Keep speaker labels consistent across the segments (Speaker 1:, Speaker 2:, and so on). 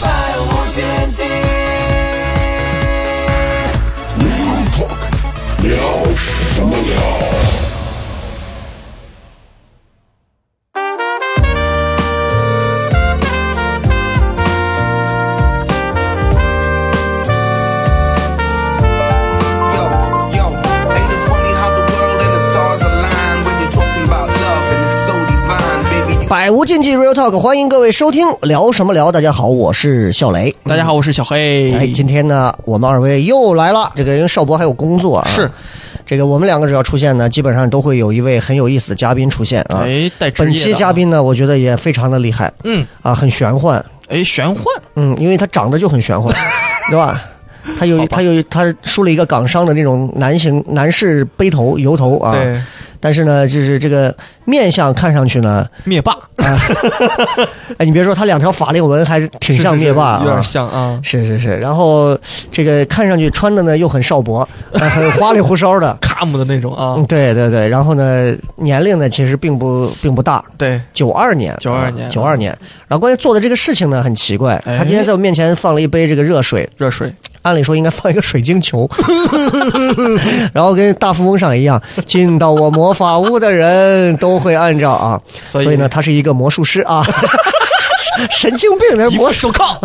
Speaker 1: 百无禁忌。Yo, yo, ain't it funny how the world and the stars align when you're talking about love and it's so divine, baby? You
Speaker 2: 百无禁忌 Real Talk，欢迎各位收听，聊什么聊？大家好，我是笑雷。
Speaker 3: 嗯大家好，我是小黑。
Speaker 2: 嗯哎，今天呢，我们二位又来了。这个因为邵博还有工作啊，
Speaker 3: 是，
Speaker 2: 这个我们两个只要出现呢，基本上都会有一位很有意思的嘉宾出现啊。
Speaker 3: 哎，带职业的啊
Speaker 2: 本期嘉，宾呢，我觉得也非常的厉害，
Speaker 3: 嗯，
Speaker 2: 啊，很玄幻，
Speaker 3: 哎，玄幻，
Speaker 2: 嗯，因为他长得就很玄 幻，对吧？他有他有他梳了一个港商的那种男型男士背头油头啊，
Speaker 3: 对，
Speaker 2: 但是呢，就是这个面相看上去呢，
Speaker 3: 灭霸，
Speaker 2: 哎，你别说，他两条法令纹还挺 像
Speaker 3: 是是
Speaker 2: 灭霸啊，
Speaker 3: 有点像啊，。
Speaker 2: 是是是，然后这个看上去穿的呢又很少博，呃很花里胡哨的
Speaker 3: 卡姆的那种啊
Speaker 2: 嗯，，对对对，然后呢，年龄呢其实并不并不大，
Speaker 3: 对，
Speaker 2: 九二年，
Speaker 3: 92年
Speaker 2: 九二年。然后关键做的这个事情呢很奇怪，
Speaker 3: 哎
Speaker 2: 他今天在我面前放了一杯这个热水，
Speaker 3: 热水，
Speaker 2: 按理说应该放一个水晶 球，然后跟大富翁上一样，进到我魔法屋的人都会按照啊，
Speaker 3: 所
Speaker 2: 所以呢，他是一个魔术师 啊，神经病，那是
Speaker 3: 一
Speaker 2: 魔
Speaker 3: 副手铐，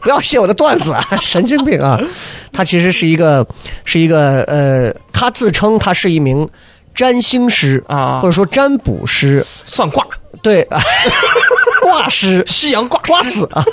Speaker 2: 不要写我的段 子，啊，神经病啊！他其实是一个，是一个呃，他自称他是一名占星师
Speaker 3: 啊
Speaker 2: 或者说占卜师，
Speaker 3: 算卦，
Speaker 2: 对， 啊卦师，
Speaker 3: 西洋 卦，
Speaker 2: 卦死啊！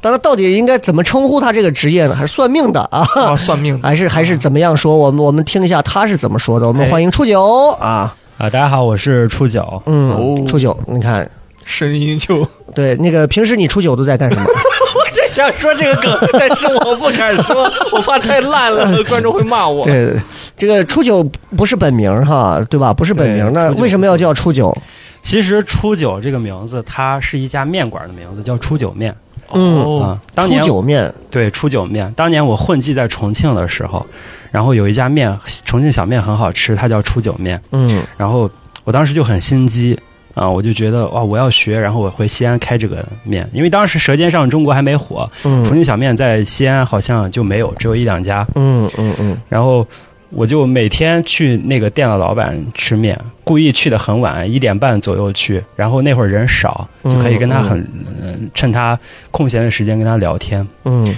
Speaker 2: 但他到底应该怎么称呼他这个职业呢？还是算命的啊？
Speaker 3: 啊，算命的，
Speaker 2: 还是还是怎么样说？我们我们听一下他是怎么说的。我们
Speaker 3: 哎
Speaker 2: 欢迎初九啊，
Speaker 4: 啊，大家好，我是初九。
Speaker 2: 嗯，
Speaker 3: 哦
Speaker 2: 初九，你看，
Speaker 3: 声音就，
Speaker 2: 对那个平时你初九都在干什么？
Speaker 3: 我就想说这个梗，但是我不敢 说，我怕太烂了，观众会骂我。
Speaker 2: 对对，对这个初九不是本名哈，对吧？不是本名，
Speaker 4: 对
Speaker 2: 那
Speaker 4: 初九
Speaker 2: 为什么要叫初九？
Speaker 4: 其实“初九”这个名字，它是一家面馆的名字，叫“初九面”
Speaker 2: 嗯
Speaker 3: 哦
Speaker 4: 啊，。当年
Speaker 2: 初九面，
Speaker 4: 对“初九面”，当年我混迹在重庆的时候，然后有一家面，重庆小面很好吃，它叫“初九面
Speaker 2: 嗯”。
Speaker 4: 然后我当时就很心机啊，我就觉得哇，我要学，然后我回西安开这个面，因为当时《舌尖上的中国》还没火，重
Speaker 2: 嗯
Speaker 4: 庆小面在西安好像就没有，只有一两家。
Speaker 2: 嗯嗯嗯，
Speaker 4: 然后我就每天去那个店的老板吃面，故意去的很晚，一点半左右去，然后那会儿人少，就可以跟他很、呃趁他空闲的时间跟他聊天。
Speaker 2: 嗯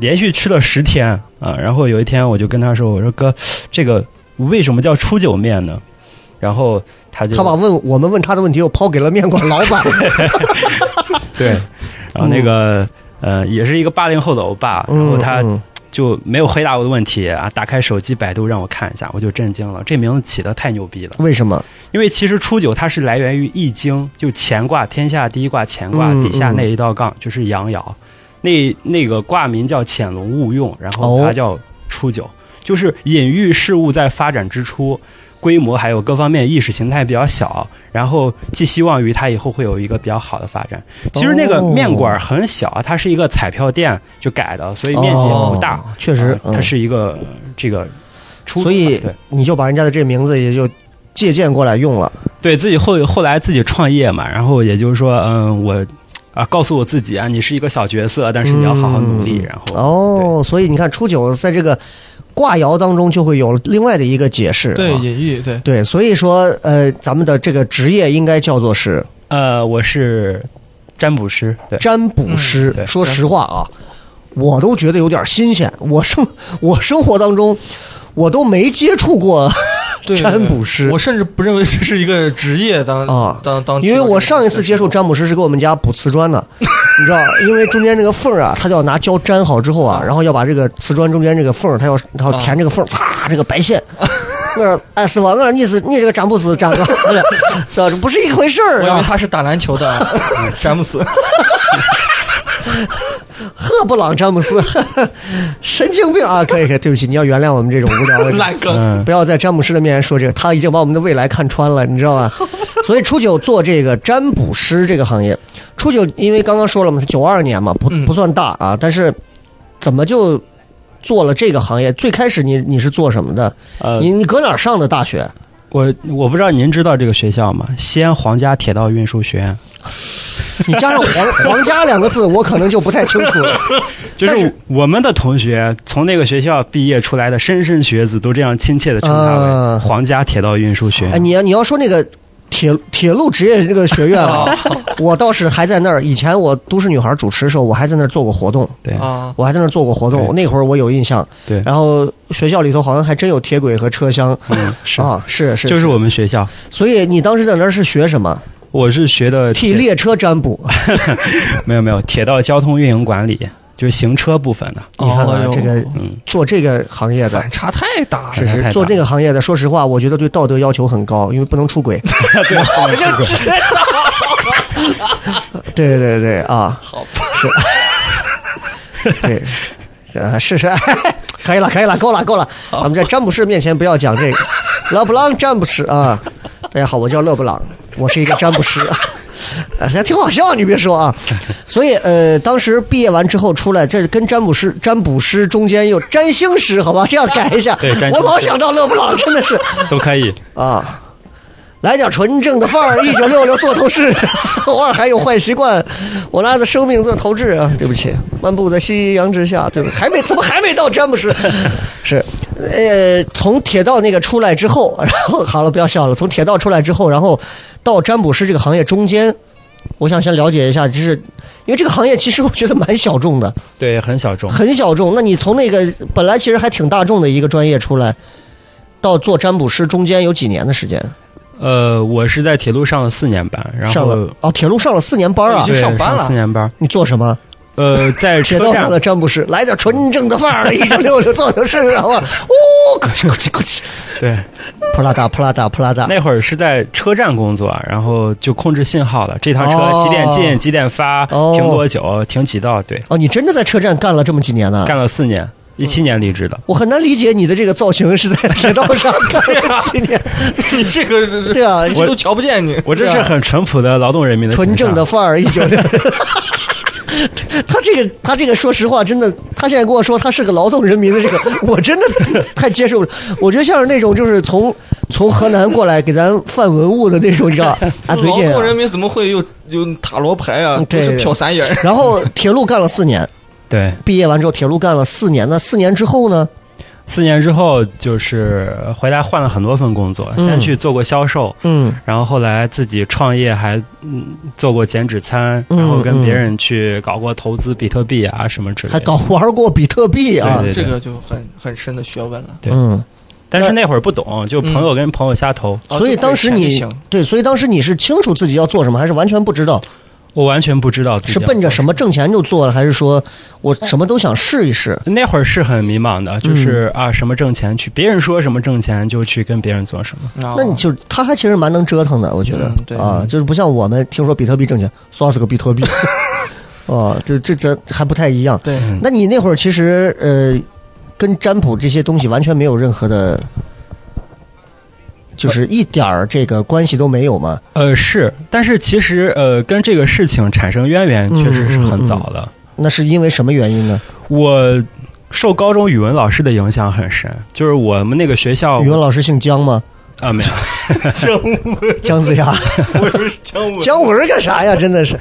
Speaker 4: 连续吃了十天啊，然后有一天我就跟他说：“我说哥，这个为什么叫初九面呢？”然后他就
Speaker 2: 他把问我们问他的问题又抛给了面馆老 板。
Speaker 4: 对，然后那个、呃也是一个八零后的欧巴，然后他
Speaker 2: 嗯
Speaker 4: 就没有回答我的问题啊，打开手机百度让我看一下，我就震惊了，这名字起的太牛逼了。
Speaker 2: 为什么？
Speaker 4: 因为其实初九它是来源于《易经》，就乾卦天下第一卦乾卦
Speaker 2: 嗯
Speaker 4: 底下那一道杠就是阳爻，那那个卦名叫潜龙勿用，然后
Speaker 2: 哦
Speaker 4: 它叫初九，就是隐喻事物在发展之初。规模还有各方面意识形态比较小，然后寄希望于它以后会有一个比较好的发展。其实那个
Speaker 2: 哦
Speaker 4: 面馆很小啊，它是一个彩票店就改的，所以面积也不大。
Speaker 2: 哦确实
Speaker 4: 啊，它
Speaker 2: 嗯
Speaker 4: 是一个呃这个初，
Speaker 2: 所以
Speaker 4: 对
Speaker 2: 你就把人家的这名字也就借鉴过来用了。
Speaker 4: 对自己后后来自己创业嘛，然后也就是说，嗯，我啊告诉我自己啊，你是一个小角色，但是你要好好努力，
Speaker 2: 嗯
Speaker 4: 然后
Speaker 2: 哦，所以你看初九在这个卦爻当中就会有另外的一个解释。
Speaker 3: 对，
Speaker 2: 啊
Speaker 3: 隐喻，对，
Speaker 2: 对，所以说呃，咱们的这个职业应该叫做是
Speaker 4: 呃，我是占卜师，对，
Speaker 2: 占卜师
Speaker 4: 嗯。对
Speaker 2: 说实话啊，我都觉得有点新鲜。我生我生活当中，我都没接触过
Speaker 3: 对
Speaker 2: 占卜师
Speaker 3: 我甚至不认为这是一个职业，当
Speaker 2: 啊
Speaker 3: 当
Speaker 5: 哦
Speaker 3: 当，
Speaker 2: 因为我上一次接触占卜师是给我们家补瓷砖的，你知道，因为中间这个缝儿啊，他就要拿胶粘好之后啊，然后要把这个瓷砖中间这个缝儿，他要他要填这个缝儿，擦这个白线。那哎，师傅，我说你是你这个占卜师占的， 这不是一回事
Speaker 3: 我
Speaker 2: 儿
Speaker 3: 以 为
Speaker 2: 啊！
Speaker 3: 他是打篮球的，詹姆斯。
Speaker 2: 赫布朗詹姆斯， 神经病啊！可以可以，对不起，你要原谅我们这种无 聊的
Speaker 3: 烂梗，
Speaker 4: 嗯，
Speaker 2: 不要在詹姆士的面前说这个，他已经把我们的未来看穿了，你知道吧？所以初九做这个占卜师这个行业，初九因为刚刚说了嘛，他九二年嘛，不
Speaker 3: 嗯
Speaker 2: 不算大啊，但是怎么就做了这个行业？最开始你你是做什么的？
Speaker 4: 呃，
Speaker 2: 你你搁哪儿上的大学？
Speaker 4: 我我不知道您知道这个学校吗？西安皇家铁道运输学院，
Speaker 2: 你加上 皇皇家两个字，我可能就不太清楚了。
Speaker 4: 就
Speaker 2: 但
Speaker 4: 是
Speaker 2: 是
Speaker 4: 我们的同学从那个学校毕业出来的莘莘学子，都这样亲切的称它
Speaker 2: 啊
Speaker 4: 为皇家铁道运输学
Speaker 2: 哎，
Speaker 4: 院。
Speaker 2: 你要你要说那个。铁铁路职业这个学院啊，我倒是还在那儿。以前我都市女孩主持的时候，我还在那儿做过活动。
Speaker 4: 对
Speaker 3: 啊，
Speaker 2: 我还在那儿做过活动，
Speaker 4: 对
Speaker 2: 那会儿我有印象。
Speaker 4: 对
Speaker 2: 然后学校里头好像还真有铁轨和车厢
Speaker 4: 嗯，是，
Speaker 2: 啊，是是，
Speaker 4: 就是我们学校，
Speaker 2: 所以你当时在那儿是学什么？
Speaker 4: 我是学的
Speaker 2: 替
Speaker 4: 铁
Speaker 2: 列车占卜。
Speaker 4: 没有没有铁道交通运营管理，就是行车部分的。
Speaker 2: 你看
Speaker 3: 哎
Speaker 2: 看
Speaker 3: 呦
Speaker 2: 啊这个
Speaker 4: 哦嗯
Speaker 2: 做这个行业的
Speaker 3: 反。差太大了，
Speaker 4: 是差太大
Speaker 2: 做这个行业的，说实话，我觉得对道德要求很高，因为不能出 轨。
Speaker 3: 我就知道，
Speaker 2: 对对对啊，
Speaker 3: 好
Speaker 2: 是，对，呃，是 是，可以了，可以了，够了，够了。我们在詹姆士面前不要讲这个，勒布朗詹姆士啊，大家好，我叫勒布朗，我是一个詹姆士，呃还挺好笑，你别说啊。所以呃，当时毕业完之后出来，这跟詹姆士、占卜师中间有占星师，好吧，这样改一下
Speaker 4: 对占。星
Speaker 2: 我
Speaker 4: 师
Speaker 2: 老想到勒布朗，真的是
Speaker 4: 都可以，
Speaker 2: 啊。来点纯正的范儿，一九六六座头市， 偶尔还有坏习惯，我拿着生命做投掷啊！对不起，漫步在夕阳之下，对不对？还没怎么还没到詹姆士？ 是，呃，从铁道那个出来之后， 然后好了，不要笑了。从铁道出来之后，然后到占卜师这个行业中间，我想先了解一下，就是因为这个行业其实我觉得蛮小众的，
Speaker 4: 对，很小众。
Speaker 2: 很小众。那你从那个本来其实还挺大众的一个专业出来，到做占卜师中间有几年的时间？
Speaker 4: 呃，我是在铁路上了四年班，然
Speaker 2: 上了
Speaker 4: 后
Speaker 2: 哦，铁路上了四年班啊
Speaker 3: 已！经
Speaker 4: 对
Speaker 3: 上班了
Speaker 4: 四年班。
Speaker 2: 你做什么？
Speaker 4: 呃，在
Speaker 2: 铁
Speaker 4: 车
Speaker 2: 道
Speaker 4: 站
Speaker 2: 上的占卜师，来点纯正的范儿，一九六六做的事啊！我呜，咕哧咕哧咕哧，
Speaker 4: 对，
Speaker 2: 普拉达普拉达普拉达。
Speaker 4: 那会儿是在车站工作，然后就控制信号了。这趟
Speaker 2: 哦
Speaker 4: 车几点进，几点发，
Speaker 2: 哦
Speaker 4: 停多久，停几道，对，
Speaker 2: 哦，你真的在车站干了这么几年呢？
Speaker 4: 干了四年，一七年离职的。
Speaker 2: 我很难理解你的这个造型是在铁道上干了几年，
Speaker 3: 你这个
Speaker 2: 对啊
Speaker 3: 司机都瞧不见你，
Speaker 4: 我这是很淳朴的劳动人民的
Speaker 2: 纯
Speaker 4: 形象
Speaker 2: 正的范儿，一九六。 他这个，他这个，说实话，真的，他现在跟我说他是个劳动人民的这个，我真的太接受不了。我觉得像是那种就是从从河南过来给咱贩文物的那种，你知道吧？啊，最
Speaker 3: 劳
Speaker 2: 近啊、
Speaker 3: 动人民怎么会有有塔罗牌啊？
Speaker 2: 嗯
Speaker 3: 都
Speaker 2: 对
Speaker 3: 是飘三眼儿，
Speaker 2: 然后铁路干了四年，
Speaker 4: 对，
Speaker 2: 毕业完之后铁路干了四年，那四年之后呢？
Speaker 4: 四年之后就是回来换了很多份工作，
Speaker 2: 嗯
Speaker 4: 先去做过销售，
Speaker 2: 嗯
Speaker 4: 然后后来自己创业还嗯做过减脂餐，
Speaker 2: 嗯
Speaker 4: 然后跟别人去搞过投资比特币啊什么之类的。
Speaker 2: 还搞玩过比特币啊？
Speaker 4: 对对
Speaker 3: 这
Speaker 4: 对
Speaker 3: 个就很很深的学问了。
Speaker 4: 对
Speaker 2: 嗯，
Speaker 4: 但是那会儿不懂，就朋友跟朋友瞎投，
Speaker 3: 哦
Speaker 2: 所以当时你、
Speaker 3: 就给钱就行
Speaker 2: 对，所以当时你是清楚自己要做什么，还是完全不知道？
Speaker 4: 我完全不知道自己
Speaker 2: 是奔着什
Speaker 4: 么。
Speaker 2: 么挣钱就做了，还是说我什么都想试一试？
Speaker 4: 那会儿是很迷茫的，就是、
Speaker 2: 嗯
Speaker 4: 啊，什么挣钱去，别人说什么挣钱就去跟别人做什么。
Speaker 3: 那
Speaker 2: 那你就他还其实蛮能折腾的，我觉得、
Speaker 3: 嗯对
Speaker 2: 啊，就是不像我们听说比特币挣钱，刷死个比特 币，哦、这这这还不太一样。
Speaker 3: 对
Speaker 2: 那你那会儿其实呃，跟占卜这些东西完全没有任何的，就是一点儿这个关系都没有嘛。
Speaker 4: 呃，是，但是其实呃，跟这个事情产生渊源确实是很早的。
Speaker 2: 那是因为什么原因呢？
Speaker 4: 我受高中语文老师的影响很深，就是哦我们那个学校
Speaker 2: 语文老师姓姜 吗？
Speaker 4: 啊，没有，
Speaker 2: 姜子牙，姜文儿干啥呀？真的是，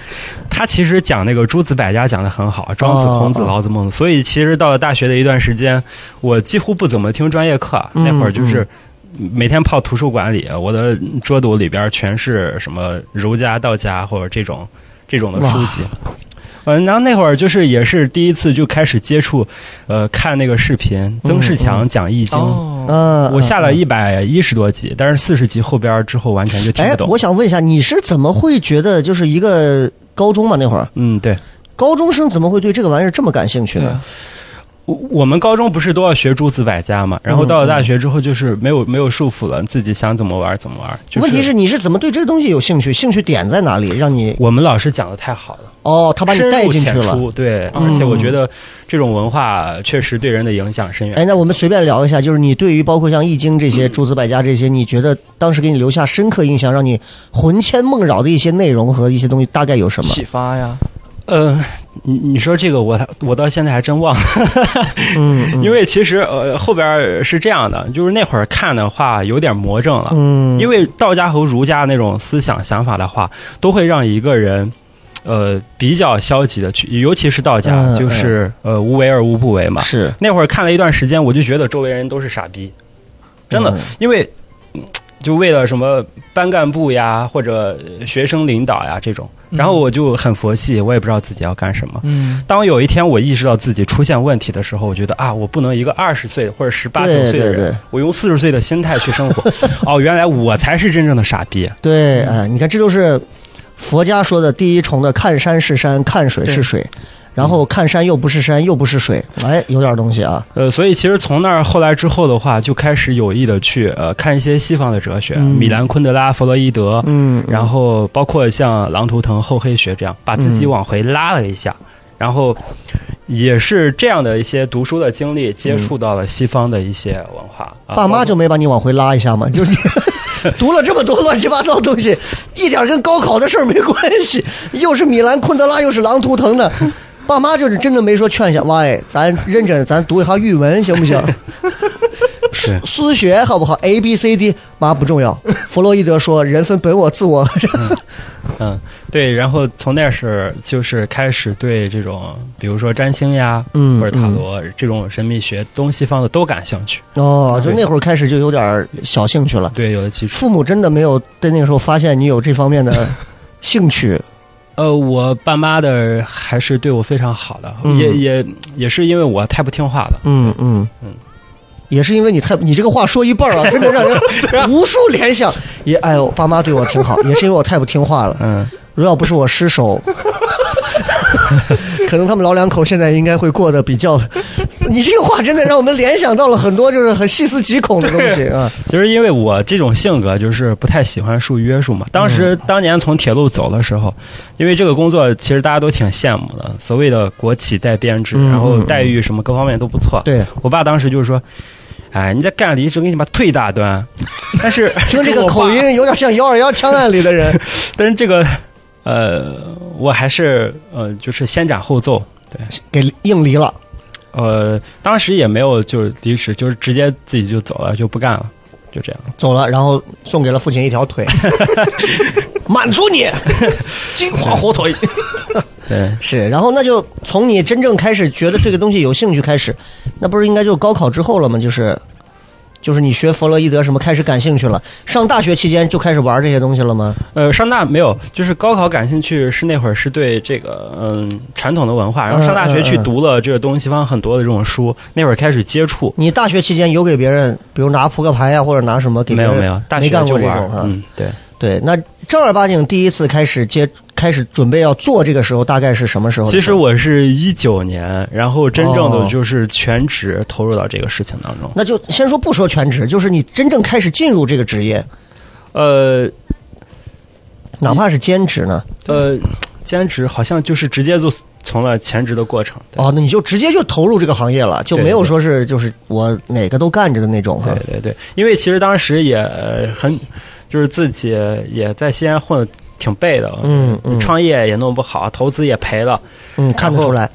Speaker 4: 他其实讲那个诸子百家讲的很好，庄子、
Speaker 2: 哦
Speaker 4: 孔子、
Speaker 2: 哦
Speaker 4: 老子、孟子，所以其实到了大学的一段时间，我几乎不怎么听专业课，
Speaker 2: 嗯
Speaker 4: 那会儿就是。每天泡图书馆里，我的桌斗里边全是什么儒家、道家或者这种这种的书籍。嗯，然后那会儿就是也是第一次就开始接触，呃，看那个视频，曾仕强讲易经，
Speaker 3: 哦，
Speaker 2: 嗯、
Speaker 4: 我下了
Speaker 2: 嗯。
Speaker 4: 一百一十多集，但是四十集后边之后完全就听
Speaker 2: 哎
Speaker 4: 不，懂。
Speaker 2: 我想问一下，你是怎么会觉得就是一个高中嘛那会儿，
Speaker 4: 嗯，对，
Speaker 2: 高中生怎么会对这个玩意儿这么感兴趣
Speaker 3: 对
Speaker 2: 呢
Speaker 3: 啊？，
Speaker 4: 我我们高中不是都要学诸子百家嘛，
Speaker 2: 嗯
Speaker 4: 然后到了大学之后就是没有没有束缚了，自己想怎么玩怎么玩。就是、
Speaker 2: 问题是你是怎么对这个东西有兴趣？兴趣点在哪里？让你
Speaker 4: 我们老师讲的太好了，
Speaker 2: 哦，他把你
Speaker 4: 深
Speaker 2: 带
Speaker 4: 入
Speaker 2: 进去
Speaker 4: 浅
Speaker 2: 了。嗯
Speaker 4: 出，对，而且我觉得这种文化确实对人的影响深远。
Speaker 2: 哎，那我们随便聊一下，就是你对于包括像《易经》这些、诸子百家这些，你觉得当时给你留下深刻印象，让你魂牵梦绕的一些内容和一些东西，大概有什么？
Speaker 3: 嗯启发呀，
Speaker 4: 呃，你你说这个我我到现在还真忘了，
Speaker 2: 嗯，嗯
Speaker 4: 因为其实呃后边儿是这样的，就是那会儿看的话有点魔怔了，
Speaker 2: 嗯，
Speaker 4: 因为道家和儒家那种思想想法的话，都会让一个人，呃，比较消极的去，尤其是道家，
Speaker 2: 嗯
Speaker 4: 就是呃无为而无不为嘛。
Speaker 2: 是
Speaker 4: 那会儿看了一段时间，我就觉得周围人都是傻逼，真的，
Speaker 2: 嗯
Speaker 4: 因为嗯就为了什么班干部呀，或者呃学生领导呀这种，
Speaker 2: 嗯
Speaker 4: 然后我就很佛系，我也不知道自己要干什么。
Speaker 3: 嗯，
Speaker 4: 当有一天我意识到自己出现问题的时候，我觉得啊，我不能一个二十岁或者十八九
Speaker 2: 对
Speaker 4: 岁
Speaker 2: 对
Speaker 4: 的人，
Speaker 2: 对
Speaker 4: 我用四十岁的心态去生 活。哦，原来我才是真正的傻逼。
Speaker 2: 对，哎，你看，这就是佛家说的第一重的，看山是山，看水是水，然后看山又不是山，又不是水，哎，有点东西啊。
Speaker 4: 呃，所以其实从那儿后来之后的话，就开始有意的去呃看一些西方的哲学，米兰昆德拉、弗洛伊德，
Speaker 2: 嗯，
Speaker 4: 然后包括像狼图腾、厚黑学这样，把自己往回拉了一下，
Speaker 2: 嗯
Speaker 4: 然后也是这样的一些读书的经历，接触到了西方的一些文化。啊
Speaker 2: 嗯爸妈
Speaker 4: 包括
Speaker 2: 就没把你往回拉一下 吗？就是你 读了这么多乱七八糟的东西，一点跟高考的事儿没关系， 又是米兰昆德拉，又是狼图腾的。爸妈就是真的没说劝一下，喂，咱认真，咱读一下语文行不行？
Speaker 4: 是
Speaker 2: 思学好不好？A B C D，妈不重要。弗洛伊德说，人分本我、自我。
Speaker 4: 嗯，对，然后从那时就是开始对这种，比如说占星呀，
Speaker 2: 嗯
Speaker 4: 或者塔罗、这种神秘学，东西方的都感兴趣。
Speaker 2: 哦，就那会儿开始就有点儿小兴趣了。
Speaker 4: 对，有了基础。
Speaker 2: 父母真的没有在那个时候发现你有这方面的兴趣，
Speaker 4: 呃，我爸妈的还是对我非常好的，
Speaker 2: 嗯
Speaker 4: 也也也是因为我太不听话了。
Speaker 2: 嗯嗯
Speaker 4: 嗯，
Speaker 2: 也是因为你太你这个话说一半儿啊，真的 让人无数联想。也哎呦，爸妈对我 挺好，也是因为我太不听话了。
Speaker 4: 嗯，
Speaker 2: 如要不是我失手， 可能他们老两口现在应该会过得比较。你这个话真的让我们联想到了很多就是很细思极恐的东西 啊。
Speaker 4: 其实因为我这种性格就是不太喜欢受约束嘛。当
Speaker 2: 嗯
Speaker 4: 时当年从铁路走的时候，因为这个工作其实大家都挺羡慕的，所谓的国企带编制，
Speaker 2: 嗯
Speaker 4: 然后待遇什么各方面都不错。
Speaker 2: 对，
Speaker 4: 我爸当时就是说：“哎，你再干离职，给你妈退大端。”但是
Speaker 2: 听这个
Speaker 4: 我爸
Speaker 2: 口，音有点像幺二幺枪案里的 人。
Speaker 4: 但是这个呃，我还是呃，就是先斩后奏。
Speaker 2: 给硬离了。
Speaker 4: 呃，当时也没有就是离职，就是直接自己就走了，就不干了，就这样。
Speaker 2: 走了，然后送给了父亲一条 腿，满足你
Speaker 3: 金华火腿，
Speaker 4: 对，
Speaker 2: 是。然后那就从你真正开始觉得这个东西有兴趣开始，那不是应该就高考之后了吗？就是，就是你学弗洛伊德什么开始感兴趣了，上大学期间就开始玩这些东西了吗？
Speaker 4: 呃，上大没有，就是高考感兴趣是那会儿是对这个嗯传统的文化，然后上大学去
Speaker 2: 嗯嗯嗯
Speaker 4: 读了这个东西方很多的这种书，那会儿开始接触。
Speaker 2: 你大学期间有给别人，比如拿扑克牌呀、啊或者拿什么给
Speaker 4: 没
Speaker 2: 别
Speaker 4: 有
Speaker 2: 人？
Speaker 4: 没有，大学
Speaker 2: 没干
Speaker 4: 就
Speaker 2: 过这
Speaker 4: 玩
Speaker 2: 种
Speaker 4: 儿，
Speaker 2: 啊。
Speaker 4: 嗯，对，
Speaker 2: 对，那正儿八经第一次开始接，开始准备要做这个时候，大概是什么时候的事
Speaker 4: 其
Speaker 2: 儿？
Speaker 4: 实我是一九年，然后真正
Speaker 2: 哦
Speaker 4: 的就是全职投入到这个事情当中。
Speaker 2: 那就先说不说全职，就是你真正开始进入这个职业，
Speaker 4: 呃
Speaker 2: 哪怕是兼职呢？
Speaker 4: 呃，兼职好像就是直接就从了全职的过程。对
Speaker 2: 哦，那你就直接就投入这个行业了，就
Speaker 4: 对
Speaker 2: 没有说是就是我哪个都干着的那种哈
Speaker 4: 对。对对，因为其实当时也呃很，就是自己也在西安混的挺背的，
Speaker 2: 嗯嗯
Speaker 4: 创业也弄不好，投资也赔了。
Speaker 2: 嗯，看得出来。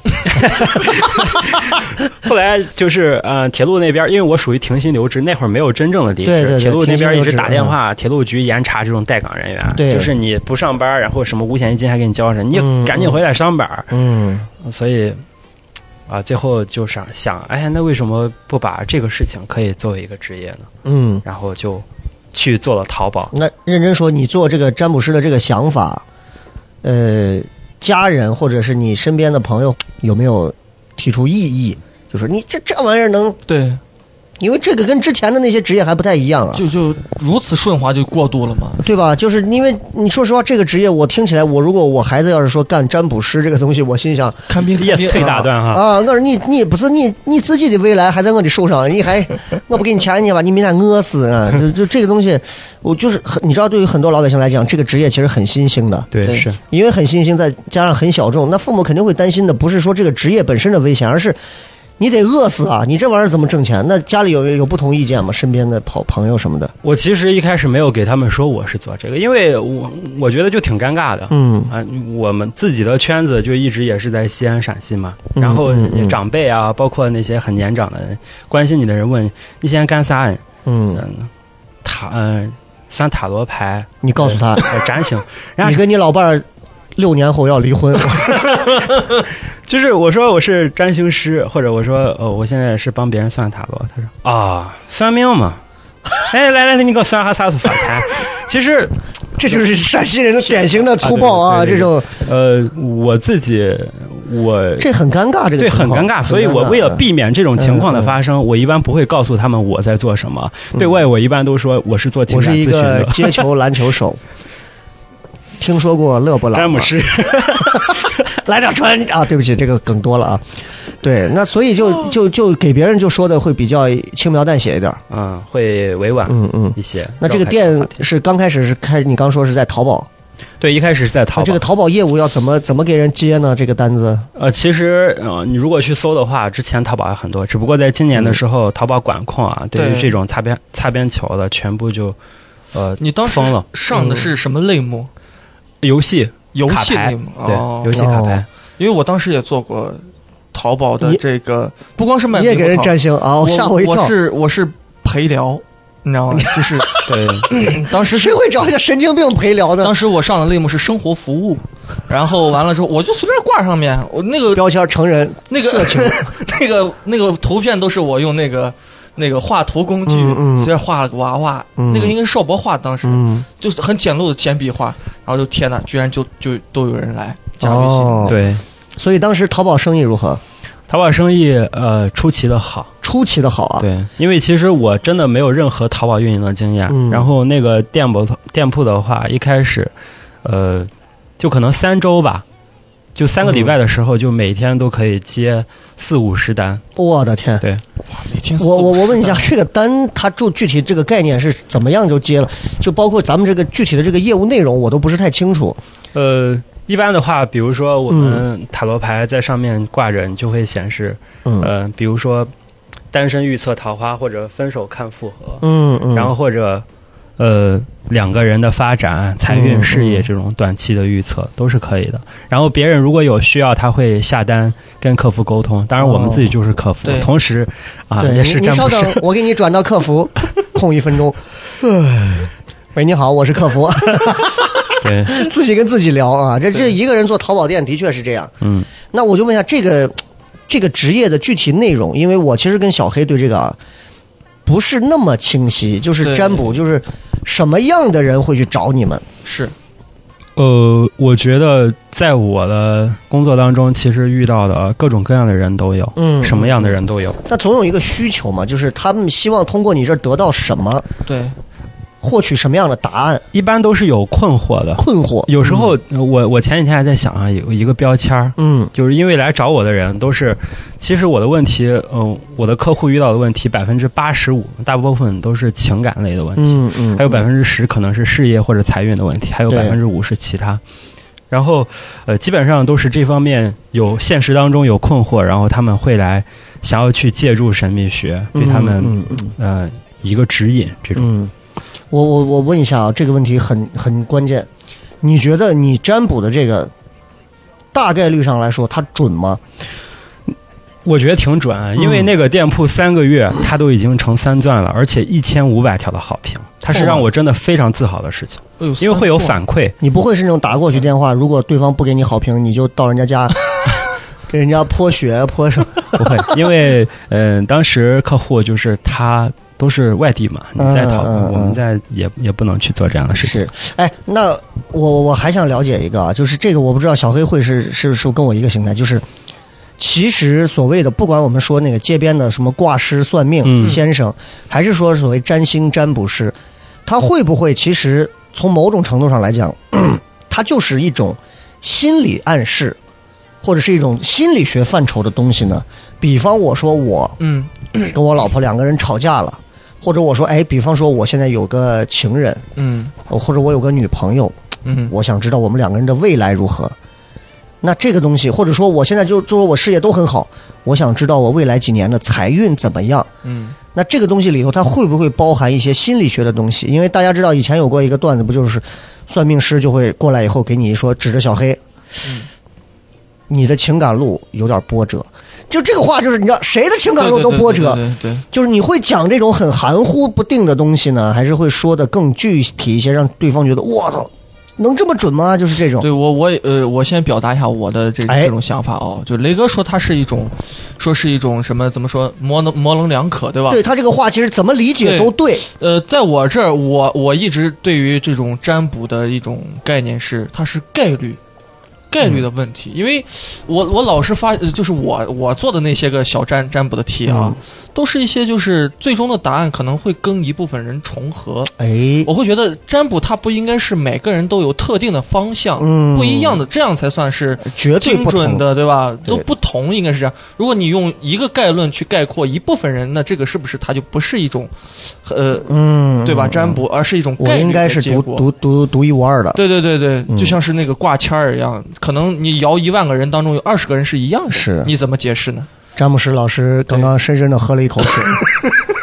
Speaker 4: 后来就是呃，铁路那边，因为我属于停薪留职，那会儿没有真正的离职，
Speaker 2: 对对对
Speaker 4: 铁路那边一直打
Speaker 2: 停薪留职嗯
Speaker 4: 电话，铁路局严查这种待岗人员，
Speaker 2: 对
Speaker 4: 就是你不上班，然后什么五险一金还给你交上，你
Speaker 2: 嗯
Speaker 4: 也赶紧回来上班。
Speaker 2: 嗯，
Speaker 4: 所以啊，最后就想想，哎，那为什么不把这个事情可以作为一个职业呢？
Speaker 2: 嗯，
Speaker 4: 然后就去做了淘宝。
Speaker 2: 那认真说，你做这个占卜师的这个想法，呃，家人或者是你身边的朋友有没有提出异议？就说你这这玩意儿能
Speaker 3: 对，
Speaker 2: 因为这个跟之前的那些职业还不太一样啊，
Speaker 5: 就就如此顺滑就过渡了嘛？
Speaker 2: 对吧？就是因为你说实话，这个职业我听起来，我如果我孩子要是说干占卜师这个东西，我心想
Speaker 5: 看病看病
Speaker 4: yes 退大段哈，
Speaker 2: 啊，我说你你不是你你自己的未来还在我的手上，你还我不给你钱，你把你明天饿死啊！就就这个东西，我就是很你知道，对于很多老百姓来讲，这个职业其实很新兴的。
Speaker 4: 对
Speaker 5: 对
Speaker 4: 是，
Speaker 2: 因为很新兴，再加上很小众，那父母肯定会担心的，不是说这个职业本身的危险，而是你得饿死啊！你这玩意儿怎么挣钱？那家里有有不同意见吗？身边的朋朋友什么的，
Speaker 4: 我其实一开始没有给他们说我是做这个，因为我我觉得就挺尴尬的。
Speaker 2: 嗯
Speaker 4: 啊，我们自己的圈子就一直也是在西安、陕西嘛，然后
Speaker 2: 嗯嗯嗯
Speaker 4: 长辈啊，包括那些很年长的人关心你的人问你现在干啥呢？
Speaker 2: 嗯，
Speaker 4: 嗯，塔嗯算塔罗牌，
Speaker 2: 你告诉他，
Speaker 4: 呃占星，然后
Speaker 2: 你跟你老伴儿六年后要离 婚，
Speaker 4: 就是我说我是占星师，或者我说哦，我现在是帮别人算塔罗。他说啊，算命 嘛。哎，来来来，你给我算下啥时候发财？其实，
Speaker 2: 这就是陕西人的典型的粗暴啊！
Speaker 4: 啊对
Speaker 2: 这
Speaker 4: 对对
Speaker 2: 种
Speaker 4: 呃，我自己我
Speaker 2: 这很尴尬，这啊嗯个
Speaker 4: 对很
Speaker 2: 情况
Speaker 4: 尴尬，所以我
Speaker 2: 嗯
Speaker 4: 为了避免这种情况的发生，我一般不会告诉他们我在做什么。对外，我一般都说我是做
Speaker 2: 嗯
Speaker 4: 情
Speaker 2: 我
Speaker 4: 感
Speaker 2: 是
Speaker 4: 咨
Speaker 2: 一
Speaker 4: 询
Speaker 2: 个
Speaker 4: 的
Speaker 2: 接球篮球手，听说过勒布朗吗
Speaker 4: 詹姆斯。
Speaker 2: 来点穿啊！对不起，这个梗多了啊。对，那所以就就就给别人就说的会比较轻描淡写一点儿。
Speaker 4: 嗯，会委婉
Speaker 2: 嗯嗯。
Speaker 4: 一些。
Speaker 2: 那这个
Speaker 4: 绕开这
Speaker 2: 店
Speaker 4: 话题
Speaker 2: 是刚开始是开，你刚说是在淘宝，
Speaker 4: 对一开始是在淘
Speaker 2: 那这
Speaker 4: 宝
Speaker 2: 个，淘宝业务要怎么怎么给人接呢？这个单子，
Speaker 4: 呃，其实呃，你如果去搜的话，之前淘宝还很多，只不过在今年的时
Speaker 2: 嗯
Speaker 4: 候，淘宝管控啊，对于
Speaker 5: 对
Speaker 4: 这种擦边擦边球的，全部就呃
Speaker 5: 你当时
Speaker 4: 封了
Speaker 5: 上的是什么类目？
Speaker 4: 游戏
Speaker 5: 游
Speaker 4: 卡
Speaker 5: 戏
Speaker 4: 牌
Speaker 5: 类目，
Speaker 4: 对
Speaker 5: 哦
Speaker 4: 游戏卡牌
Speaker 2: 哦，
Speaker 5: 因为我当时也做过淘宝的
Speaker 2: 你
Speaker 5: 这个，不光是卖
Speaker 2: 你也
Speaker 5: 猕猴
Speaker 2: 给人
Speaker 5: 桃
Speaker 2: 占星啊！吓我一跳
Speaker 5: 我！是我是陪聊，你知道吗？就是
Speaker 2: 哦
Speaker 4: 对，
Speaker 5: 当时是
Speaker 2: 谁会找一个神经病陪聊呢
Speaker 5: 当？时我上的类目是生活服务，然后完了之后我就随便挂上面，我那个
Speaker 2: 标签成人，
Speaker 5: 那个
Speaker 2: 色 情
Speaker 5: 那个那个图片都是我用那个那个画图工具
Speaker 2: 嗯嗯
Speaker 5: 随便画了个娃娃，
Speaker 2: 嗯
Speaker 5: 那个应该是邵博画，当时、
Speaker 2: 嗯，
Speaker 5: 就是很简陋的简笔画，然后就天呐，居然就就都有人来加微信，
Speaker 2: 哦
Speaker 4: 对，
Speaker 2: 所以当时淘宝生意如何？
Speaker 4: 淘宝生意呃出奇的好，
Speaker 2: 出奇的好啊！
Speaker 4: 对，因为其实我真的没有任何淘宝运营的经验，
Speaker 2: 嗯
Speaker 4: 然后那个店铺店铺的话，一开始呃就可能三周吧。就三个礼拜的时候，就每天都可以接四五十单。
Speaker 2: 我的天！
Speaker 4: 对，
Speaker 5: 每天四
Speaker 2: 我我
Speaker 5: 五十
Speaker 2: 我问一下，
Speaker 5: 单
Speaker 2: 这个单它就具体这个概念是怎么样就接了？就包括咱们这个具体的这个业务内容，我都不是太清楚。
Speaker 4: 呃，一般的话，比如说我们塔罗牌在上面挂着，你就会显示，
Speaker 2: 嗯
Speaker 4: 呃，比如说单身预测桃花，或者分手看复合，
Speaker 2: 嗯嗯，
Speaker 4: 然后或者呃两个人的发展、财运、
Speaker 2: 嗯
Speaker 4: 事业
Speaker 2: 嗯
Speaker 4: 这种短期的预测都是可以的。然后别人如果有需要，他会下单跟客服沟通。当然，我们
Speaker 2: 哦
Speaker 4: 自己就是客服，
Speaker 5: 对
Speaker 4: 同时啊
Speaker 2: 对，
Speaker 4: 也
Speaker 2: 你
Speaker 4: 是
Speaker 2: 你
Speaker 4: 占
Speaker 2: 稍
Speaker 4: 卜
Speaker 2: 等
Speaker 4: 师。，
Speaker 2: 我给你转到客 服，空一分钟。喂，你好，我是客服，
Speaker 4: 对，
Speaker 2: 自己跟自己聊啊，这这一个人做淘宝店的确是这样。
Speaker 4: 嗯，
Speaker 2: 那我就问一下这个这个职业的具体内容，因为我其实跟小黑对这个啊不是那么清晰，就是
Speaker 5: 对
Speaker 2: 占卜，就是什么样的人会去找你们？
Speaker 5: 是
Speaker 4: 呃，我觉得在我的工作当中，其实遇到的各种各样的人都有，
Speaker 2: 嗯
Speaker 4: 什么样的人都有。
Speaker 2: 那总有一个需求嘛，就是他们希望通过你这儿得到什么，
Speaker 5: 对
Speaker 2: 获取什么样的答案，
Speaker 4: 一般都是有困惑的。
Speaker 2: 困惑。
Speaker 4: 有时候，呃我我前几天还在想啊，有一个标签儿，
Speaker 2: 嗯
Speaker 4: 就是因为来找我的人都是，其实我的问题，嗯、我的客户遇到的问题，百分之八十五，大部分都是情感类的问题，
Speaker 2: 嗯嗯，
Speaker 4: 还有百分之十可能是事业或者财运的问题，还有
Speaker 2: 对
Speaker 4: 百分之五是其他。然后，呃，基本上都是这方面有现实当中有困惑，然后他们会来想要去借助神秘学对他们、
Speaker 2: 嗯嗯嗯
Speaker 4: 呃一个指引这种。
Speaker 2: 嗯，我我我问一下啊，这个问题很很关键，你觉得你占卜的这个大概率上来说，它准吗？
Speaker 4: 我觉得挺准啊，因为那个店铺三个月它都已经成三钻了，而且一千五百条的好评，它是让我真的非常自豪的事情，
Speaker 5: 哎呦
Speaker 4: 因为会有
Speaker 5: 三
Speaker 4: 反馈。
Speaker 2: 你不会是那种打过去电话，如果对方不给你好评，你就到人家 家给人家泼血泼什么？
Speaker 4: 不会，因为嗯、呃当时客户就是他都是外地嘛，你在讨，
Speaker 2: 嗯嗯嗯
Speaker 4: 我们在也也不能去做这样的事情。，
Speaker 2: 哎，那我我还想了解一个啊，就是这个我不知道小黑会是是是不是跟我一个形态，就是其实所谓的，不管我们说那个街边的什么挂师、算命
Speaker 4: 嗯
Speaker 2: 先生，还是说所谓占星占卜师，他会不会其实从某种程度上来讲， 它就是一种心理暗示，或者是一种心理学范畴的东西呢？比方我说我
Speaker 5: 嗯，
Speaker 2: 跟我老婆两个人吵架了，或者我说哎，比方说我现在有个情人，
Speaker 5: 嗯
Speaker 2: 或者我有个女朋友，
Speaker 5: 嗯
Speaker 2: 我想知道我们两个人的未来如何。那这个东西，或者说我现在就就说我事业都很好，我想知道我未来几年的财运怎么样。
Speaker 5: 嗯
Speaker 2: 那这个东西里头，它会不会包含一些心理学的东西？因为大家知道以前有过一个段子，不就是算命师就会过来以后给你说，指着小黑，
Speaker 5: 嗯
Speaker 2: 你的情感路有点波折。就这个话，就是你知道谁的情感路都波折，
Speaker 5: 对对对对对
Speaker 2: 就是你会讲这种很含糊不定的东西呢，还是会说的更具体一些，让对方觉得我操，能这么准吗？就是这种
Speaker 5: 对，我我也呃，我先表达一下我的这
Speaker 2: 哦哎
Speaker 5: 这种想法哦，就雷哥说它是一种，说是一种什么怎么说模棱模棱两可，对吧？
Speaker 2: 对他这个话，其实怎么理解都对。
Speaker 5: 呃，在我这儿，我我一直对于这种占卜的一种概念是，它是概率。概率
Speaker 2: 嗯
Speaker 5: 的问题，因为我我老是发，呃就是我我做的那些个小占占卜的题啊，
Speaker 2: 嗯
Speaker 5: 都是一些就是最终的答案可能会跟一部分人重合。
Speaker 2: 哎，
Speaker 5: 我会觉得占卜它不应该是每个人都有特定的方向，
Speaker 2: 嗯
Speaker 5: 不一样的，这样才算是
Speaker 2: 绝对
Speaker 5: 精
Speaker 2: 不同
Speaker 5: 准的，对吧？
Speaker 2: 对
Speaker 5: 都不同，应该是这样。如果你用一个概论去概括一部分人，那这个是不是它就不是一种，呃，
Speaker 2: 嗯，
Speaker 5: 对吧？占卜，而是一种
Speaker 2: 我
Speaker 5: 概率
Speaker 2: 应该
Speaker 5: 的
Speaker 2: 是
Speaker 5: 结
Speaker 2: 独
Speaker 5: 果
Speaker 2: 独独独一无二的。
Speaker 5: 对对对对，
Speaker 2: 嗯
Speaker 5: 就像是那个挂签儿一样，可能你摇一万个人当中有二十个人是一样的，
Speaker 2: 是
Speaker 5: 你怎么解释呢？
Speaker 2: 詹姆斯老师刚刚深深的喝了一口水，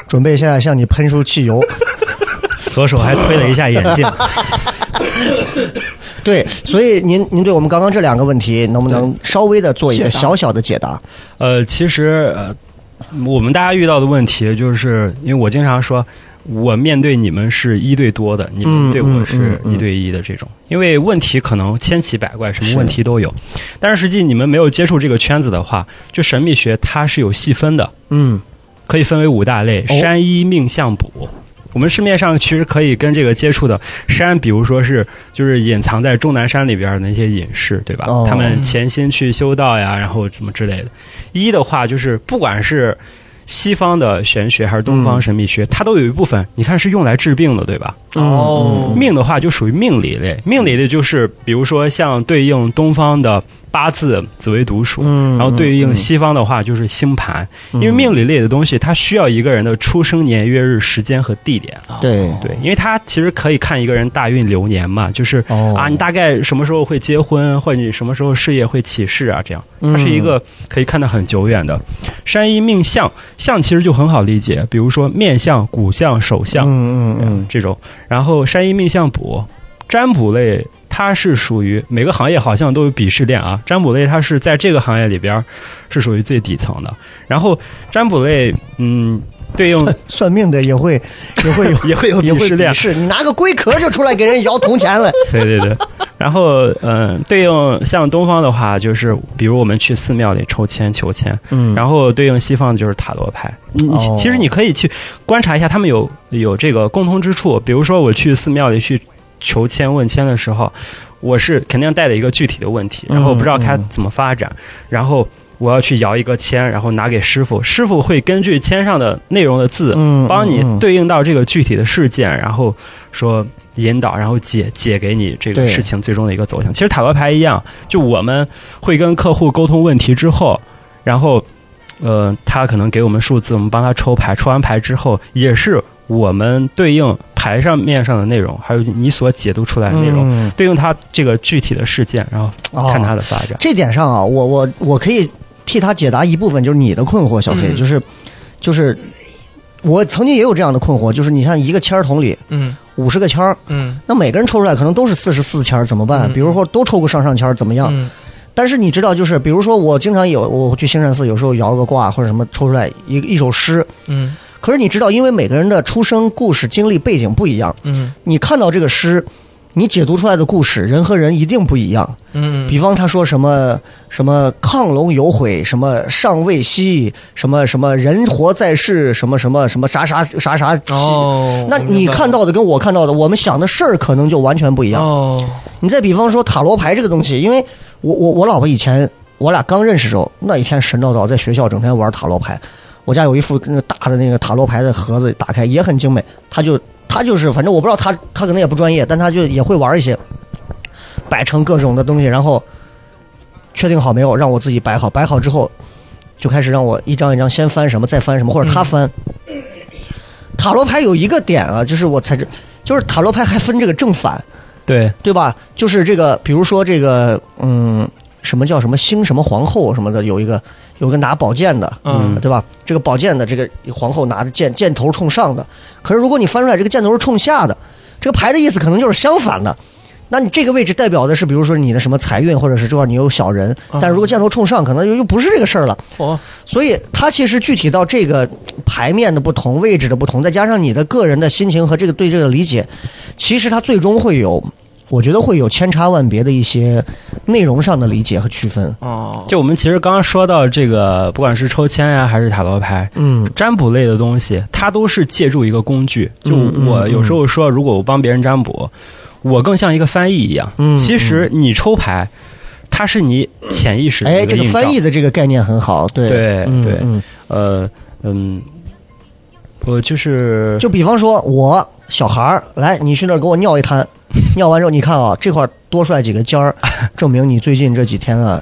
Speaker 2: 准备现在向你喷出汽 油。
Speaker 4: 左手还推了一下眼 镜，
Speaker 2: 对，所以您您对我们刚刚这两个问题，能不能稍微的做一个
Speaker 5: 解答
Speaker 2: 小小的解答？
Speaker 4: 呃，其实呃，我们大家遇到的问题，就是因为我经常说，我面对你们是一对多的，你
Speaker 2: 嗯
Speaker 4: 们对我
Speaker 2: 嗯
Speaker 4: 是
Speaker 2: 嗯
Speaker 4: 一对一的这种，因为问题可能千奇百怪，什么问题都有。但是实际你们没有接触这个圈子的话，就神秘学它是有细分的，
Speaker 2: 嗯，
Speaker 4: 可以分为五大类：山医、命相卜。我们市面上其实可以跟这个接触的山，比如说是就是隐藏在终南山里边的那些隐士，对吧？
Speaker 2: 哦
Speaker 4: 他们潜心去修道呀，然后怎么之类的。一的话就是不管是西方的玄学还是东方神秘学，它都有一部分，你看是用来治病的，对吧？
Speaker 2: 嗯
Speaker 5: 哦
Speaker 4: 命的话就属于命理类，命理类就是比如说像对应东方的八字、紫微斗数，
Speaker 2: 嗯
Speaker 4: 然后对应西方的话就是星盘，因为命理类的东西它需要一个人的出生年月日、时间和地点。
Speaker 2: 对
Speaker 4: 对，因为它其实可以看一个人大运流年嘛，就是、
Speaker 2: 哦
Speaker 4: 啊，你大概什么时候会结婚，或者你什么时候事业会起势啊，这样，它是一
Speaker 2: 嗯
Speaker 4: 个可以看得很久远的。山医命相，相其实就很好理解，比如说面相、骨相、手相，
Speaker 2: 嗯嗯
Speaker 4: 嗯
Speaker 2: 嗯，
Speaker 4: 这种。然后山医命相卜，占卜类它是属于每个行业好像都有鄙视链啊，占卜类它是在这个行业里边儿是属于最底层的。然后占卜类，嗯，对应
Speaker 2: 算命的也会也会有
Speaker 4: 也会有
Speaker 2: 也
Speaker 4: 鄙
Speaker 2: 会
Speaker 4: 视链
Speaker 2: 鄙，视，你拿个龟壳就出来给人摇铜钱了。
Speaker 4: 对对对。然后嗯，对应像东方的话，就是比如我们去寺庙里抽签求签，
Speaker 2: 嗯
Speaker 4: 然后对应西方就是塔罗牌。你你
Speaker 2: 哦
Speaker 4: 其实你可以去观察一下，他们有有这个共通之处。比如说，我去寺庙里去求签问签的时候，我是肯定带着一个具体的问
Speaker 2: 嗯
Speaker 4: 题，然后不知道该怎么发展，然后。我要去摇一个签，然后拿给师傅，师傅会根据签上的内容的字，
Speaker 2: 嗯
Speaker 4: 帮你
Speaker 2: 嗯嗯
Speaker 4: 对应到这个具体的事件，然后说引导，然后解解给你这
Speaker 2: 对
Speaker 4: 个事情最终的一个走向。其实塔罗牌一样，就我们会跟客户沟通问题之后，然后呃，他可能给我们数字，我们帮他抽牌，抽完牌之后也是我们对应牌上面上的内容，还有你所解读出来的内容，
Speaker 2: 嗯
Speaker 4: 对应它这个具体的事件，然后
Speaker 2: 哦
Speaker 4: 看它的发展。
Speaker 2: 这点上啊，我我我可以替他解答一部分，就是你的困惑，小黑，
Speaker 5: 嗯
Speaker 2: 就是就是我曾经也有这样的困惑，就是你像一个签儿筒里
Speaker 5: 嗯
Speaker 2: 五十个签儿，
Speaker 5: 嗯
Speaker 2: 那每个人抽出来可能都是四十四签儿，怎么办？
Speaker 5: 嗯
Speaker 2: 比如说都抽个上上签儿怎么样？
Speaker 5: 嗯
Speaker 2: 但是你知道，就是比如说我经常有我去兴善寺，有时候摇个卦或者什么抽出来一一首诗，
Speaker 5: 嗯
Speaker 2: 可是你知道，因为每个人的出生故事、经历、背景不一样，
Speaker 5: 嗯
Speaker 2: 你看到这个诗，你解读出来的故事，人和人一定不一样。
Speaker 5: 嗯，
Speaker 2: 比方他说什么什么亢龙有悔，什么尚未息，什么什么人活在世，什么什么什么啥啥啥啥息。
Speaker 5: 哦，
Speaker 2: 那
Speaker 5: 我明白
Speaker 2: 你看到的跟我看到的，我们想的事儿可能就完全不一样。
Speaker 5: 哦，
Speaker 2: 你再比方说塔罗牌这个东西，因为我我我老婆以前我俩刚认识时候，那一天神叨叨，在学校整天玩塔罗牌。我家有一副那个大的那个塔罗牌的盒子，打开也很精美。他就他就是，反正我不知道他他可能也不专业，但他就也会玩一些，摆成各种的东西，然后确定好没有，让我自己摆好。摆好之后，就开始让我一张一张先翻什么，再翻什么，或者他翻。塔罗牌有一个点啊，就是我才知，就是塔罗牌还分这个正反。
Speaker 4: 对，
Speaker 2: 对吧？就是这个，比如说这个，嗯，什么叫什么星什么皇后什么的，有一个有个拿宝剑的，
Speaker 5: 嗯
Speaker 2: 对吧？这个宝剑的这个皇后拿着剑，箭头冲上的。可是如果你翻出来，这个箭头是冲下的，这个牌的意思可能就是相反的。那你这个位置代表的是，比如说你的什么财运，或者是这块你有小人，但如果箭头冲上，可能又又不是这个事儿了。
Speaker 5: 哦，
Speaker 2: 所以它其实具体到这个牌面的不同、位置的不同，再加上你的个人的心情和这个对这个理解，其实它最终会有，我觉得会有千差万别的一些内容上的理解和区分。
Speaker 5: 哦，
Speaker 4: 就我们其实刚刚说到这个，不管是抽签呀、还是塔罗牌，
Speaker 2: 嗯
Speaker 4: 占卜类的东西，它都是借助一个工具。就
Speaker 2: 嗯嗯
Speaker 4: 我有时候说，如果我帮别人占卜，我更像一个翻译一样。
Speaker 2: 嗯
Speaker 4: 其实你抽牌，它是你潜意识的
Speaker 2: 哎，
Speaker 4: 一个
Speaker 2: 这个
Speaker 4: 映照
Speaker 2: 翻译的这个概念很好，对
Speaker 4: 对
Speaker 2: 嗯
Speaker 4: 对
Speaker 2: 嗯，
Speaker 4: 呃嗯，我就是
Speaker 2: 就比方说我小孩儿，来，你去那儿给我尿一滩，尿完之后，你看啊，这块儿多出来几个尖儿，证明你最近这几天啊，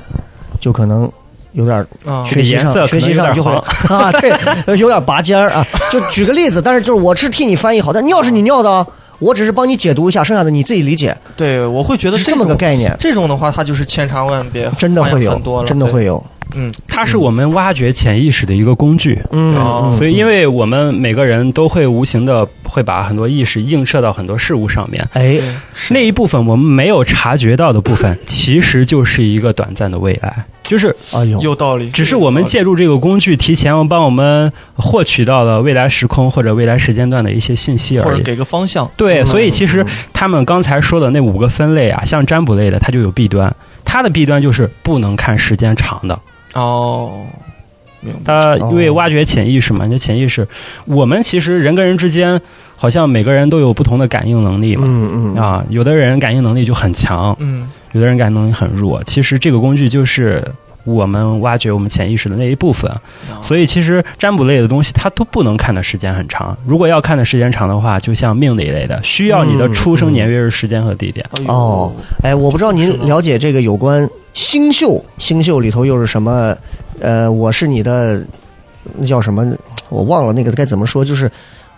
Speaker 2: 就可能有点儿
Speaker 5: 啊
Speaker 4: 这个
Speaker 2: 学习
Speaker 4: 颜
Speaker 2: 上
Speaker 4: 色
Speaker 2: 学习上
Speaker 4: 可能有点
Speaker 2: 就会 啊，对，有点拔尖儿啊。就举个例子，但是就是我是替你翻译好，但尿是你尿的啊，我只是帮你解读一下，剩下的你自己理解，
Speaker 5: 对，我会觉得
Speaker 2: 是
Speaker 5: 这
Speaker 2: 这么个
Speaker 5: 种
Speaker 2: 概念，
Speaker 5: 这种的话，它就是千差万别，
Speaker 2: 真的
Speaker 5: 花样
Speaker 2: 会有
Speaker 5: 很多，了，
Speaker 2: 真的
Speaker 5: 对
Speaker 2: 会，有，
Speaker 5: 嗯，
Speaker 4: 它是我们挖掘潜意识的一个工具。
Speaker 2: 嗯，
Speaker 5: 哦
Speaker 2: 嗯
Speaker 4: 所以，因为我们每个人都会无形的会把很多意识映射到很多事物上面，
Speaker 2: 哎，
Speaker 5: 对
Speaker 4: 那一部分我们没有察觉到的部分，其实就是一个短暂的未来，就是
Speaker 2: 哎呦，
Speaker 5: 有道理，
Speaker 4: 只是
Speaker 5: 有
Speaker 4: 我们
Speaker 5: 道理
Speaker 4: 借助这个工具，提前帮我们获取到了未来时空或者未来时间段的一些信息
Speaker 5: 或
Speaker 4: 而
Speaker 5: 者
Speaker 4: 已。
Speaker 5: 给个方向，嗯
Speaker 4: 对，所以其实他们刚才说的那五个分类啊，像占卜类的，它就有弊端。它的弊端就是不能看时间长的，
Speaker 5: 哦，明白，
Speaker 4: 它因为挖掘潜意识嘛，你的潜意识，我们其实人跟人之间，好像每个人都有不同的感应能力嘛。
Speaker 2: 嗯嗯啊，
Speaker 4: 啊，有的人感应能力就很强，
Speaker 5: 嗯，
Speaker 4: 有的人感应能力很弱。其实这个工具就是我们挖掘我们潜意识的那一部分，所以其实占卜类的东西它都不能看的时间很长。如果要看的时间长的话，就像命理类的，需要你的出生年月日时间和地点。
Speaker 5: 以
Speaker 2: 哦，哎，我不知道
Speaker 5: 是吗
Speaker 2: 您了解这个有关星宿，星宿里头又是什么？呃，我是你的，那叫什么？我忘了那个该怎么说，就是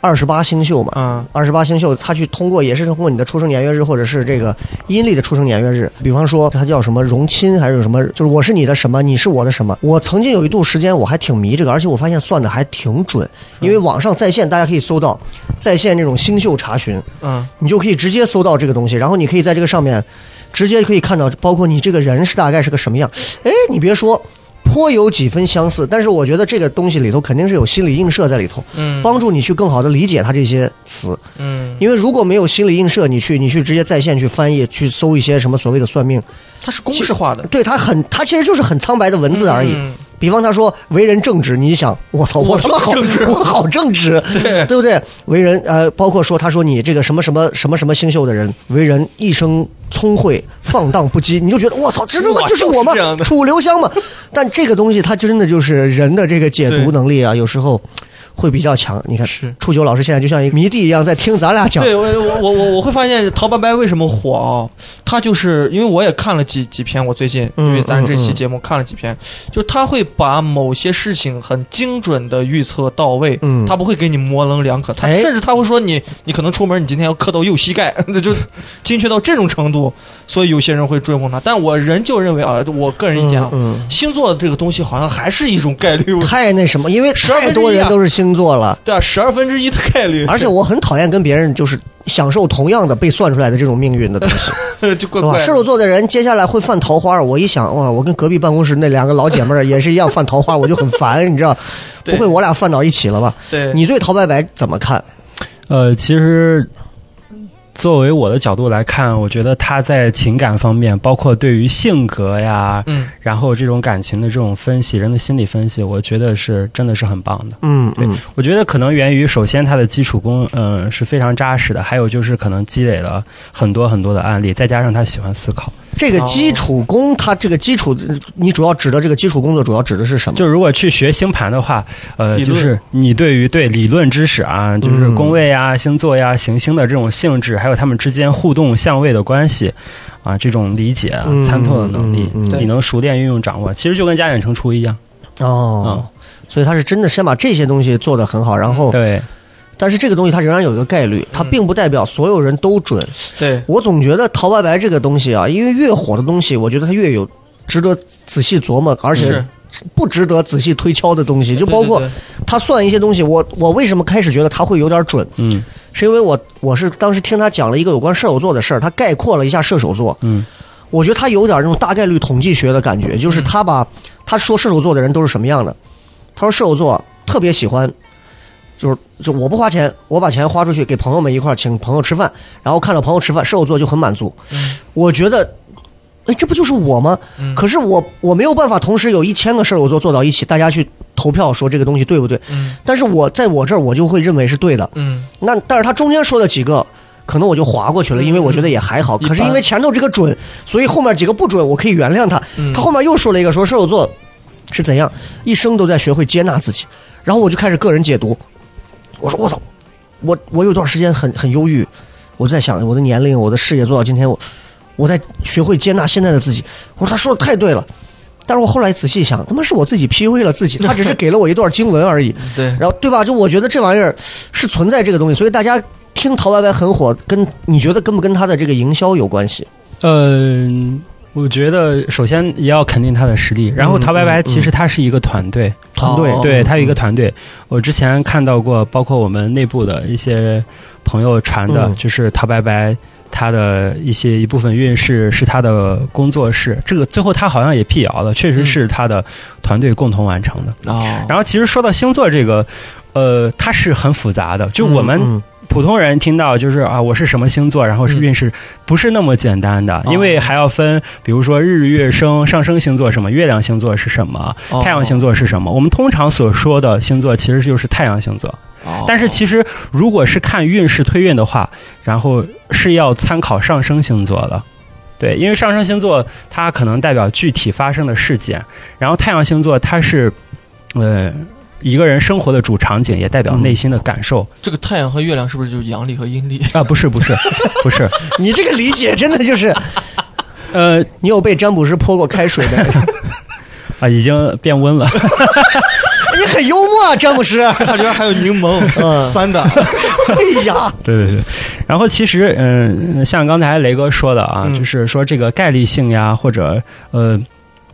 Speaker 2: 二十八星宿嘛。
Speaker 5: 嗯，
Speaker 2: 二十八星宿，它去通过也是通过你的出生年月日，或者是这个阴历的出生年月日，比方说它叫什么荣亲，还是有什么，就是我是你的什么，你是我的什么。我曾经有一度时间我还挺迷这个，而且我发现算的还挺准，因为网上在线大家可以搜到在线这种星宿查询，
Speaker 5: 嗯，
Speaker 2: 你就可以直接搜到这个东西，然后你可以在这个上面直接可以看到，包括你这个人是大概是个什么样。哎，你别说。颇有几分相似，但是我觉得这个东西里头肯定是有心理映射在里头，
Speaker 5: 嗯，
Speaker 2: 帮助你去更好的理解它这些词。
Speaker 5: 嗯，
Speaker 2: 因为如果没有心理映射，你去你去直接在线去翻译，去搜一些什么所谓的算命，
Speaker 5: 它是公式化的
Speaker 2: 对他很，他其实就是很苍白的文字而已。
Speaker 5: 嗯
Speaker 2: 比方他说为人正直，你一想，我操，我他妈好正直， 我好正直，对不对？为人呃，包括说他说你这个什么什么什么什么星宿的人，为人一生聪慧，放荡不羁，你就觉得我操，这他妈
Speaker 5: 哇
Speaker 2: 就是我吗
Speaker 5: 就是这样？的
Speaker 2: 楚留香嘛。但这个东西，它真的就是人的这个解读
Speaker 5: 对
Speaker 2: 能力啊，有时候会比较强。你看
Speaker 5: 是，
Speaker 2: 初九老师现在就像一个迷弟一样在听咱 俩讲。
Speaker 5: 对我我我我我会发现陶白白为什么火啊？他就是因为我也看了几几篇，我最近因
Speaker 2: 嗯
Speaker 5: 为咱这
Speaker 2: 嗯
Speaker 5: 期
Speaker 2: 嗯
Speaker 5: 节目看了几篇，就他会把某些事情很精准的预测到位，
Speaker 2: 嗯
Speaker 5: 他不会给你模棱两可，他
Speaker 2: 哎
Speaker 5: 甚至他会说你你可能出门你今天要磕到右膝盖， 那就精确到这种程度，所以有些人会追捧他，但我仍旧认为啊，我个人意见啊，
Speaker 2: 嗯，
Speaker 5: 星座这个东西好像还是一种概率，
Speaker 2: 太那什么，因为
Speaker 5: 十二分之
Speaker 2: 太
Speaker 5: 一
Speaker 2: 多人
Speaker 5: 啊
Speaker 2: 都是星座了，
Speaker 5: 对啊，十二分之一的概率，
Speaker 2: 而且我很讨厌跟别人就是享受同样的被算出来的这种命运的东西，
Speaker 5: 就
Speaker 2: 对
Speaker 5: 怪怪
Speaker 2: 吧？
Speaker 5: 的
Speaker 2: 射手座的人接下来会犯桃花，我一想哇，我跟隔壁办公室那两个老姐妹儿也是一样犯桃花，我就很烦，你知道？
Speaker 5: 对
Speaker 2: 不会我俩犯到一起了吧？
Speaker 5: 对
Speaker 2: 你对陶白白怎么看？
Speaker 4: 呃，其实作为我的角度来看，我觉得他在情感方面，包括对于性格呀，
Speaker 5: 嗯
Speaker 4: 然后这种感情的这种分析，人的心理分析，我觉得是真的是很棒的。
Speaker 2: 嗯嗯
Speaker 4: 我觉得可能源于首先它的基础功，嗯、是非常扎实的，还有就是可能积累了很多很多的案例，再加上他喜欢思考，
Speaker 2: 这个基础功，它这个基础，你主要指的这个基础工作，主要指的是什么？
Speaker 4: 就如果去学星盘的话，呃，
Speaker 3: 理
Speaker 4: 就
Speaker 3: 论
Speaker 4: 是你对于对理论知识
Speaker 2: 嗯
Speaker 4: 啊，就是宫位啊、星座呀、行星的这种性质，还有它们之间互动相位的关系啊，这种理解啊、
Speaker 2: 嗯
Speaker 4: 参透的能力，
Speaker 2: 嗯嗯
Speaker 5: 对
Speaker 4: 你能熟练运用掌握，其实就跟加减乘除一样。嗯
Speaker 5: 嗯
Speaker 2: 哦，所以他是真的先把这些东西做得很好，然后，
Speaker 4: 对，
Speaker 2: 但是这个东西它仍然有一个概
Speaker 5: 嗯
Speaker 2: 率，它并不代表所有人都准。
Speaker 5: 对，
Speaker 2: 我总觉得陶白白这个东西啊，因为越火的东西，我觉得它越有值得仔细琢磨，而且
Speaker 5: 是
Speaker 2: 不值得仔细推敲的东西，就
Speaker 5: 对
Speaker 2: 包括
Speaker 5: 对
Speaker 2: 他算一些东西，我我为什么开始觉得他会有点准，
Speaker 4: 嗯
Speaker 2: 是因为我我是当时听他讲了一个有关射手座的事儿，他概括了一下射手座，
Speaker 4: 嗯，
Speaker 2: 我觉得他有点那种大概率统计学的感觉，
Speaker 5: 嗯
Speaker 2: 就是他把他说射手座的人都是什么样的，他说射手座特别喜欢。就是就我不花钱，我把钱花出去给朋友们一块儿请朋友吃饭，然后看到朋友吃饭，射手座就很满足。
Speaker 5: 嗯
Speaker 2: 我觉得，哎，这不就是我吗？
Speaker 5: 嗯
Speaker 2: 可是我我没有办法同时有一千个射手座做到一起，大家去投票说这个东西对不对。
Speaker 5: 嗯
Speaker 2: 但是我在我这儿我就会认为是对的。
Speaker 5: 嗯，
Speaker 2: 那但是他中间说的几个，可能我就划过去了，因为我觉得也还好。
Speaker 5: 一般
Speaker 2: 可是因为前头这个准，所以后面几个不准，我可以原谅他。
Speaker 5: 嗯
Speaker 2: 他后面又说了一个说射手座是怎样一生都在学会接纳自己，然后我就开始个人解读，我说我操，我我有段时间很很忧郁，我在想我的年龄、我的事业做到今天，我我在学会接纳现在的自己。我说他说的太对了。但是我后来仔细想，他妈是我自己 PUA 了自己，他只是给了我一段经文而已。
Speaker 5: 对，
Speaker 2: 然后对吧？就我觉得这玩意儿是存在这个东西，所以大家听陶白白很火，跟你觉得跟不跟他的这个营销有关系？
Speaker 4: 嗯。我觉得首先也要肯定他的实力，然后
Speaker 2: 嗯
Speaker 4: 陶白白
Speaker 2: 嗯
Speaker 4: 其实他是一个团队，
Speaker 2: 团队、
Speaker 5: 哦
Speaker 4: 对，它有一个团队。我之前看到过，包括我们内部的一些朋友传的，
Speaker 2: 嗯
Speaker 4: 就是陶白白他的一些一部分运势是他的工作室，这个最后他好像也辟谣了，确实
Speaker 2: 嗯
Speaker 4: 是他的团队共同完成的。
Speaker 2: 哦
Speaker 5: 然
Speaker 4: 然后其实说到星座这个。呃，它是很复杂的，就我们
Speaker 2: 嗯
Speaker 4: 普通人听到就是啊，我是什么星座，然后是
Speaker 5: 嗯
Speaker 4: 运势，不是那么简单的，因
Speaker 2: 哦
Speaker 4: 为还要分，比如说日月升、上升星座什么，月亮星座是什么，
Speaker 5: 后
Speaker 2: 哦
Speaker 4: 太阳星，座是什么？我们通常所说的星座其实就是太阳星座，
Speaker 5: 哦
Speaker 4: 但是其实如果是看运势推运的话，然后是要参考上升星座的。对，因为上升星座它可能代表具体发生的事件，然后太阳星座它是，呃，一个人生活的主场景，也
Speaker 5: 嗯
Speaker 4: 代表内心的感受啊、
Speaker 5: 这个太阳和月亮是不是就是阳历和 阴历？
Speaker 4: 不是不是 不是，
Speaker 2: 嗯你这个理解真的就是，
Speaker 4: 呃
Speaker 2: 你有被占卜师泼过开 水的，
Speaker 4: 啊，已经变温了。
Speaker 2: 你很幽默啊，占卜师。
Speaker 5: 它里边还有
Speaker 2: 嗯
Speaker 5: 柠檬，酸的，
Speaker 2: 哎呀，
Speaker 4: 对对对，然后其实嗯，像刚才雷哥说的啊，
Speaker 5: 嗯
Speaker 4: 就是说这个概率性呀，或者呃。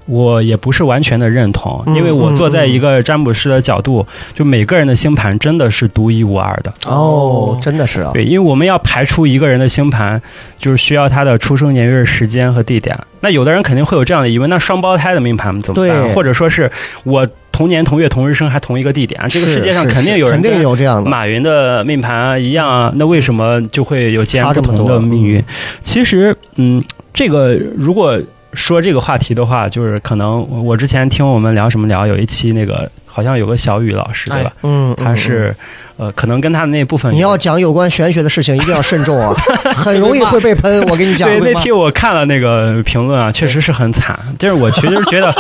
Speaker 4: 我也不是完全的认同，
Speaker 2: 嗯
Speaker 4: 因为我坐在一个占卜师的角度，就每个人的星盘真的是独一无二的。
Speaker 2: 哦，真的是啊，
Speaker 4: 对，因为我们要排除一个人的星盘，就是需要他的出生年月日时间和地点。那有的人肯定会有这样的疑问：那双胞胎的命盘怎么办？
Speaker 2: 对
Speaker 4: 或者说是我同年同月同日生，还同一个地点，这个
Speaker 2: 是
Speaker 4: 世界上
Speaker 2: 是
Speaker 4: 肯定有人
Speaker 2: 肯
Speaker 4: 跟
Speaker 2: 定有这样的，
Speaker 4: 马云的命盘啊一样啊，那为什么就会有截然不同
Speaker 2: 嗯差这
Speaker 4: 的
Speaker 2: 么多
Speaker 4: 命运？其实，嗯，这个如果说这个话题的话，就是可能我我之前听我们聊什么聊，有一期那个好像有个小雨老师对吧？
Speaker 2: 嗯，嗯
Speaker 4: 他是呃，可能跟他的那部分
Speaker 2: 你要讲有关玄学的事情，一定要慎重 啊，很容易会被喷。我跟你讲，
Speaker 4: 对那期我看了那个评论啊，确实是很惨，就是我其实觉 得。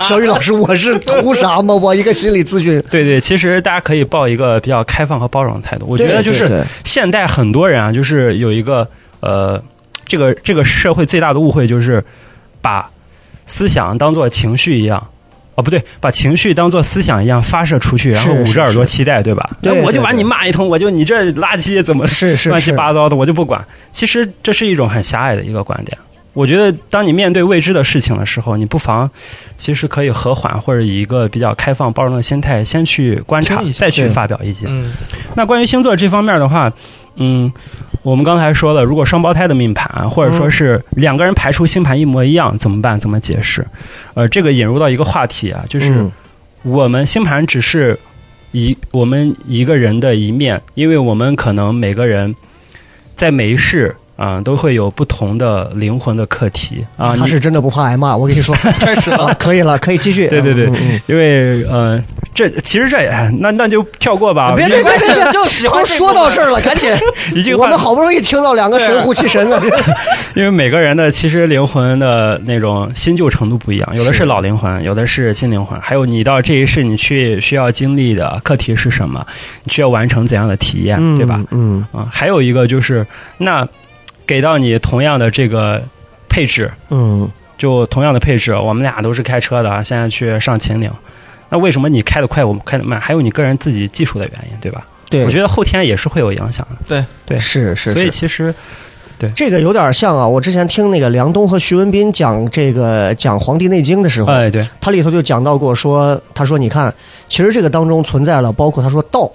Speaker 2: 小雨老师，我是图啥吗？我一个心理咨询，
Speaker 4: 对对，其实大家可以抱一个比较开放和包容的态度。我觉得就
Speaker 2: 对对
Speaker 4: 是
Speaker 2: 对
Speaker 4: 现代很多人啊，就是有一个呃，这个这个社会最大的误会就是把思想当做情绪一样。哦，不对，把情绪当做思想一样发射出去，然后
Speaker 2: 是
Speaker 4: 捂
Speaker 2: 是
Speaker 4: 着耳朵
Speaker 2: 是
Speaker 4: 期待，对吧？
Speaker 2: 对
Speaker 4: 那我就
Speaker 2: 对
Speaker 4: 把你
Speaker 2: 对
Speaker 4: 骂一通，我就你这垃圾怎么
Speaker 2: 是是
Speaker 4: 乱七
Speaker 2: 是
Speaker 4: 八糟的，我就不管。其实这是一种很狭隘的一个观点。我觉得，当你面对未知的事情的时候，你不妨其实可以和缓，或者以一个比较开放、包容的心态，先去观察
Speaker 5: 听一，下
Speaker 4: 再去
Speaker 2: 对
Speaker 4: 发表意见。
Speaker 5: 嗯，
Speaker 4: 那关于星座这方面的话，嗯，我们刚才说了，如果双胞胎的命盘，或者说是两个人排出星盘一模一样，怎么办？怎么解释？呃，这个引入到一个话题啊，就是
Speaker 2: 嗯
Speaker 4: 我们星盘只是一我们一个人的一面，因为我们可能每个人在每一世。啊、都会有不同的灵魂的课题啊！
Speaker 2: 他
Speaker 4: 你
Speaker 2: 是真的不怕挨骂，我跟你说，
Speaker 5: 开始了，
Speaker 2: 啊，可以了，可以继续。
Speaker 4: 对对对
Speaker 2: 嗯嗯嗯
Speaker 4: 因为呃，这其实这也那那就跳过吧。
Speaker 2: 别别别别别，
Speaker 5: 就喜欢
Speaker 2: 都
Speaker 5: 这
Speaker 2: 说
Speaker 5: 部
Speaker 2: 到
Speaker 5: 分
Speaker 2: 这儿了，赶 紧，
Speaker 4: 一句话
Speaker 2: 我们好不容易听到两个
Speaker 4: 啊
Speaker 2: 神乎其 神的，
Speaker 4: 因为每个人的其实灵魂的那种新旧程度不一样，有的是老灵魂，有的是新灵魂，还有你到这一世你去需要经历的课题是什么，你需要完成怎样的体验，对吧？？
Speaker 2: 嗯
Speaker 4: 啊、还有一个就是那给到你同样的这个配置，
Speaker 2: 嗯，
Speaker 4: 就同样的配置，我们俩都是开车的啊，现在去上秦岭，那为什么你开得快，我们开得慢？还有你个人自己技术的原因，对吧？
Speaker 2: 对，
Speaker 4: 我觉得后天也是会有影响的，对
Speaker 2: 是是
Speaker 4: 所以
Speaker 2: 是。
Speaker 4: 其实
Speaker 2: 这个有点像啊！我之前听那个梁冬和徐文斌讲这个讲《黄帝内经》的时候，
Speaker 4: 哎，对，
Speaker 2: 他里头就讲到过说，他说你看，其实这个当中存在了包括他说道、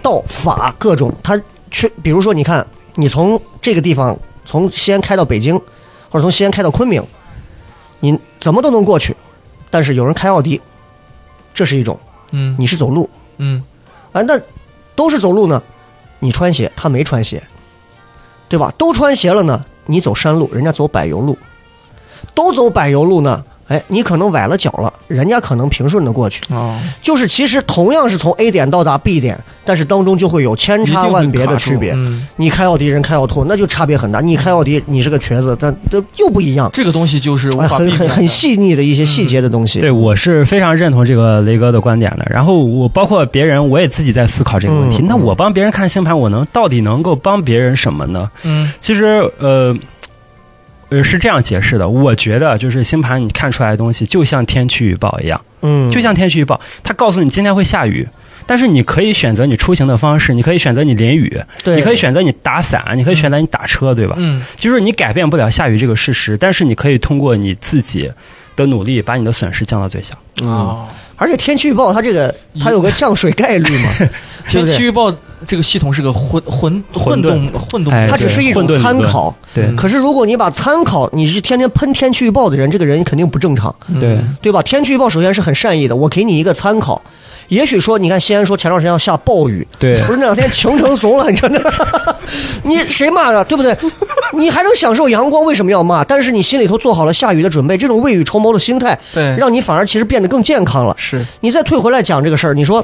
Speaker 2: 道法各种，他去比如说你看，你从这个地方从西安开到北京，或者从西安开到昆明，你怎么都能过去，但是有人开奥迪，这是一种；
Speaker 5: 嗯
Speaker 2: 你是走路，
Speaker 5: 嗯
Speaker 2: 哎，那都是走路呢，你穿鞋，他没穿鞋，对吧？都穿鞋了呢，你走山路，人家走柏油路，都走柏油路呢，哎，你可能崴了脚了，人家可能平顺的过去。
Speaker 5: 哦，
Speaker 2: 就是其实同样是从 A 点到达 B 点，但是当中就会有千差万别的区别。
Speaker 5: 嗯，
Speaker 2: 你开奥迪，人开奥拓，那就差别很大。你开奥迪，你是个瘸子，但这又不一样，
Speaker 5: 这个东西就是无
Speaker 2: 哎、
Speaker 5: 法避
Speaker 2: 很
Speaker 5: 免
Speaker 2: 很
Speaker 5: 的
Speaker 2: 很细腻的一些细节的东西。
Speaker 4: 对，我是非常认同这个雷哥的观点的。然后我包括别人，我也自己在思考这个问题。
Speaker 2: 嗯
Speaker 4: 那我帮别人看星盘，我能到底能够帮别人什么呢？
Speaker 5: 嗯
Speaker 4: 其实，呃，呃，是这样解释的。我觉得就是星盘你看出来的东西，就像天气预报一样，
Speaker 2: 嗯，
Speaker 4: 就像天气预报，它告诉你今天会下雨。但是你可以选择你出行的方式，你可以选择你淋雨，
Speaker 2: 对
Speaker 4: 你可以选择你打伞，你可以选择你打车，对吧？
Speaker 5: 嗯
Speaker 4: 就是你改变不了下雨这个事实，但是你可以通过你自己的努力，把你的损失降到最小。
Speaker 2: 嗯，
Speaker 5: 哦，
Speaker 2: 而且天气预报它这个它有个降水概率 嘛，对
Speaker 5: 天
Speaker 2: 不对
Speaker 5: 气预报这个系统是个混混混
Speaker 4: 混沌
Speaker 5: 动混
Speaker 4: 哎
Speaker 5: 动，
Speaker 2: 它只是一种
Speaker 4: 混沌理
Speaker 2: 参
Speaker 4: 论
Speaker 2: 考。
Speaker 4: 对
Speaker 5: 嗯
Speaker 2: 可是如果你把参考，你是天天喷天气预报的人，这个人肯定不正常，
Speaker 5: 嗯
Speaker 4: 对，
Speaker 2: 对吧？天气预报首先是很善意的，我给你一个参考。也许说，你看西安说前段时间要下暴雨，
Speaker 4: 对
Speaker 2: 不是那两天晴成怂了，你 真的，你谁骂的，对不对？你还能享受阳光，为什么要骂？但是你心里头做好了下雨的准备，这种未雨绸缪的心态，
Speaker 5: 对
Speaker 2: 让你反而其实变得更健康了。
Speaker 5: 是
Speaker 2: 你再退回来讲这个事儿，你说，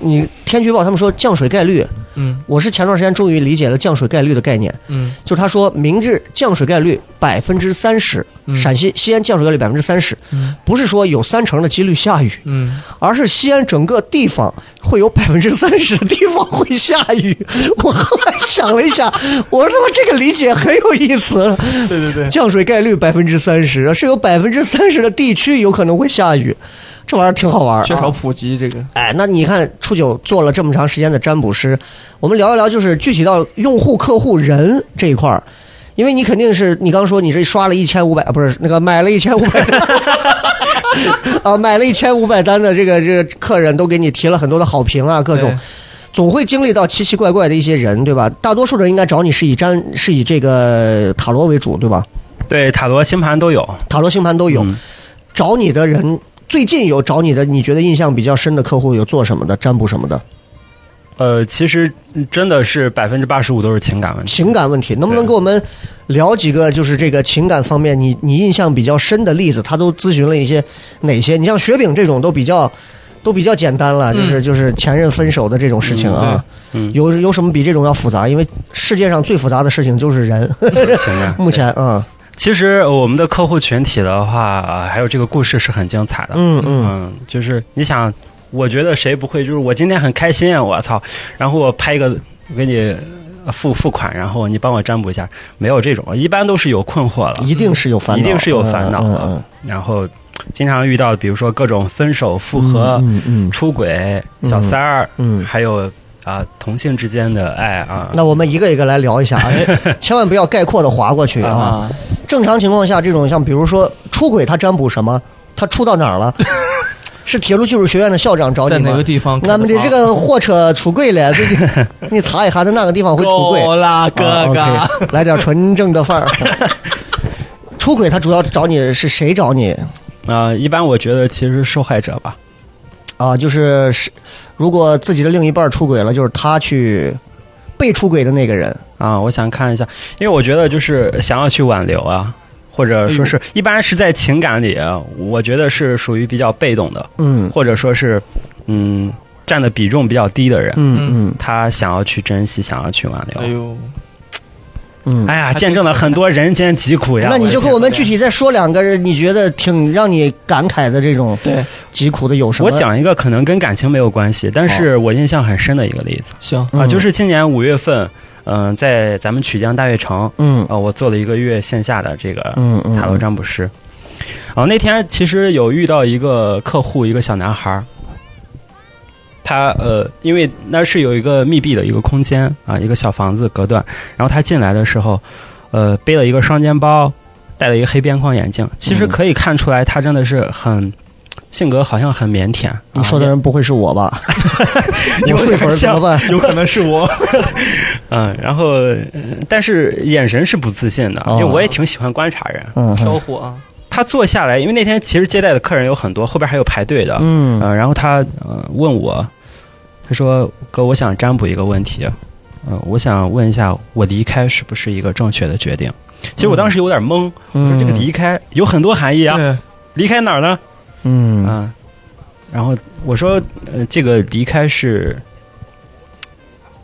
Speaker 2: 你天气预报他们说降水概率，
Speaker 5: 嗯
Speaker 2: 我是前段时间终于理解了降水概率的概念。
Speaker 5: 嗯
Speaker 2: 就是他说明日降水概率百分之三十，
Speaker 5: 嗯
Speaker 2: 陕西西安降水概率百分之三十，不是说有三成的几率下雨，
Speaker 5: 嗯，
Speaker 2: 而是西安整个地方会有百分之三十的地方会下雨。 我后来想了一下，我说他妈这个理解很有意思，
Speaker 3: 对对对，
Speaker 2: 降水概率百分之三十，是有百分之三十的地区有可能会下雨，这玩意儿挺好玩儿、啊
Speaker 5: 缺少。普及这个，
Speaker 2: 哎，那你看初九做了这么长时间的占卜师，我们聊一聊，就是具体到用户、客户、人这一块儿，因为你肯定是你刚说你这刷了一千五百，不是那个买了一千五百， 啊，买了一千五百单的这个这个客人都给你提了很多的好评啊，各种
Speaker 5: 对。
Speaker 2: 总会经历到奇奇怪怪的一些人，对吧？大多数人应该找你是以占是以这个塔罗为主，对吧？
Speaker 4: 对，塔罗星盘都有，
Speaker 2: 塔罗星盘都有，
Speaker 4: 嗯
Speaker 2: 找你的人最近有找你的，你觉得印象比较深的客户有做什么的，占卜什么的？
Speaker 4: 呃，其实真的是百分之八十五都是情感问题。
Speaker 2: 情感问题，能不能
Speaker 4: 对
Speaker 2: 给我们聊几个就是这个情感方面你你印象比较深的例子？他都咨询了一些哪些？你像雪饼这种都比较都比较简单了，就是就是前任分手的这种事情啊，
Speaker 4: 嗯对嗯
Speaker 2: 有有什么比这种要复杂？因为世界上最复杂的事情就是人，
Speaker 4: 情感
Speaker 2: 目前啊，
Speaker 4: 其实我们的客户群体的话，呃还有这个故事是很精彩的。
Speaker 2: 嗯嗯
Speaker 4: 嗯，就是你想，我觉得谁不会？就是我今天很开心，啊我操，然后我拍一个给你呃付付款，然后你帮我占卜一下，没有这种，一般都是有困惑了，
Speaker 2: 一定是有烦恼，
Speaker 4: 一定是有烦恼啊
Speaker 2: 嗯
Speaker 4: 的
Speaker 2: 嗯
Speaker 4: 然后经常遇到，比如说各种分手、复
Speaker 2: 嗯，
Speaker 4: 合、
Speaker 2: 嗯嗯
Speaker 4: 出轨、小三儿，
Speaker 2: 嗯。
Speaker 4: 还有啊、同性之间的爱啊。
Speaker 2: 那我们一个一个来聊一下， 啊，千万不要概括的划过去啊！
Speaker 5: 啊，
Speaker 2: 正常情况下，这种像比如说出轨，他占卜什么？他出到哪儿了？是铁路技术学院的校长找
Speaker 5: 在
Speaker 2: 你
Speaker 5: 哪个
Speaker 2: 吗？
Speaker 5: 地方看
Speaker 2: 俺们的
Speaker 5: 房
Speaker 2: 这个货车出轨了，最近啊你查一下，在哪个地方会出轨？
Speaker 3: 够了，
Speaker 2: 啊
Speaker 3: 哥哥，
Speaker 2: OK，来点纯正的范儿。出轨他主要找你是谁找你
Speaker 4: 啊、一般我觉得其实是受害者吧，
Speaker 2: 啊？就是是，如果自己的另一半出轨了，就是他去被出轨的那个人。
Speaker 4: 啊，我想看一下，因为我觉得就是想要去挽留啊，或者
Speaker 2: 嗯
Speaker 4: 说是、啊一般是在情感里，我觉得是属于比较被动的，
Speaker 2: 嗯
Speaker 4: 或者说是嗯占的比重比较低的人，
Speaker 2: 嗯
Speaker 4: 他想要去珍惜，想要去挽
Speaker 5: 哎
Speaker 4: 留。
Speaker 5: 呦，
Speaker 2: 嗯嗯。
Speaker 4: 哎呀，见证了很多人间疾苦呀！
Speaker 2: 那你
Speaker 4: 的
Speaker 2: 就
Speaker 4: 天
Speaker 2: 跟我们具体再说两个你觉得挺让你感慨的这种
Speaker 5: 对，
Speaker 2: 疾苦的有什么？
Speaker 4: 我讲一个可能跟感情没有关系，但是我印象很深的一个例子
Speaker 5: 行，
Speaker 2: 嗯
Speaker 4: 啊，就是今年五月份，嗯、在咱们曲江大悦城，
Speaker 2: 嗯
Speaker 4: 啊，我做了一个月线下的这个
Speaker 2: 嗯嗯
Speaker 4: 塔罗占卜师。啊，那天其实有遇到一个客户，一个小男孩儿，他呃，因为那是有一个密闭的一个空间啊，一个小房子隔断，然后他进来的时候，呃，背了一个双肩包，戴了一个黑边框眼镜，其
Speaker 2: 嗯
Speaker 4: 实可以看出来他真的是很。性格好像很腼腆，
Speaker 2: 你
Speaker 4: 啊
Speaker 2: 说的人不会是我吧？我睡会儿怎么办？
Speaker 3: 有可能是我。
Speaker 4: 嗯，然后，嗯但是眼神是不自信的，
Speaker 2: 哦
Speaker 4: 因为我也挺喜欢观察人。
Speaker 2: 嗯
Speaker 5: 挑火啊，
Speaker 4: 他坐下来，因为那天其实接待的客人有很多，后边还有排队的。
Speaker 2: 嗯
Speaker 4: 呃然后他呃问我，他说：“哥，我想占卜一个问题，嗯、我想问一下，我离开是不是一个正确的决定？”其实我当时有点懵，我说这个离开有很多含义啊，
Speaker 5: 对，
Speaker 4: 离开哪儿呢？
Speaker 2: 嗯嗯
Speaker 4: 啊，然后我说，呃，这个离开是，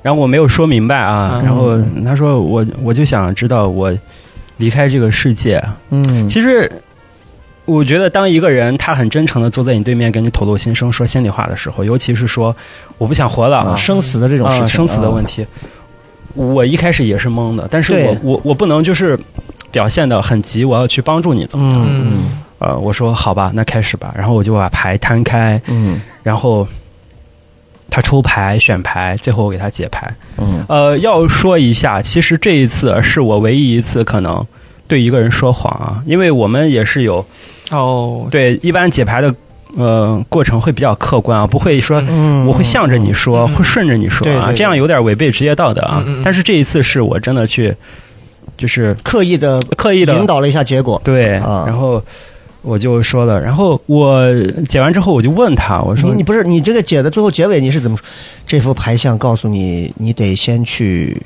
Speaker 4: 然后我没有说明白啊，
Speaker 5: 嗯
Speaker 4: 然后他说我我就想知道我离开这个世界。啊
Speaker 2: 嗯
Speaker 4: 其实我觉得，当一个人他很真诚的坐在你对面，跟你吐露心声、说心里话的时候，尤其是说我不想活了
Speaker 2: 啊，
Speaker 4: 啊，
Speaker 2: 生死的这种事
Speaker 4: 啊
Speaker 2: 情，
Speaker 4: 生死的问
Speaker 2: 题，
Speaker 4: 题，我一开始也是懵的，但是我
Speaker 2: 对
Speaker 4: 我我不能就是表现的很急，我要去帮助你，怎么样？
Speaker 2: 嗯
Speaker 5: 嗯，
Speaker 4: 呃，我说好吧，那开始吧，然后我就把牌摊开。
Speaker 2: 嗯
Speaker 4: 然后他抽牌、选牌，最后我给他解牌。
Speaker 2: 嗯
Speaker 4: 呃，要说一下，其实这一次是我唯一一次可能对一个人说谎啊，因为我们也是有
Speaker 5: 哦，
Speaker 4: 对一般解牌的呃过程会比较客观啊，不会说。
Speaker 5: 嗯
Speaker 2: 嗯，
Speaker 4: 我会向着你说，
Speaker 5: 嗯
Speaker 4: 会顺着你说
Speaker 2: 对
Speaker 4: 啊，
Speaker 2: 对对
Speaker 4: 这样有点违背职业道德啊。
Speaker 5: 嗯嗯嗯
Speaker 4: 但是这一次是我真的去，就是
Speaker 2: 刻意的
Speaker 4: 刻意的
Speaker 2: 引导了一下结果。
Speaker 4: 对，
Speaker 2: 啊
Speaker 4: 然后我就说了，然后我解完之后我就问他，我
Speaker 2: 你
Speaker 4: 说
Speaker 2: 你不是你这个解的最后结尾你是怎么说？这副牌相告诉你，你得先去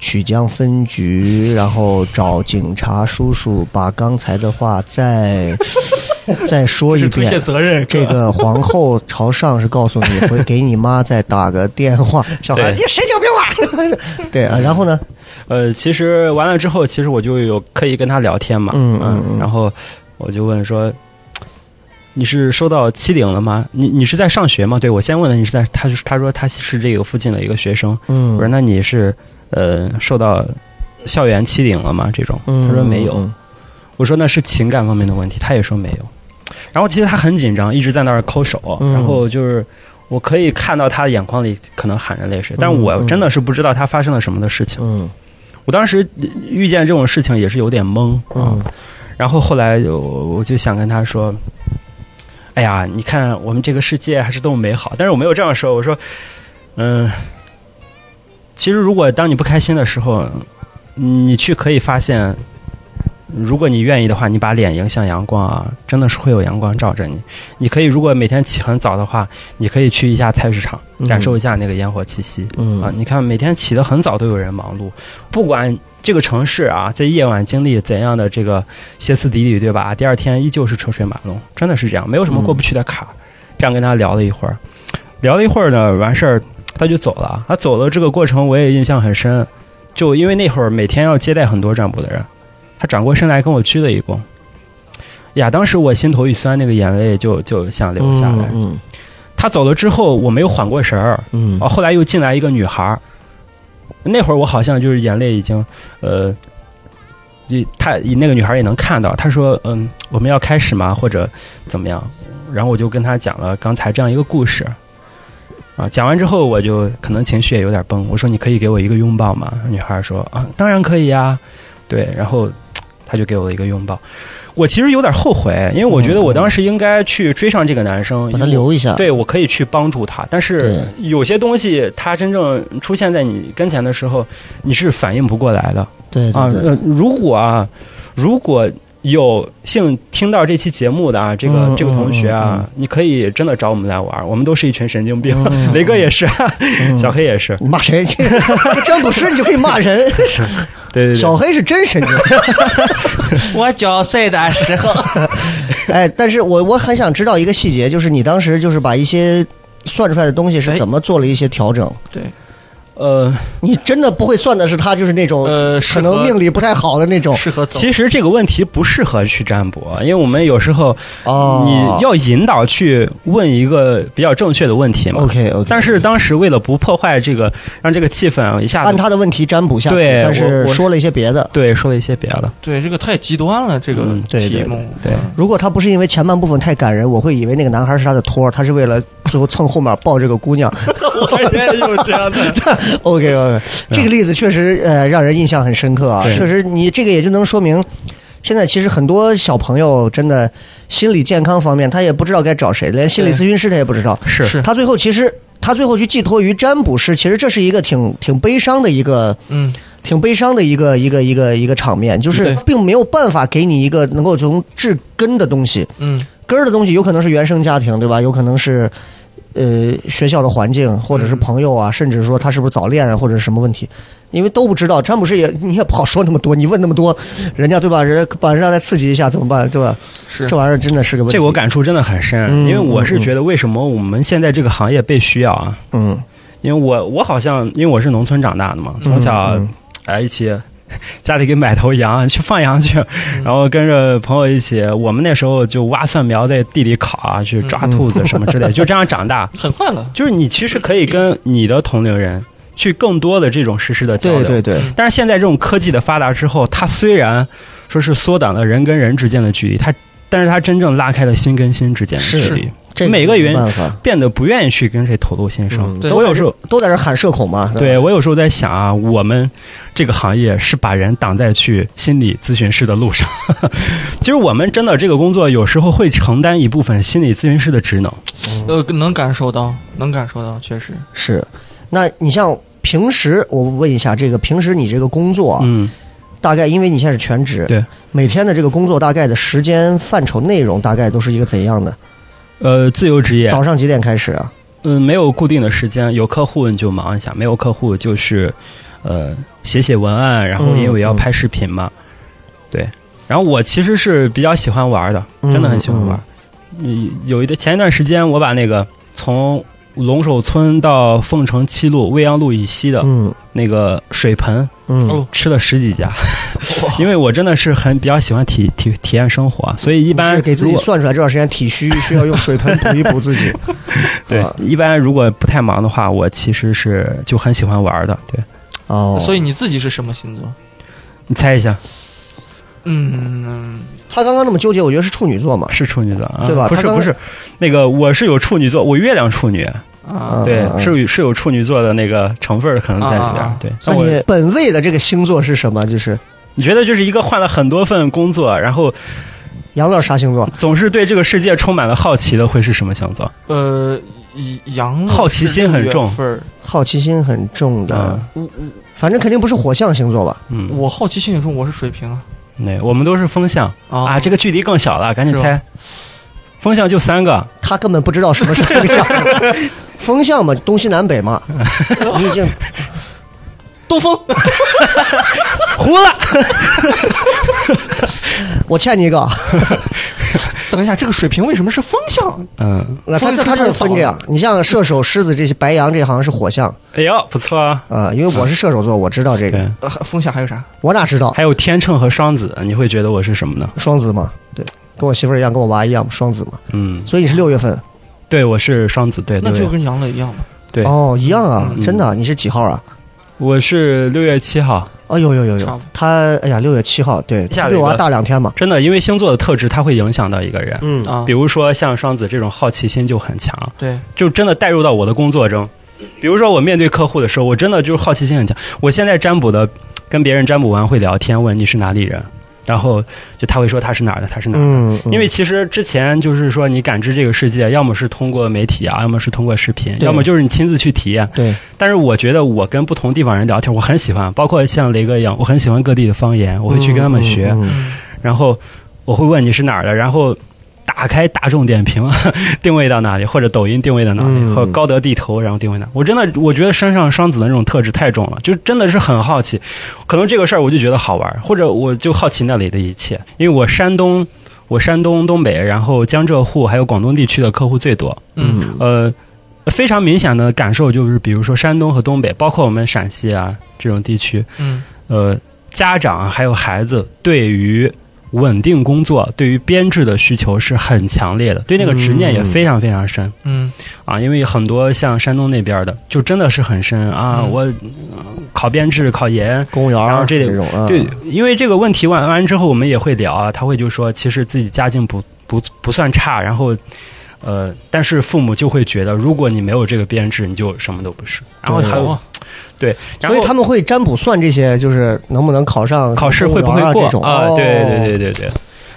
Speaker 2: 曲江分局，然后找警察叔叔把刚才的话 再再说一
Speaker 3: 是推卸
Speaker 2: 遍。
Speaker 3: 责任，
Speaker 2: 这个皇后朝上是告诉你会给你妈再打个电话。小孩，
Speaker 4: 对
Speaker 2: 你神经病吧？对啊，然后呢？
Speaker 4: 呃，其实完了之后，其实我就有刻意跟他聊天嘛，
Speaker 2: 嗯嗯嗯
Speaker 4: 然后我就问说，你是受到欺凌了吗？你你是在上学吗？对我先问了，你是在他他说他是这个附近的一个学生，
Speaker 2: 嗯
Speaker 4: 我说那你是呃受到校园欺凌了吗？这种，
Speaker 2: 嗯
Speaker 4: 他说没有，
Speaker 2: 嗯
Speaker 4: 我说那是情感方面的问题，他也说没有。然后其实他很紧张，一直在那儿抠手，
Speaker 2: 嗯
Speaker 4: 然后就是我可以看到他眼眶里可能含着泪水，但
Speaker 2: 嗯
Speaker 4: 我
Speaker 2: 嗯
Speaker 4: 真的是不知道他发生了什么的事情。
Speaker 2: 嗯
Speaker 4: 我当时呃遇见这种事情也是有点懵，啊
Speaker 2: 嗯
Speaker 4: 然后后来我我就想跟他说，哎呀，你看我们这个世界还是多么美好，但是我没有这样说，我说，嗯，其实如果当你不开心的时候，你去可以发现，如果你愿意的话，你把脸迎向阳光啊，真的是会有阳光照着你。你可以如果每天起很早的话，你可以去一下菜市场，感受一下那个烟火气息。
Speaker 2: 嗯
Speaker 4: 啊，你看每天起得很早都有人忙碌，不管这个城市啊，在夜晚经历怎样的这个歇斯底里，对吧？第二天依旧是车水马龙，真的是这样，没有
Speaker 2: 嗯
Speaker 4: 什么过不去的坎儿。这样跟他聊了一会儿，聊了一会儿呢，完事儿他就走了。他走了这个过程我也印象很深，就因为那会儿每天要接待很多占卜的人，他转过身来跟我鞠了一躬。呀，当时我心头一酸，那个眼泪就就想流下来。
Speaker 2: 嗯
Speaker 4: 他走了之后，我没有缓过神儿，
Speaker 2: 嗯
Speaker 4: 哦，后来又进来一个女孩儿，那会儿我好像就是眼泪已经，呃，也她那个女孩儿也能看到，她说，嗯，我们要开始吗？或者怎么样？然后我就跟她讲了刚才这样一个故事，啊，讲完之后我就可能情绪也有点崩，我说你可以给我一个拥抱吗？女孩儿说啊，当然可以呀、对，然后她就给我了一个拥抱。我其实有点后悔，因为我觉得我当时应该去追上这个男生，
Speaker 2: 嗯把他
Speaker 4: 因为
Speaker 2: 留一下。
Speaker 4: 对，我可以去帮助他，但是有些东西它真正出现在你跟前的时候，你是反应不过来的
Speaker 2: 对
Speaker 4: 啊、
Speaker 2: 对对，
Speaker 4: 呃如果啊，如果有幸听到这期节目的啊，这个、
Speaker 2: 嗯
Speaker 4: 这个同学啊，
Speaker 2: 嗯
Speaker 4: 你可以真的找我们来玩儿，我们都是一群神经病，
Speaker 2: 嗯
Speaker 4: 雷哥也是， 小黑也是，
Speaker 2: 你骂 谁？占卜师你就可以骂人，
Speaker 4: 对对对，
Speaker 2: 小黑是真神经。
Speaker 5: 我交税的时候，
Speaker 2: 哎，但是我我很想知道一个细节，就是你当时就是把一些算出来的东西是
Speaker 5: 哎
Speaker 2: 怎么做了一些调整。
Speaker 5: 对，
Speaker 4: 呃，
Speaker 2: 你真的不会算的是他就是那种
Speaker 5: 呃适
Speaker 2: 可能
Speaker 5: 合
Speaker 2: 命里不太好的那种
Speaker 5: 适合走。
Speaker 4: 其实这个问题不适合去占卜，啊因为我们有时候
Speaker 2: 哦，
Speaker 4: 你要引导去问一个比较正确的问题嘛。
Speaker 2: OK OK，
Speaker 4: 但是当时为了不破坏这个，让这个气氛啊一下
Speaker 2: 按
Speaker 4: 子
Speaker 2: 他的问题占卜下去，
Speaker 4: 对
Speaker 2: 但是
Speaker 4: 我我
Speaker 2: 说了一些别的。
Speaker 4: 对说了一些别的，
Speaker 5: 对，这个太极端了，这个
Speaker 4: 嗯
Speaker 2: 对对
Speaker 5: 题目。
Speaker 4: 对
Speaker 2: 如果他不是因为前半部分太感人，我会以为那个男孩是他的托儿，他是为了最后蹭后面抱这个姑娘。
Speaker 3: 我也有这样的，
Speaker 2: OK OK，这个例子确实呃让人印象很深刻啊，
Speaker 4: 嗯对
Speaker 2: 确实你这个也就能说明，现在其实很多小朋友真的心理健康方面他也不知道该找谁，连心理咨询师他也不知道，
Speaker 4: 是
Speaker 5: 是
Speaker 2: 他最后其实他最后去寄托于占卜师，其实这是一个挺挺悲伤的一个
Speaker 5: 嗯，
Speaker 2: 挺悲伤的一个一个一个一个场面，就是
Speaker 5: 对
Speaker 2: 并没有办法给你一个能够从治根的东西。
Speaker 5: 嗯，
Speaker 2: 根儿的东西有可能是原生家庭，对吧？有可能是呃学校的环境，或
Speaker 4: 嗯
Speaker 2: 者是朋友啊，甚至说他是不是早恋啊，或者是什么问题，因为都不知道。詹姆士也你也不好说那么多，你问那么多，人家对吧？人家把人家再刺激一下怎么办，对吧？
Speaker 5: 是
Speaker 2: 这玩意儿真的是个问题。
Speaker 4: 这个我感触真的很深，
Speaker 2: 嗯
Speaker 4: 因为我是觉得为什么我们现在这个行业被需要啊？
Speaker 2: 嗯
Speaker 4: 因为我我好像因为我是农村长大的嘛，从小
Speaker 2: 嗯
Speaker 4: 哎一起家里给买头羊去放羊去，
Speaker 5: 嗯
Speaker 4: 然后跟着朋友一起，我们那时候就挖蒜苗在地里烤啊，去
Speaker 2: 嗯
Speaker 4: 抓兔子什么之类，就这样长大。
Speaker 5: 很快了。
Speaker 4: 就是你其实可以跟你的同龄人去更多的这种实时的交
Speaker 2: 对
Speaker 4: 流。
Speaker 2: 对对，
Speaker 4: 但是现在这种科技的发达之后，它虽然说是缩短了人跟人之间的距离，它但是它真正拉开了心跟心之间的距
Speaker 2: 是
Speaker 4: 离，
Speaker 2: 这
Speaker 4: 每个
Speaker 2: 没
Speaker 4: 原
Speaker 2: 办法。
Speaker 4: 变得不愿意去跟谁吐露心声。
Speaker 2: 嗯
Speaker 5: 对
Speaker 2: 都
Speaker 4: 我有
Speaker 2: 在
Speaker 4: 时候
Speaker 2: 都在这喊社恐嘛，
Speaker 4: 对
Speaker 2: 吧
Speaker 4: 我有时候在想啊，我们这个行业是把人挡在去心理咨询师的路上。 其实我们真的这个工作有时候会承担一部分心理咨询师的职能。
Speaker 5: 呃，能感受到，能感受到，确实。
Speaker 2: 是。那你像平时，我问一下，这个平时你这个工作啊，
Speaker 4: 嗯，
Speaker 2: 大概因为你现在是全职，
Speaker 4: 对，
Speaker 2: 每天的这个工作大概的时间范畴、内容大概都是一个怎样的？
Speaker 4: 呃，自由职业，
Speaker 2: 早上几点开始啊？
Speaker 4: 嗯，没有固定的时间，有客户你就忙一下，没有客户就是，呃，写写文案，然后因为我要
Speaker 2: 嗯嗯嗯
Speaker 4: 拍视频嘛，对。然后我其实是比较喜欢玩的，真的很喜欢
Speaker 2: 嗯
Speaker 4: 玩。嗯有一段前一段时间，我把那个从龙首村到凤城七路、未央路以西的
Speaker 2: 嗯
Speaker 4: 那个水盆
Speaker 2: 嗯
Speaker 5: 哦
Speaker 4: 吃了十几家，
Speaker 5: 哇
Speaker 4: 因为我真的是很比较喜欢体体体验生活，啊所以一
Speaker 2: 一
Speaker 4: 般
Speaker 2: 给自己
Speaker 4: 如果
Speaker 2: 算出来这段时间体 虚，需要用水盆补一补自己。
Speaker 4: 对
Speaker 2: 啊
Speaker 4: 一般如果不太忙的话，我其实是就很喜欢玩的，对。
Speaker 2: 哦，
Speaker 5: 所以你自己是什么星座？
Speaker 4: 你猜一下，
Speaker 5: 嗯，
Speaker 2: 他刚刚那么纠结，我觉得是处女座嘛。
Speaker 4: 是处女座啊？
Speaker 2: 对吧
Speaker 4: 不
Speaker 2: 他
Speaker 4: 是
Speaker 2: 刚
Speaker 4: 不是，那个我是有处女座，我月亮处女，
Speaker 5: 啊，
Speaker 4: 对，
Speaker 2: 嗯
Speaker 4: 是有是有处女座的那个成分儿可能在里边儿
Speaker 5: 啊。
Speaker 4: 对，
Speaker 2: 那
Speaker 4: 那我
Speaker 2: 你本位的这个星座是什么？就是
Speaker 4: 你觉得就是一个换了很多份工作，然后
Speaker 2: 杨乐啥星座？
Speaker 4: 总是对这个世界充满了好奇的，会是什么星座？
Speaker 5: 呃，以羊
Speaker 4: 好奇心很
Speaker 5: 是
Speaker 4: 重
Speaker 5: 六月份儿
Speaker 2: 好奇心很重的，
Speaker 4: 啊
Speaker 2: 反正肯定不是火象星座吧？
Speaker 4: 嗯嗯，
Speaker 5: 我好奇心很重，我是水瓶啊。
Speaker 4: 对，我们都是风象
Speaker 5: 啊
Speaker 4: 啊，这个距离更小了，赶紧
Speaker 5: 是吧
Speaker 4: 猜。风象就三个，
Speaker 2: 他根本不知道什么是风 象，风象嘛，东西南北嘛，你已经
Speaker 5: 东风
Speaker 4: 糊了。
Speaker 2: 我欠你一个。
Speaker 5: 等一下，这个水瓶为什么是风象？
Speaker 4: 嗯，
Speaker 2: 那他这他就是分这样，你像射手、狮子这些白羊这行是火象
Speaker 4: 哎呦，不错啊。
Speaker 2: 啊、因为我是射手座，我知道这个，
Speaker 4: 对，
Speaker 5: 呃，风象还有啥？
Speaker 2: 我哪知道
Speaker 4: 还有天秤和双子，你会觉得我是什么呢？
Speaker 2: 双子嘛？对，跟我媳妇儿一样，跟我娃一样，双子嘛。
Speaker 4: 嗯，
Speaker 2: 所以你是六月份
Speaker 4: 对，我是双子，对，
Speaker 5: 那
Speaker 4: 对
Speaker 5: 就跟杨乐一样嘛。
Speaker 4: 对
Speaker 2: 哦，一样啊，
Speaker 4: 嗯
Speaker 2: 真的啊，你是几号啊？
Speaker 4: 我是六月七号，
Speaker 2: 哦，有有有
Speaker 5: 差不
Speaker 2: 有
Speaker 5: 多，
Speaker 2: 他哎呀，六月七号，对，他
Speaker 4: 下了
Speaker 2: 比我
Speaker 4: 一
Speaker 2: 娃
Speaker 4: 个
Speaker 2: 大两天嘛。
Speaker 4: 真的，因为星座的特质，它会影响到一个人。
Speaker 2: 嗯，
Speaker 5: 啊
Speaker 4: 比，如说像双子这种好奇心就很强，
Speaker 5: 对，
Speaker 4: 就真的带入到我的工作中。比如说我面对客户的时候，我真的就是好奇心很强。我现在占卜的，跟别人占卜完会聊天，问你是哪里人，然后就他会说他是哪儿的，他是哪儿的。
Speaker 2: 嗯，嗯
Speaker 4: 因为其实之前就是说，你感知这个世界，要么是通过媒体啊，要么是通过视频，
Speaker 2: 对
Speaker 4: 要么就是你亲自去体验。
Speaker 2: 对，
Speaker 4: 但是我觉得我跟不同地方人聊天，我很喜欢，包括像雷哥一样，我很喜欢各地的方言，我会去跟他们学。
Speaker 2: 嗯嗯嗯
Speaker 5: 嗯，
Speaker 4: 然后我会问你是哪儿的，然后打开大众点评 定位到哪里，或者抖音定位到哪里，
Speaker 2: 嗯
Speaker 4: 或者高德地图然后定位哪。我真的我觉得山上双子的那种特质太重了，就真的是很好奇，可能这个事儿我就觉得好玩，或者我就好奇那里的一切，因为我山东。我山东、东北，然后江浙沪还有广东地区的客户最多。
Speaker 5: 嗯，
Speaker 4: 呃，非常明显的感受就是，比如说山东和东北，包括我们陕西啊这种地区，
Speaker 5: 嗯
Speaker 4: 呃，家长还有孩子对于稳定工作、对于编制的需求是很强烈的，对那个执念也非常非常深、
Speaker 5: 嗯
Speaker 4: 啊。因为很多像山东那边的，就真的是很深啊。
Speaker 5: 嗯
Speaker 4: 我、呃考编制、考研，
Speaker 2: 公务员儿
Speaker 4: 然后这得
Speaker 2: 种
Speaker 5: 嗯
Speaker 2: 啊，
Speaker 4: 对，因为这个问题问完之后，我们也会聊啊，他会就说，其实自己家境不不不算差，然后。呃，但是父母就会觉得，如果你没有这个编制，你就什么都不是。然后还有
Speaker 5: 哦
Speaker 4: 对，然
Speaker 2: 所
Speaker 4: 后
Speaker 2: 以他们会占卜算这些，就是能不能考上
Speaker 4: 考试
Speaker 2: 公务
Speaker 4: 会不
Speaker 2: 员
Speaker 4: 会
Speaker 2: 啊
Speaker 4: 过
Speaker 2: 这种
Speaker 4: 啊？
Speaker 2: 哦
Speaker 4: 对对对对对。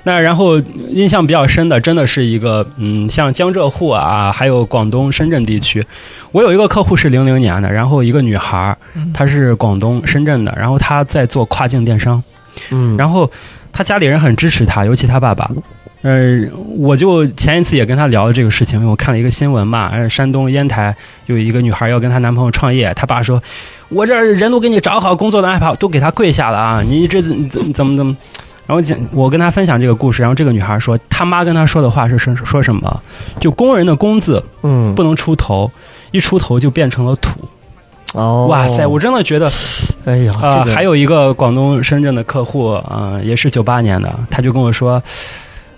Speaker 4: 那然后印象比较深的，真的是一个嗯，像江浙沪啊，还有广东深圳地区，我有一个客户是零零年的，然后一个女孩儿，
Speaker 5: 嗯
Speaker 4: 她是广东深圳的，然后她在做跨境电商，
Speaker 2: 嗯，
Speaker 4: 然后她家里人很支持她，尤其她爸爸。呃，我就前一次也跟她聊这个事情，因为我看了一个新闻嘛，呃，山东烟台有一个女孩要跟她男朋友创业，她爸说：“我这儿人都给你找好，工作的安排好都给她跪下了啊，你这怎怎怎么怎么？”然后讲，我跟她分享这个故事，然后这个女孩说，她妈跟她说的话是是说什么？就工人的工资
Speaker 2: 嗯，
Speaker 4: 不能出头，一出头就变成了土。
Speaker 2: 哦，
Speaker 4: 哇塞，我真的觉得
Speaker 2: 哎呀，
Speaker 4: 啊、
Speaker 2: 这个
Speaker 4: 还有一个广东深圳的客户，啊、也是九八年的，他就跟我说，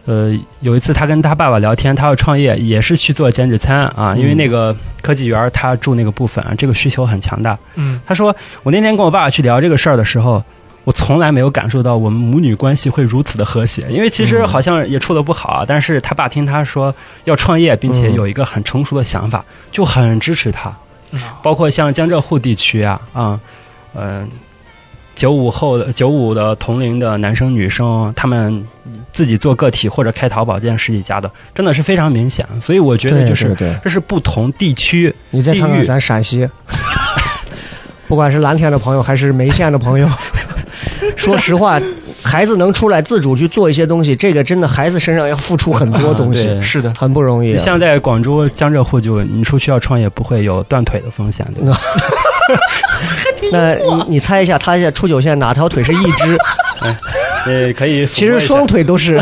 Speaker 4: 呃，有一次他跟他爸爸聊天，他要创业，也是去做减脂餐啊，
Speaker 2: 嗯
Speaker 4: 因为那个科技园儿他住那个部分，啊这个需求很强大。
Speaker 5: 嗯
Speaker 4: 他说，我那天跟我爸爸去聊这个事儿的时候。我从来没有感受到我们母女关系会如此的和谐，因为其实
Speaker 2: 嗯
Speaker 4: 好像也处的不好啊，但是他爸听他说要创业，并且
Speaker 2: 嗯
Speaker 4: 有一个很成熟的想法，就很支持他。
Speaker 5: 嗯啊
Speaker 4: 包括像江浙沪地区啊，啊，嗯，九五后的九五的同龄的男生女生，他们自己做个体或者开淘宝店实体家的，真的是非常明显。啊所以我觉得
Speaker 2: 对
Speaker 4: 就是
Speaker 2: 对对，
Speaker 4: 这是不同地区，
Speaker 2: 你再看
Speaker 4: 地
Speaker 2: 看
Speaker 4: 域
Speaker 2: 咱陕西， 不管是蓝天的朋友还是眉县的 朋友，说实话，孩子能出来自主去做一些东西，这个真的孩子身上要付出很多 东西，
Speaker 4: 啊对
Speaker 5: 是的，
Speaker 2: 很不容易。啊
Speaker 4: 像在广州、江浙沪就你出去要创业不会有断腿的风险，对吧？
Speaker 2: 那你你猜一下，他现在出九线哪条腿是一 只？
Speaker 4: 对，可以。
Speaker 2: 其实双腿都是。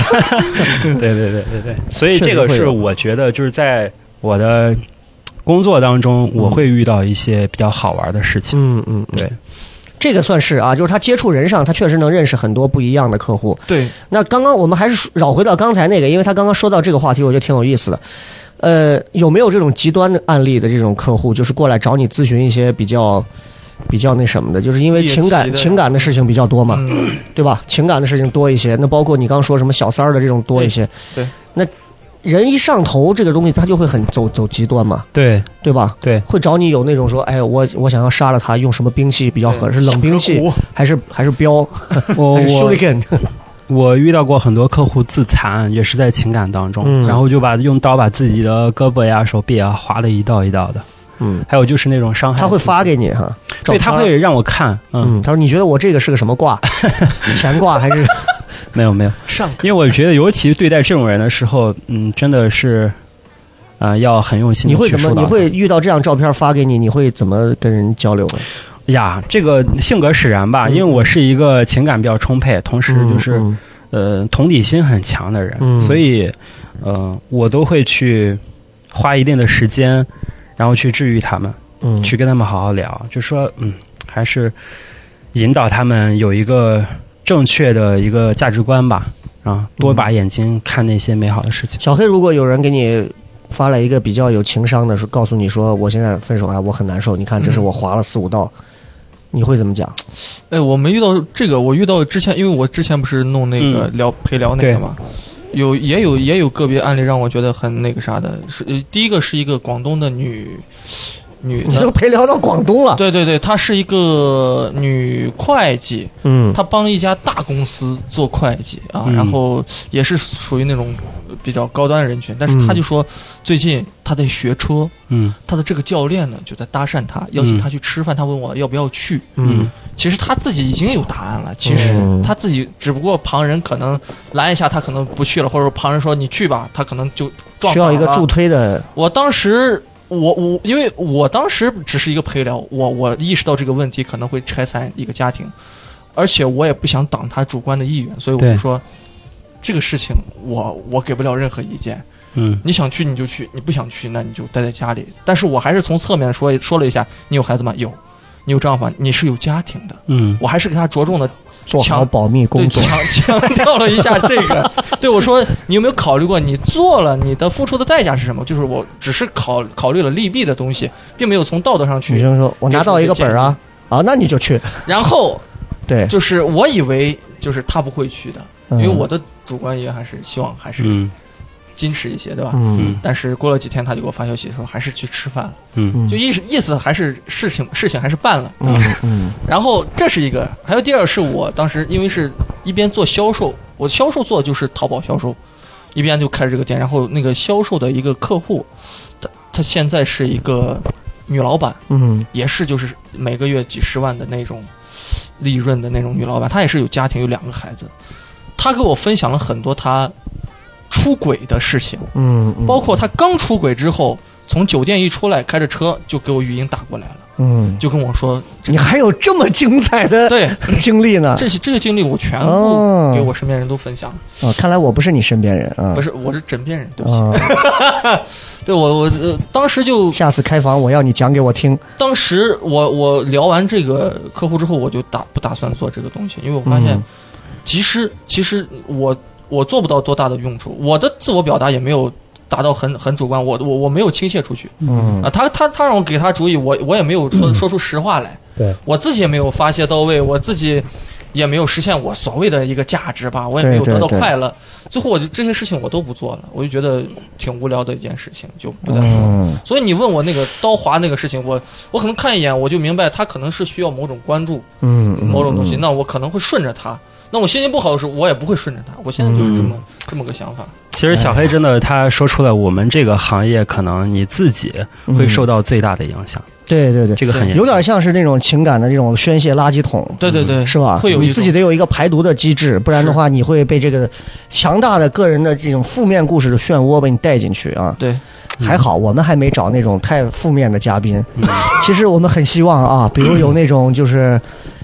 Speaker 4: 对对对对对，所以
Speaker 2: 确实
Speaker 4: 这个
Speaker 2: 会
Speaker 4: 是
Speaker 2: 有
Speaker 4: 我觉得就是在我的工作当中，我会遇到一些比较好玩的事情。
Speaker 2: 嗯嗯，
Speaker 4: 对，
Speaker 2: 这个算是啊，就是他接触人上，他确实能认识很多不一样的客户。
Speaker 5: 对，
Speaker 2: 那刚刚我们还是绕回到刚才那个，因为他刚刚说到这个话题，我觉得挺有意思的。呃，有没有这种极端的案例的这种客户，就是过来找你咨询一些比较比较那什么的，就是因为
Speaker 5: 猎奇
Speaker 2: 情感
Speaker 5: 的
Speaker 2: 情感的事情比较多嘛，
Speaker 5: 嗯
Speaker 2: 对吧？情感的事情多一些，那包括你刚说什么小三儿的这种多一些，
Speaker 5: 对对
Speaker 2: 那人一上头，这个东西他就会很走走极端嘛，
Speaker 4: 对
Speaker 2: 对吧？
Speaker 4: 对，
Speaker 2: 会找你有那种说，哎，我我想要杀了他，用什么兵器比较合适？是冷兵器还是还是镖？
Speaker 4: 我
Speaker 2: 还是
Speaker 5: 哦
Speaker 4: 我
Speaker 2: shuriken？
Speaker 4: 我遇到过很多客户自残，也是在情感当中，
Speaker 2: 嗯
Speaker 4: 然后就把用刀把自己的胳膊呀、手臂啊划的一道一道的。
Speaker 2: 嗯，
Speaker 4: 还有就是那种伤害，
Speaker 2: 他会发，给你哈，照
Speaker 4: 对，
Speaker 2: 片
Speaker 4: 他会让我看，嗯，
Speaker 2: 嗯，他说你觉得我这个是个什么卦？乾卦还是
Speaker 4: 没有没有，
Speaker 5: 上
Speaker 4: 因为我觉得尤其对待这种人的时候，嗯，真的是，呃，要很用心
Speaker 2: 你
Speaker 4: 地
Speaker 2: 会
Speaker 4: 去
Speaker 2: 怎么？
Speaker 4: 疏导。
Speaker 2: 你会遇到这样照片发给你，你会怎么跟人交流呢？
Speaker 4: 呀，这个性格使然吧，
Speaker 2: 嗯
Speaker 4: 因为我是一个情感比较充沛，同时就是、
Speaker 2: 嗯
Speaker 4: 呃同理心很强的人，
Speaker 2: 嗯
Speaker 4: 所以呃我都会去花一定的时间，然后去治愈他们。
Speaker 2: 嗯，
Speaker 4: 去跟他们好好聊，就说嗯，还是引导他们有一个正确的一个价值观吧，啊，多
Speaker 2: 嗯
Speaker 4: 把眼睛看那些美好的事情。
Speaker 2: 小黑，如果有人给你发了一个比较有情商的，说告诉你说我现在分手啊，我很难受，你看这是我划了四五道，你会怎么讲？
Speaker 5: 哎，我没遇到这个，我遇到之前，因为我之前不是弄那个
Speaker 4: 嗯
Speaker 5: 聊、陪聊那
Speaker 4: 对
Speaker 5: 个嘛，有也有也有个别案例让我觉得很那个啥的，是、呃第一个是一个广东的女女
Speaker 2: 你都
Speaker 5: 的，
Speaker 2: 陪聊到广东了，
Speaker 5: 对对对，她是一个女会计，
Speaker 2: 嗯，
Speaker 5: 她帮一家大公司做会计啊，
Speaker 4: 嗯
Speaker 5: 然后也是属于那种比较高端人群，但是
Speaker 2: 嗯
Speaker 5: 她就说最近她在学车，
Speaker 4: 嗯
Speaker 5: 她的这个教练呢就在搭讪她，邀请
Speaker 4: 嗯
Speaker 5: 她去吃饭，她问我要不要去，
Speaker 4: 嗯
Speaker 5: 其实他自己已经有答案了，其实
Speaker 2: 嗯
Speaker 5: 他自己只不过旁人可能拦一下，他可能不去了，或者说旁人说你去吧，他可能就撞
Speaker 2: 需要一个
Speaker 5: 板了
Speaker 2: 助。推的，
Speaker 5: 我当时我我因为我当时只是一个陪聊，我我意识到这个问题可能会拆散一个家庭，而且我也不想挡他主观的意愿，所以我
Speaker 4: 对
Speaker 5: 就说这个事情我我给不了任何意见。
Speaker 4: 嗯
Speaker 5: 你想去你就去，你不想去那你就待在家里。但是我还是从侧面说说了一下，你有孩子吗？有，你有丈夫吗？你是有家庭的。
Speaker 4: 嗯
Speaker 5: 我还是给他着重的
Speaker 2: 做好
Speaker 5: 强
Speaker 2: 保密
Speaker 5: 对
Speaker 2: 工作。
Speaker 5: 强 强调了一下这个。对我说，你有没有考虑过你做了你的付出的代价是什么？就是我只是考考虑了利弊的东西，并没有从道德上
Speaker 2: 女
Speaker 5: 去。
Speaker 2: 生说：“我拿到一个本儿啊，啊，那你就去。
Speaker 5: 然后”
Speaker 2: 对，
Speaker 5: 就是我以为就是他不会去的，因为
Speaker 2: 嗯
Speaker 5: 我的主观也还是希望还是
Speaker 4: 嗯
Speaker 5: 矜持一些，对吧？
Speaker 2: 嗯
Speaker 5: 但是过了几天，他就给我发消息说还是去吃饭了，
Speaker 4: 嗯
Speaker 2: 嗯
Speaker 5: 就意思意思还是事情事情还是办了。
Speaker 2: 嗯嗯
Speaker 5: 然后这是一个，还有第二是我当时因为是一边做销售，我销售做的就是淘宝销售，一边就开这个店，然后那个销售的一个客户，他他现在是一个呃女老板，
Speaker 2: 嗯
Speaker 5: 也是就是每个月几十万的那种利润的那种女老板，她也是有家庭有两个孩子，她给我分享了很多她出轨的事情。
Speaker 2: 嗯嗯，
Speaker 5: 包括他刚出轨之后，从酒店一出来，开着车就给我语音打过来了，
Speaker 2: 嗯，
Speaker 5: 就跟我说，
Speaker 2: 你还有这么精彩的
Speaker 5: 对，
Speaker 2: 经历呢？
Speaker 5: 这些这些经历我全
Speaker 2: 啊哦
Speaker 5: 部给我身边人都分享了，
Speaker 2: 啊，看来我不是你身边人啊
Speaker 5: 不。是，我是枕边人，对不起，
Speaker 2: 啊，
Speaker 5: 对我我、呃、当时就
Speaker 2: 下次开房我要你讲给我听。
Speaker 5: 当时我我聊完这个客户之后，我就打不打算做这个东西，因为我发现
Speaker 2: 嗯，
Speaker 5: 其实其实我我做不到多大的用处，我的自我表达也没有达到很很主观，我我我没有倾泻出去，
Speaker 2: 嗯
Speaker 5: 啊，他他他让我给他主意，我我也没有说、说出实话来，
Speaker 4: 对
Speaker 5: 我自己也没有发泄到位，我自己也没有实现我所谓的一个价值吧，我也没有
Speaker 2: 对对
Speaker 5: 得到
Speaker 2: 对
Speaker 5: 快乐，最后我就这些事情我都不做了，我就觉得挺无聊的一件事情，就不再做了。
Speaker 2: 嗯
Speaker 5: 所以你问我那个刀划那个事情，我我可能看一眼我就明白，他可能是需要某种关注，
Speaker 2: 嗯，
Speaker 5: 某种东西，
Speaker 2: 嗯
Speaker 5: 那我可能会顺着他。那我心情不好的时候，我也不会顺着他。我现在就是这
Speaker 2: 嗯
Speaker 5: 么、这么个想法。
Speaker 4: 其实小
Speaker 2: 哎
Speaker 4: 黑真的，他说出了我们这个行业可能你自己会受到最大的影响，
Speaker 2: 对嗯对对，
Speaker 4: 这个很严
Speaker 2: 有点像是那种情感的这种宣泄垃圾桶。
Speaker 5: 对对对，
Speaker 2: 嗯是吧？
Speaker 5: 会有一
Speaker 2: 你自己得有一个排毒的机制，不然的话，你会被这个强大的个人的这种负面故事的漩涡被你带进去啊。
Speaker 5: 对
Speaker 4: 嗯
Speaker 2: 还好我们还没找那种太负面的嘉宾。其实我们很希望 啊，比如有那种就是。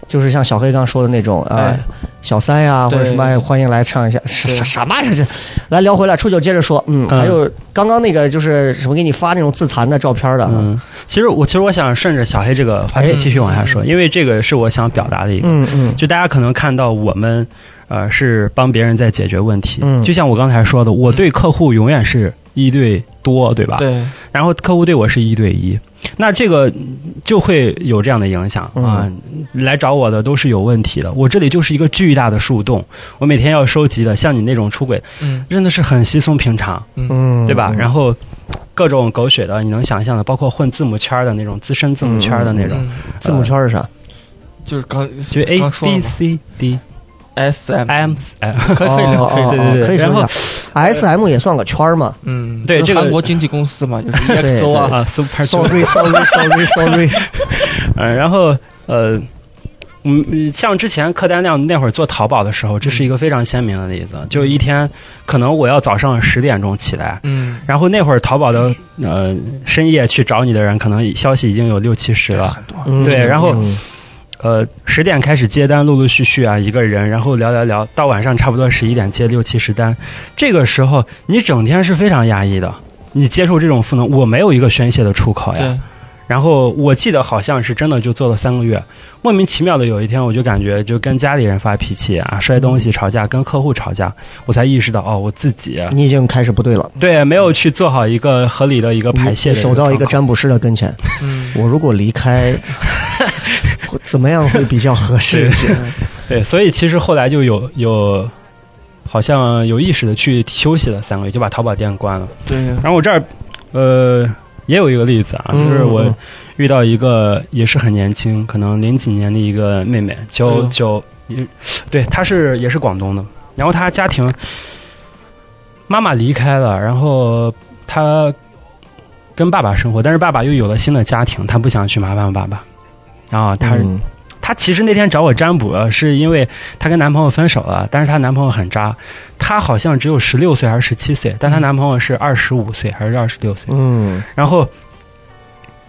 Speaker 2: 就是像小黑刚说的那种啊、
Speaker 5: 哎
Speaker 2: 小三呀、或
Speaker 5: 对
Speaker 2: 者什么，哎欢迎来唱一下什什什么这这，来聊回来，初九接着说，嗯，
Speaker 4: 嗯
Speaker 2: 还有刚刚那个就是什么给你发那种自残的照片的，嗯
Speaker 4: 嗯，其实我其实我想顺着小黑这个
Speaker 2: 哎
Speaker 4: 话题继续往下说，因为这个是我想表达的一个，
Speaker 2: 嗯 嗯
Speaker 4: 就大家可能看到我们呃是帮别人在解决问题，
Speaker 2: 嗯
Speaker 4: 就像我刚才说的，我对客户永远是一对多，对吧？。
Speaker 5: 对
Speaker 2: 啊
Speaker 4: 然后客户对我是一对一，那这个嗯就会有这样的影响啊。来找我的都是有问题的，我这里就是一个巨大的树洞，我每天要收集的，像你那种出轨，
Speaker 5: 嗯
Speaker 4: 真的是很稀松平常，
Speaker 2: 嗯，
Speaker 4: 对吧？
Speaker 2: 嗯
Speaker 4: 然后各种狗血的，你能想象的，包括混字母圈的那种，资深字母圈的那种，
Speaker 5: 嗯，
Speaker 2: 字母圈是啥？
Speaker 5: 就是刚
Speaker 4: 就 A
Speaker 5: 刚说了
Speaker 4: B
Speaker 5: 嘛
Speaker 4: C D
Speaker 5: S M
Speaker 4: M 哎
Speaker 5: 可以可以聊可以
Speaker 2: 哦
Speaker 5: 聊，
Speaker 4: 对对对
Speaker 2: 可以
Speaker 4: 然
Speaker 2: 说
Speaker 4: 后
Speaker 2: 一下，S M 也算个圈儿 嘛。
Speaker 5: 嗯，
Speaker 4: 对
Speaker 5: 就是
Speaker 4: 这个
Speaker 5: 韩国经纪公司嘛，就是 EXO 啊，
Speaker 4: 啊 Super
Speaker 2: Sorry,
Speaker 4: Junior
Speaker 2: sorry, sorry, sorry。
Speaker 4: 嗯，然后呃，嗯，嗯像之前客单量那会儿做淘宝的时候，这是一个非常鲜明的例子。就一天，可能我要早上十点钟起来，
Speaker 5: 嗯，
Speaker 4: 然后那会儿淘宝的呃深夜去找你的人，可能消息已经有六七十了。
Speaker 5: 很多，
Speaker 2: 嗯
Speaker 4: 对然后
Speaker 2: 嗯
Speaker 4: 呃，十点开始接单，陆陆续续啊，一个人，然后聊聊聊，到晚上差不多十一点接六七十单，这个时候你整天是非常压抑的。你接受这种赋能，我没有一个宣泄的出口呀。
Speaker 5: 对，哎
Speaker 4: 然后我记得好像是真的就做了三个月，莫名其妙的有一天，我就感觉就跟家里人发脾气啊，摔东西、吵架，跟客户吵架，我才意识到哦，我自己
Speaker 2: 你已经开始不对了，
Speaker 4: 对没有去做好一个合理的一个排泄
Speaker 2: 你
Speaker 4: 的
Speaker 2: 嗯走到一个
Speaker 4: 状
Speaker 2: 占卜师的跟前。
Speaker 5: 嗯，
Speaker 2: 我如果离开，会怎么样会比较合适一些？
Speaker 4: 况对，所以其实后来就有有。好像有意识的去休息了三个月，就把淘宝店关了。
Speaker 5: 对，
Speaker 4: 然后我这儿，呃，也有一个例子啊，
Speaker 2: 嗯
Speaker 4: 就是我遇到一个也是很年轻，可能零几年的一个妹妹，
Speaker 5: 哎
Speaker 4: 九
Speaker 5: 呦
Speaker 4: 九，也对，她是也是广东的，然后她家庭妈妈离开了，然后她跟爸爸生活，但是爸爸又有了新的家庭，她不想去麻烦爸爸。啊，她
Speaker 2: 嗯
Speaker 4: 她其实那天找我占卜，呃是因为她跟男朋友分手了，但是她男朋友很渣，她好像只有十六岁还是十七岁，但她男朋友是二十五岁还是二十六岁，
Speaker 2: 嗯
Speaker 4: 然后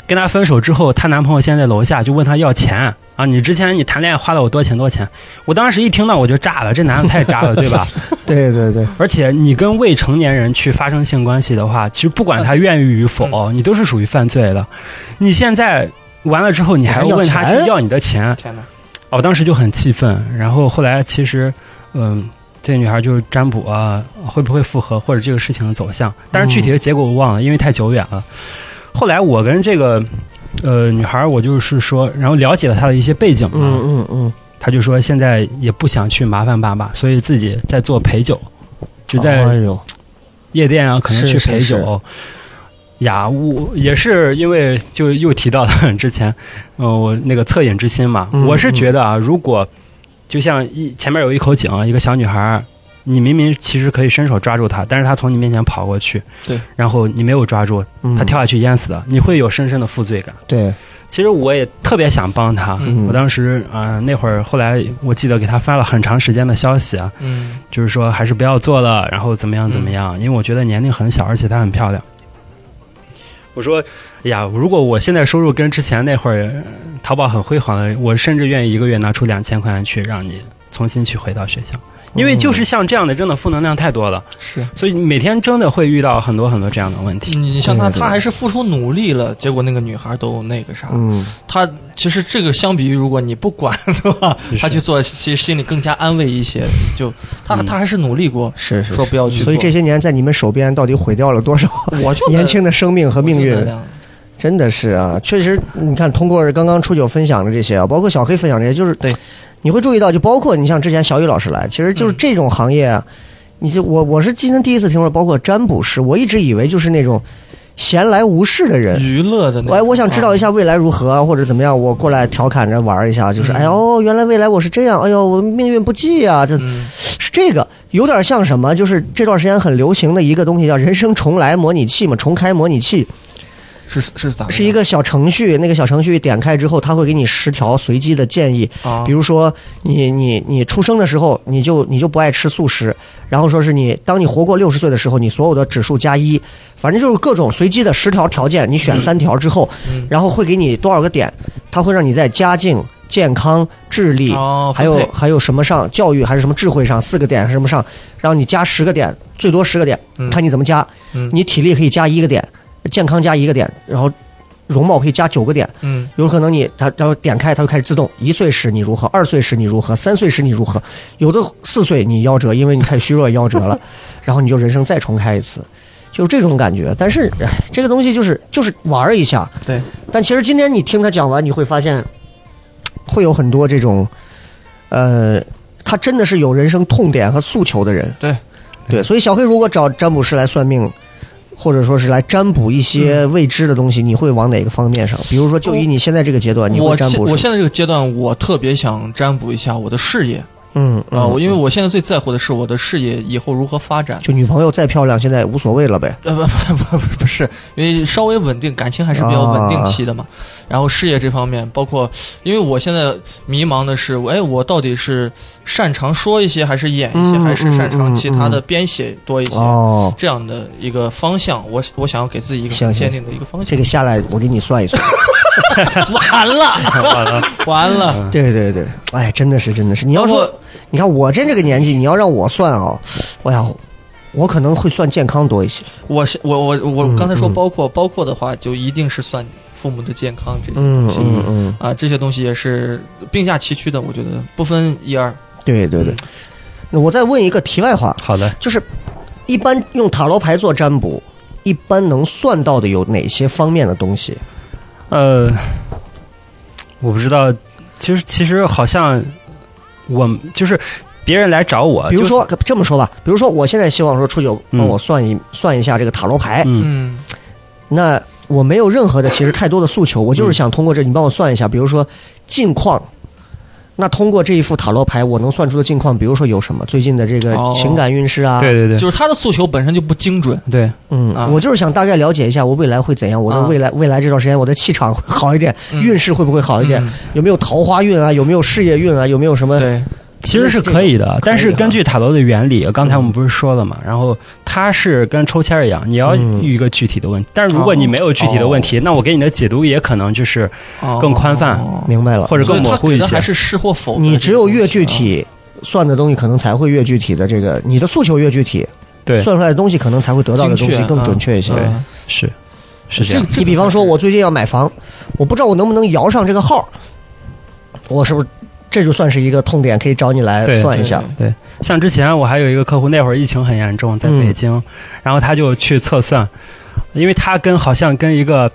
Speaker 4: 跟她分手之后，她男朋友现在在楼下就问她要钱啊，你之前你谈恋爱花了我多少钱多少钱？我当时一听到我就炸了，这男的太渣了，对吧？
Speaker 2: 对对对，
Speaker 4: 而且你跟未成年人去发生性关系的话，其实不管他愿意与否，你都是属于犯罪的。你现在完了之后，你还要问他
Speaker 2: 还要钱
Speaker 4: 去要你的钱，
Speaker 5: 天哪！
Speaker 4: 我哦当时就很气愤。然后后来其实，嗯，这女孩就是占卜啊，会不会复合或者这个事情的走向，但是具体的结果我忘了，因为太久远了。后来我跟这个呃女孩，我就是说，然后了解了她的一些背景嘛，
Speaker 2: 嗯嗯嗯，
Speaker 4: 她就说现在也不想去麻烦爸爸，所以自己在做陪酒，只在
Speaker 2: 哎呦，
Speaker 4: 夜店啊，可能去
Speaker 2: 是是
Speaker 4: 陪酒。呀，我也是因为就又提到了之前，呃，我那个恻隐之心嘛，
Speaker 2: 嗯
Speaker 4: 我是觉得啊，如果就像一前面有一口井，一个小女孩儿，你明明其实可以伸手抓住她，但是她从你面前跑过去，
Speaker 5: 对，
Speaker 4: 然后你没有抓住，
Speaker 2: 嗯
Speaker 4: 她跳下去淹死了，你会有深深的负罪感。
Speaker 2: 对，
Speaker 4: 其实我也特别想帮她，
Speaker 2: 嗯
Speaker 4: 我当时啊、呃那会儿后来我记得给她发了很长时间的消息啊，
Speaker 5: 嗯
Speaker 4: 就是说还是不要做了，然后怎么样怎么
Speaker 2: 嗯
Speaker 4: 样，因为我觉得年龄很小，而且她很漂亮。我说，哎呀，如果我现在收入跟之前那会儿呃淘宝很辉煌的，我甚至愿意一个月拿出两千块钱去让你重新去回到学校，因为就是像这样的，真的负能量太多了，
Speaker 5: 是
Speaker 4: 所以每天真的会遇到很多很多这样的问题。
Speaker 5: 嗯你像
Speaker 2: 对
Speaker 5: 他，
Speaker 2: 对
Speaker 5: 他还是付出努力了，结果那个女孩都那个啥。
Speaker 2: 嗯，
Speaker 5: 他其实这个相比于如果你不管的话
Speaker 4: 是，
Speaker 5: 他去做，其实心里更加安慰一些。就他
Speaker 4: 嗯
Speaker 5: 他还是努力过，
Speaker 2: 是是
Speaker 5: 说不要去做。
Speaker 2: 所以这些年在你们手边到底毁掉了多少
Speaker 5: 我就
Speaker 2: 年轻的生命和命运？
Speaker 5: 我就那样
Speaker 2: 真的是啊，确实，你看，通过刚刚初九分享的这些啊，包括小黑分享这些，就是
Speaker 5: 对，
Speaker 2: 你会注意到，就包括你像之前小雨老师来，其实就是这种行业啊，你就我我是今天第一次听说，包括占卜师，我一直以为就是那种闲来无事的人。
Speaker 5: 娱乐的那种。
Speaker 2: 哎
Speaker 5: 啊
Speaker 2: 我我想知道一下未来如何，或者怎么样，我过来调侃着玩一下，就是
Speaker 5: 嗯
Speaker 2: 哎呦，原来未来我是这样，哎呦，我命运不济啊，这
Speaker 5: 嗯，
Speaker 2: 是这个有点像什么？就是这段时间很流行的一个东西叫“人生重来模拟器”嘛，重开模拟器。
Speaker 5: 是是咋？
Speaker 2: 是一个小程序，那个小程序点开之后，它会给你十条随机的建议，
Speaker 5: 啊，
Speaker 2: 比如说你你你出生的时候，你就你就不爱吃素食，然后说是你当你活过六十岁的时候，你所有的指数加一，反正就是各种随机的十条条件，你选三条之后，
Speaker 5: 嗯
Speaker 2: 然后会给你多少个点，它会让你在家境、健康、智力，
Speaker 5: 哦，
Speaker 2: 还
Speaker 5: 分
Speaker 2: 有
Speaker 5: 配
Speaker 2: 还有什么上教育还是什么智慧上四个点还是什么上，然后你加十个点，最多十个点，
Speaker 5: 嗯
Speaker 2: 看你怎么加。
Speaker 5: 嗯
Speaker 2: 你体力可以加一个点，健康加一个点，然后容貌可以加九个点。
Speaker 5: 嗯
Speaker 2: 有可能你它然后点开它就开始自动，一岁时你如何，二岁时你如何，三岁时你如何，有的四岁你夭折，因为你太虚弱夭折 了，然后你就人生再重开一次。就是这种感觉，但是唉这个东西就是就是玩儿一下，
Speaker 5: 对。
Speaker 2: 但其实今天你听他讲完，你会发现，会有很多这种，呃，他真的是有人生痛点和诉求的人。
Speaker 5: 对，
Speaker 2: 对。所以小黑如果找占卜师来算命，或者说是来占卜一些
Speaker 5: 嗯
Speaker 2: 未知的东西，你会往哪个方面上？比如说，就以你现在这个阶段，你会
Speaker 5: 我
Speaker 2: 占
Speaker 5: 现
Speaker 2: 卜
Speaker 5: 我
Speaker 2: 什么？
Speaker 5: 现在这个阶段，我特别想占卜一下我的事业
Speaker 2: 嗯
Speaker 5: 啊，我因
Speaker 2: 为
Speaker 5: 为我现在最在乎的是我的事业以后如何发展。
Speaker 2: 就女朋友再漂亮，现在也无所谓了呗。
Speaker 5: 呃不 不不不不是，因为稍微稳定，感情还是比较稳定期的嘛。
Speaker 2: 啊
Speaker 5: 然后事业这方面，包括因为我现在迷茫的是，我哎，我到底是擅长说一些，还是演一些，
Speaker 2: 嗯
Speaker 5: 还是
Speaker 2: 嗯
Speaker 5: 擅
Speaker 2: 嗯
Speaker 5: 长其他的
Speaker 2: 嗯
Speaker 5: 编写多一些？
Speaker 2: 哦，
Speaker 5: 这样的一个方向，我我想要给自己一个
Speaker 2: 行
Speaker 5: 很
Speaker 2: 行
Speaker 5: 坚定的一个方向
Speaker 2: 这。个下来我给你算一算。
Speaker 5: 完了，完了，
Speaker 2: 对对对，哎，真的是真的是，你要
Speaker 5: 包
Speaker 2: 说
Speaker 5: 括，
Speaker 2: 你看我这这个年纪，你要让我算啊，我呀，我可能会算健康多一些。
Speaker 5: 我是我我我
Speaker 2: 嗯
Speaker 5: 刚才说
Speaker 2: 嗯
Speaker 5: 包括包括的话，就一定是算父母的健康这些
Speaker 2: 嗯
Speaker 5: 东西。
Speaker 2: 嗯嗯，
Speaker 5: 啊，这些东西也是并驾齐驱的，我觉得不分一二。
Speaker 2: 对对对。那我再问一个题外话，
Speaker 4: 好的，
Speaker 2: 就是一般用塔罗牌做占卜，一般能算到的有哪些方面的东西？
Speaker 4: 呃，我不知道，其实其实好像我就是别人来找我，
Speaker 2: 比如
Speaker 4: 就是
Speaker 2: 说这么说吧，比如说我现在希望说初九帮我算一算一下这个塔罗牌，
Speaker 4: 嗯
Speaker 5: 嗯，
Speaker 2: 那我没有任何的其实太多的诉求，
Speaker 5: 嗯
Speaker 2: 我就是想通过这你帮我算一下，比如说近况。那通过这一副塔罗牌，我能算出的近况，比如说有什么最近的这个
Speaker 5: 哦
Speaker 2: 情感运势啊，
Speaker 4: 对对对
Speaker 5: 就是他的诉求本身就不精准。
Speaker 4: 对，
Speaker 2: 嗯，
Speaker 5: 啊
Speaker 2: 我就是想大概了解一下我未来会怎样，我的
Speaker 5: 啊
Speaker 2: 未来、未来这段时间我的气场会好一点，
Speaker 5: 嗯
Speaker 2: 运势会不会好一点，
Speaker 5: 嗯
Speaker 2: 有没有桃花运啊，有没有事业运啊，有没有什么
Speaker 5: 对，
Speaker 4: 其实是可以的，但是根据塔罗的原理，刚才我们不是说了嘛？然后它是跟抽签儿一样，你要
Speaker 2: 嗯
Speaker 4: 遇一个具体的问题。但是如果你没有具体的问题，那我给你的解读也可能就是更宽泛
Speaker 5: 哦
Speaker 2: 明白了
Speaker 4: 或。者
Speaker 5: 所以
Speaker 4: 更模
Speaker 5: 他
Speaker 4: 糊
Speaker 5: 给
Speaker 4: 一
Speaker 5: 的
Speaker 4: 些
Speaker 5: 还。是是或否的这个东西啊。啊
Speaker 2: 你只有越具体，算的东西可能才会越具体的这个，你的诉求越具体，
Speaker 4: 对，
Speaker 2: 算出来的东西可能才会得到的
Speaker 5: 精
Speaker 2: 东
Speaker 5: 确
Speaker 2: 西更准确一些。
Speaker 5: 啊
Speaker 4: 对
Speaker 5: 啊
Speaker 4: 是是这样
Speaker 5: 这个。这
Speaker 2: 你
Speaker 5: 个
Speaker 2: 比方说，我最近要买房，我不知道我能不能摇上这个号，我是不是这就算是一个痛点，可以找你来
Speaker 4: 对
Speaker 2: 算一下
Speaker 5: 对。
Speaker 4: 像之前我还有一个客户，那会儿疫情很严重，在
Speaker 2: 嗯
Speaker 4: 北京，然后他就去测算，因为他跟好像跟一个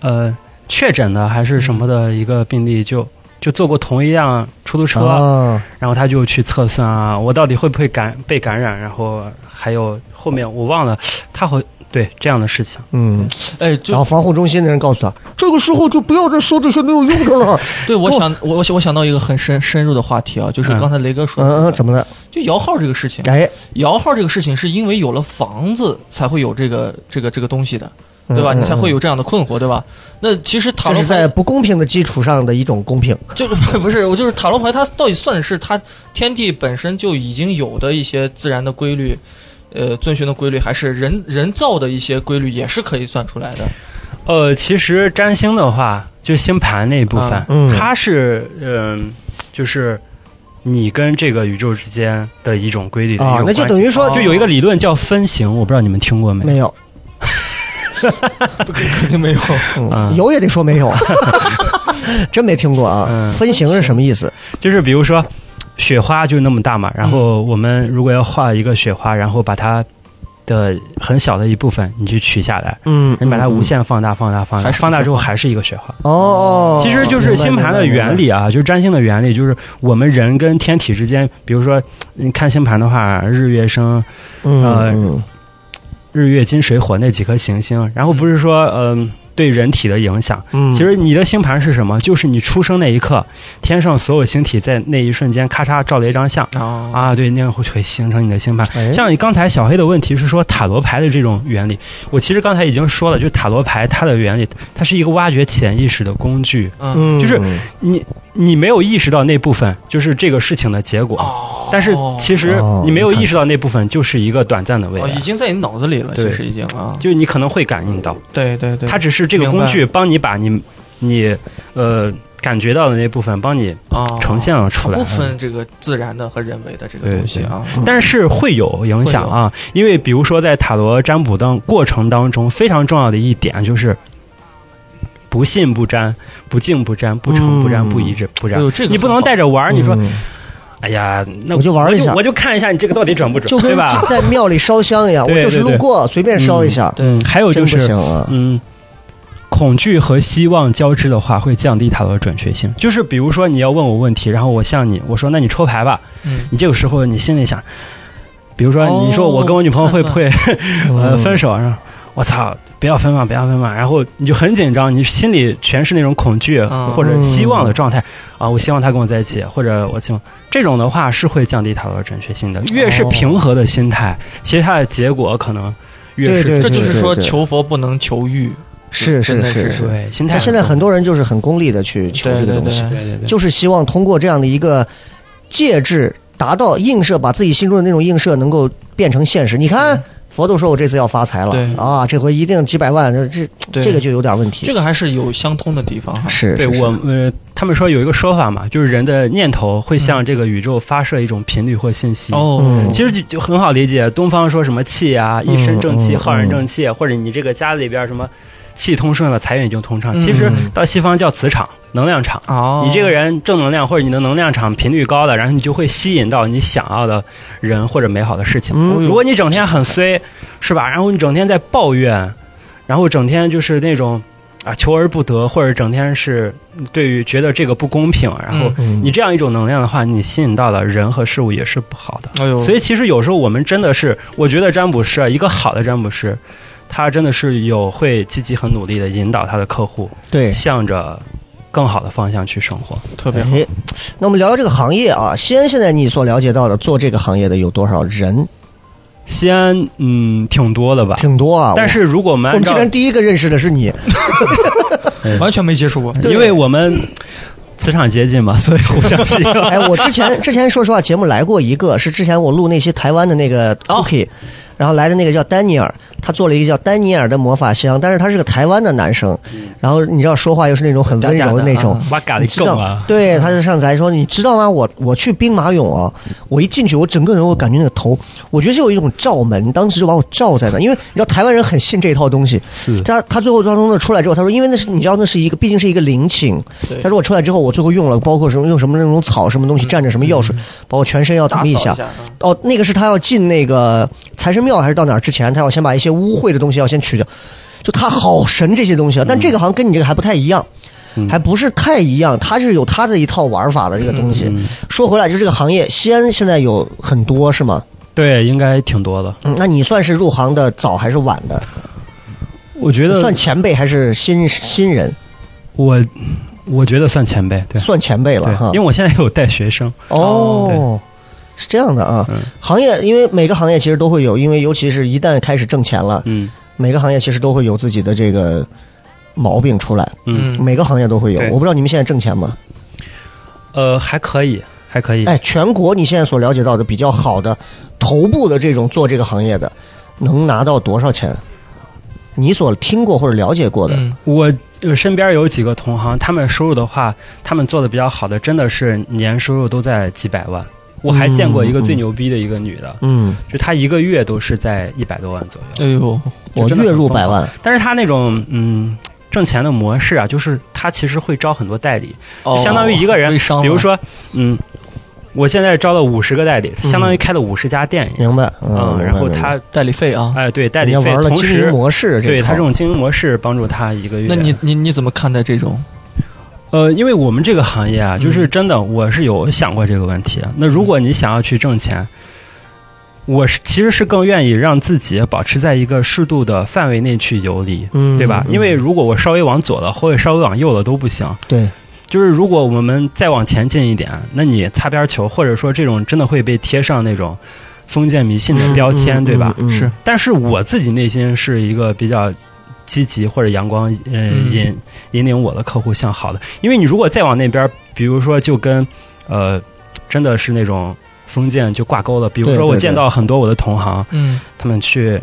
Speaker 4: 呃确诊的还是什么的一个病例就。就坐过同一辆出租车，
Speaker 2: 啊，
Speaker 4: 然后他就去测算啊，我到底会不会感被感染？然后还有后面我忘了，他会对这样的事情，
Speaker 2: 嗯，
Speaker 5: 哎，
Speaker 2: 然
Speaker 5: 就
Speaker 2: 后防护中心的人告诉他，这个时候就不要再说这些没有用的了。
Speaker 5: 对我想我我想我想到一个很深深入的话题啊，就是
Speaker 4: 嗯
Speaker 5: 刚才雷哥说的，
Speaker 2: 嗯嗯，怎么了？
Speaker 5: 就摇号这个事情，
Speaker 2: 哎，
Speaker 5: 摇号这个事情是因为有了房子才会有这个这个这个东西的，对吧？
Speaker 2: 嗯
Speaker 5: 你才会有这样的困惑，对吧？那其实塔
Speaker 2: 这
Speaker 5: 罗
Speaker 2: 是在
Speaker 5: 牌
Speaker 2: 不公平的基础上的一种公平。
Speaker 5: 就是 不是我就是塔罗牌，它到底算是它天地本身就已经有的一些自然的规律。呃，遵循的规律还是人人造的一些规律，也是可以算出来 的。
Speaker 4: 呃，其实占星的话，就星盘那一部分
Speaker 5: 啊，
Speaker 2: 嗯
Speaker 4: 它是嗯、就是你跟这个宇宙之间的一种规律的一
Speaker 2: 啊
Speaker 4: 种，
Speaker 2: 那
Speaker 4: 关系。啊
Speaker 2: 就等于说
Speaker 4: 就有一个理论叫分型，我不知道你们听过没？
Speaker 2: 没有，
Speaker 5: 肯定没有。
Speaker 4: 嗯
Speaker 2: 有也得说没 有，真没听过啊
Speaker 4: 嗯。
Speaker 2: 分型是什么意思？
Speaker 4: 就是比如说雪花就那么大嘛，然后
Speaker 2: 嗯
Speaker 4: 我们如果要画一个雪花，然后把它的很小的一部分你去取下来，
Speaker 2: 嗯，
Speaker 4: 你把它
Speaker 2: 嗯
Speaker 4: 无。限放大、放大、放大，
Speaker 5: 还是
Speaker 4: 放大之后还是一个雪花。
Speaker 2: 哦哦，
Speaker 4: 其实就是星盘的原理啊，就是占星的原理，就是我们人跟天体之间，比如说你看星盘的话，日月生、
Speaker 2: 明白。
Speaker 4: 呃
Speaker 2: 明白嗯，嗯
Speaker 4: 日月金水火那几颗行星，然后不是说嗯、对人体的影响，
Speaker 2: 嗯
Speaker 4: 其实你的星盘是什么？就是你出生那一刻，天上所有星体在那一瞬间咔嚓照了一张相。
Speaker 2: 哦
Speaker 5: 啊
Speaker 4: 啊，对，那样会会形成你的星盘。
Speaker 2: 哎
Speaker 4: 像你刚才小黑的问题是说塔罗牌的这种原理，我其实刚才已经说了，就是塔罗牌它的原理，它是一个挖掘潜意识的工具。
Speaker 5: 嗯
Speaker 2: 嗯
Speaker 4: 就是你你没有意识到那部分就是这个事情的结果，
Speaker 5: 哦
Speaker 4: 但是其实
Speaker 2: 哦
Speaker 4: 你没有意识到那部分就是一个短暂的未
Speaker 5: 哦，
Speaker 4: 来
Speaker 5: 已，经在你脑子里了，
Speaker 4: 对
Speaker 5: 其实已经啊，
Speaker 4: 就是你可能会感应到，
Speaker 5: 对对对，
Speaker 4: 它只是这个
Speaker 5: 明白
Speaker 4: 工具帮你把你你呃感觉到的那部分帮你
Speaker 5: 啊
Speaker 4: 呈现了出来。
Speaker 5: 不分这个自然的和人为的这个东西啊，
Speaker 4: 但是嗯会有影响啊，因为比如说在塔罗占卜当过程当中，非常重要的一点就是。不信不占，不敬不占，不成不占，
Speaker 2: 嗯
Speaker 4: 不一致不占
Speaker 5: 哎呦这。个
Speaker 4: 你不能
Speaker 5: 很好
Speaker 4: 带着玩儿，你说，
Speaker 2: 嗯
Speaker 4: 哎呀，那
Speaker 2: 我就玩儿一下
Speaker 4: 我就看一下你这个到底准不准，
Speaker 2: 就
Speaker 4: 对
Speaker 2: 跟
Speaker 4: 吧？
Speaker 2: 在庙里烧香一样，我
Speaker 4: 对
Speaker 2: 就是
Speaker 4: 对对
Speaker 2: 路过随便烧一下，
Speaker 4: 嗯，还有就
Speaker 2: 真不
Speaker 4: 是
Speaker 2: 行，啊。
Speaker 4: 嗯，恐惧和希望交织的话，会降低塔罗的准确性。就是比如说，你要问我问题，然后我向你我说，那你抽牌吧。
Speaker 5: 嗯，
Speaker 4: 你这个时候，你心里想，比如说，
Speaker 5: 哦
Speaker 4: 你说我跟我女朋友会不会、呃
Speaker 2: 嗯
Speaker 4: 分手？然后我操，不要分嘛，不要分嘛。然后你就很紧张，你心里全是那种恐惧
Speaker 5: 嗯
Speaker 4: 或者希望的状态啊。我希望他跟我在一起，或者我希望这种的话是会降低塔罗的准确性的。越是
Speaker 2: 哦
Speaker 4: 平和的心态，其实它的结果可能越是
Speaker 2: 对
Speaker 5: 这就是
Speaker 2: 对对
Speaker 5: 说
Speaker 2: 对
Speaker 5: 求佛不能求欲，
Speaker 2: 是
Speaker 5: 真
Speaker 2: 是
Speaker 5: 的
Speaker 2: 是
Speaker 5: 是
Speaker 2: 是。
Speaker 4: 对心态
Speaker 2: 那
Speaker 4: 很重要。
Speaker 2: 现在很多人就是很功利的去求
Speaker 5: 对
Speaker 2: 这个
Speaker 5: 对
Speaker 2: 东西，
Speaker 5: 对，
Speaker 4: 对对对，
Speaker 2: 就是希望通过这样的一个介质，达到映射，把自己心中的那种映射能够变成现实。你看，佛都说我这次要发财了
Speaker 5: 对
Speaker 2: 啊，这回一定几百万，这这
Speaker 5: 对
Speaker 2: 这个就有点问题。
Speaker 5: 这个还是有相通的地方哈，
Speaker 2: 是
Speaker 4: 对
Speaker 2: 是是
Speaker 4: 我呃，他们说有一个说法嘛，就是人的念头会向这个宇宙发射一种频率或信息。
Speaker 5: 哦
Speaker 2: 嗯，
Speaker 4: 其实就就很好理解，东方说什么气啊，一身正气，
Speaker 2: 嗯嗯
Speaker 4: 浩然正气，或者你这个家里边什么气通顺了，财源已经通畅。
Speaker 5: 嗯
Speaker 4: 其实到西方叫磁场、能量场。
Speaker 5: 哦，
Speaker 4: 你这个人正能量或者你的能量场频率高了，然后你就会吸引到你想要的人或者美好的事情。
Speaker 5: 哦
Speaker 2: 嗯
Speaker 4: 如果你整天很衰，是吧？然后你整天在抱怨，然后整天就是那种啊求而不得，或者整天是对于觉得这个不公平，然后
Speaker 2: 嗯
Speaker 4: 你这样一种能量的话，你吸引到了人和事物也是不好的。
Speaker 2: 哦
Speaker 5: 哎呦，
Speaker 4: 所以其实有时候我们真的是，我觉得占卜师啊，一个好的占卜师，他真的是有会积极很努力的引导他的客户
Speaker 2: 对，
Speaker 4: 向着更好的方向去生活。
Speaker 5: 特别好，
Speaker 2: 哎，那我们聊聊这个行业啊，西安现在你所了解到的做这个行业的有多少人？
Speaker 4: 西安，嗯，挺多的吧？
Speaker 2: 挺多啊，
Speaker 4: 但是如果我们
Speaker 2: 我我
Speaker 4: 按
Speaker 2: 们
Speaker 4: 照
Speaker 2: 竟然第一个认识的是你，
Speaker 4: 哎
Speaker 5: 完全没接触过，
Speaker 2: 对
Speaker 4: 因为我们嗯磁场接近 嘛，所以互相吸引。
Speaker 2: 哎，我之前之前说实话，节目来过一个，是之前我录那期台湾的那个 Cookie，、然后来的那个叫丹尼尔，他做了一个叫丹尼尔的魔法箱，但是他是个台湾的男生，然后你知道说话又是那种很温柔的那种
Speaker 5: 嗲嗲的啊。
Speaker 4: 把咖
Speaker 2: 你
Speaker 4: 喱
Speaker 2: 知
Speaker 4: 更
Speaker 2: 道
Speaker 4: 啊，
Speaker 2: 对，他就上次还说，你知道吗？我我去兵马俑啊，我一进去，我整个人我感觉那个头，我觉得就有一种罩门，当时就把我罩在那，因为你知道台湾人很信这一套东西，
Speaker 4: 是
Speaker 2: 他他最后装从那出来之后，他说，因为那是你知道那是一个，毕竟是一个陵寝。
Speaker 5: 对嗯
Speaker 2: 他说我出来之后，我最后用了包括什么用什么那种草什么东西蘸着什么药水，把我全身要怎
Speaker 5: 打
Speaker 2: 么
Speaker 5: 扫
Speaker 2: 一
Speaker 5: 一
Speaker 2: 下。
Speaker 5: 下
Speaker 2: 哦，那个是他要进那个财神庙还是到哪儿之前，他要先把一些污秽的东西要先取掉。就他好神这些东西啊，但这个好像跟你这个还不太一样。
Speaker 4: 嗯
Speaker 2: 还不是太一样，他是有他的一套玩法的这个东西。
Speaker 4: 嗯
Speaker 2: 说回来，就这个行业，西安现在有很多是吗？
Speaker 4: 对，应该挺多的。
Speaker 2: 嗯，那你算是入行的早还是晚的？
Speaker 4: 我觉得
Speaker 2: 算前辈还是新新人？
Speaker 4: 我，我觉得算前辈，对
Speaker 2: 算前辈了
Speaker 4: 对
Speaker 2: 哈，
Speaker 4: 因为。我现在有带学生，
Speaker 2: 哦，是这样的啊，
Speaker 4: 嗯
Speaker 2: 行业因为每个行业其实都会有，因为尤其是一旦开始挣钱了，
Speaker 4: 嗯
Speaker 2: 每个行业其实都会有自己的这个毛病出来，
Speaker 4: 嗯，
Speaker 2: 每个行业都会有。
Speaker 4: 对
Speaker 2: 我不知道你们现在挣钱吗？
Speaker 4: 呃，还可以，还可以。
Speaker 2: 哎，全国你现在所了解到的比较好的头部的这种做这个行业的，能拿到多少钱？你所听过或者了解过的，
Speaker 5: 嗯，
Speaker 4: 我呃身边有几个同行，他们收入的话，他们做的比较好的，真的是年收入都在几百万。我还见过一个最牛逼的一个女的，
Speaker 2: 嗯，
Speaker 4: 就她一个月都是在一百多万左右。
Speaker 5: 哎呦，
Speaker 2: 嗯我
Speaker 4: 真的
Speaker 2: 月
Speaker 4: 很
Speaker 2: 入
Speaker 4: 疯
Speaker 2: 百万，
Speaker 4: 但是她那种嗯挣钱的模式啊，就是她其实会招很多代理，
Speaker 5: 哦
Speaker 4: 相当于一个人
Speaker 5: 微商，了
Speaker 4: 比如说嗯，我现在招了五十个代理，相当于开了五十家店一样。
Speaker 2: 明白？
Speaker 4: 嗯，然后
Speaker 2: 嗯明白
Speaker 4: 她
Speaker 5: 代理费啊。
Speaker 4: 哎对代
Speaker 2: 人
Speaker 4: 理
Speaker 2: 家
Speaker 4: 费
Speaker 2: 玩了
Speaker 4: 同
Speaker 2: 经营
Speaker 4: 时。
Speaker 2: 模式这
Speaker 4: 对
Speaker 2: 套，
Speaker 4: 她这种经营模式帮助她一个月，
Speaker 5: 那你你你怎么看待这种？
Speaker 4: 呃，因为我们这个行业
Speaker 2: 嗯
Speaker 4: 啊，就是真的，我是有想过这个问题。啊那如果你想要去挣钱，我是其实是更愿意让自己保持在一个适度的范围内去游离，
Speaker 2: 嗯
Speaker 4: 对吧？因为如果我稍微往左了，或者稍微往右了都不行。
Speaker 2: 对，
Speaker 4: 就是如果我们再往前进一点，那你擦边球，或者说这种真的会被贴上那种封建迷信的标签，对吧？
Speaker 2: 嗯嗯嗯
Speaker 5: 是
Speaker 4: 但是我自己内心是一个比较积极或者阳光，呃，
Speaker 5: 嗯
Speaker 4: 引引领我的客户向好的。因为你如果再往那边，比如说就跟呃，真的是那种封建就挂钩了。比如
Speaker 2: 对
Speaker 4: 说
Speaker 2: 对
Speaker 4: 我
Speaker 2: 对
Speaker 4: 见到很多我的同行，
Speaker 5: 嗯，
Speaker 4: 他们去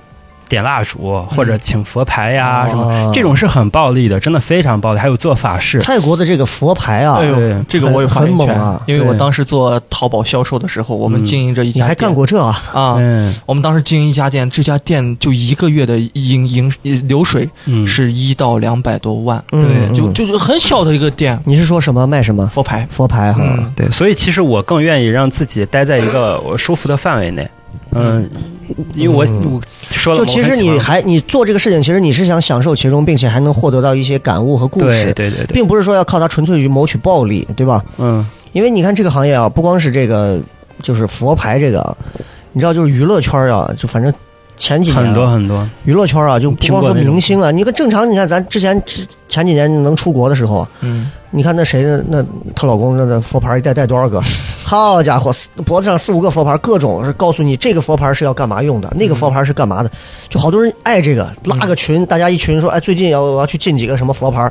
Speaker 4: 点蜡烛或者请佛牌呀、什么，
Speaker 5: 哦
Speaker 2: 啊
Speaker 4: 这种是很暴力的，真的非常暴力。还有做法事，
Speaker 2: 泰国的这个佛牌啊，
Speaker 5: 哎
Speaker 4: 对
Speaker 5: 呦，这个我有发
Speaker 2: 很
Speaker 5: 言
Speaker 2: 猛
Speaker 5: 权
Speaker 2: 啊，
Speaker 5: 因为我
Speaker 4: 对
Speaker 5: 当时做淘宝销售的时候，我们
Speaker 4: 嗯
Speaker 5: 经营着一
Speaker 2: 你
Speaker 5: 家，
Speaker 2: 还干过这啊？
Speaker 5: 啊？
Speaker 4: 嗯
Speaker 5: 我们当时经营一家店，这家店就一个月的营营流水
Speaker 4: 嗯，
Speaker 5: 是一到两百多万，
Speaker 4: 对
Speaker 2: 嗯
Speaker 5: 就
Speaker 2: 嗯
Speaker 5: 就是很小的一个店，
Speaker 2: 你是说什么卖什么
Speaker 5: 佛牌。
Speaker 2: 佛牌哈？
Speaker 5: 嗯，
Speaker 4: 对，所以其实我更愿意让自己待在一个我舒服的范围内。嗯，因为我我说了
Speaker 2: 嗯就
Speaker 4: 嘛，
Speaker 2: 其
Speaker 4: 我很
Speaker 2: 实
Speaker 4: 喜欢
Speaker 2: 你还你做这个事情，其实你是想享受其中，并且还能获得到一些感悟和故
Speaker 4: 对
Speaker 2: 事，
Speaker 4: 对对对，
Speaker 2: 并不是说要靠它纯粹去谋取暴利，对吧？
Speaker 4: 嗯
Speaker 2: 因为你看这个行业啊，不光是这个，就是佛牌这个啊，你知道，就是娱乐圈啊，就反正前几年啊、
Speaker 4: 很多很多，
Speaker 2: 娱乐圈啊，就不
Speaker 4: 听
Speaker 2: 光
Speaker 4: 过
Speaker 2: 说
Speaker 4: 那种
Speaker 2: 明星啊，你看正常，你看咱之前之前几年能出国的时候啊，
Speaker 5: 嗯，
Speaker 2: 你看那谁的那她老公那那佛牌一戴戴多少 个？好家伙，四脖子上四五个佛牌，各种是告诉你这个佛牌是要干嘛用的，那个佛牌是干嘛的，就好多人爱这个，拉个群，大家一群说，哎，最近要我要去进几个什么佛牌。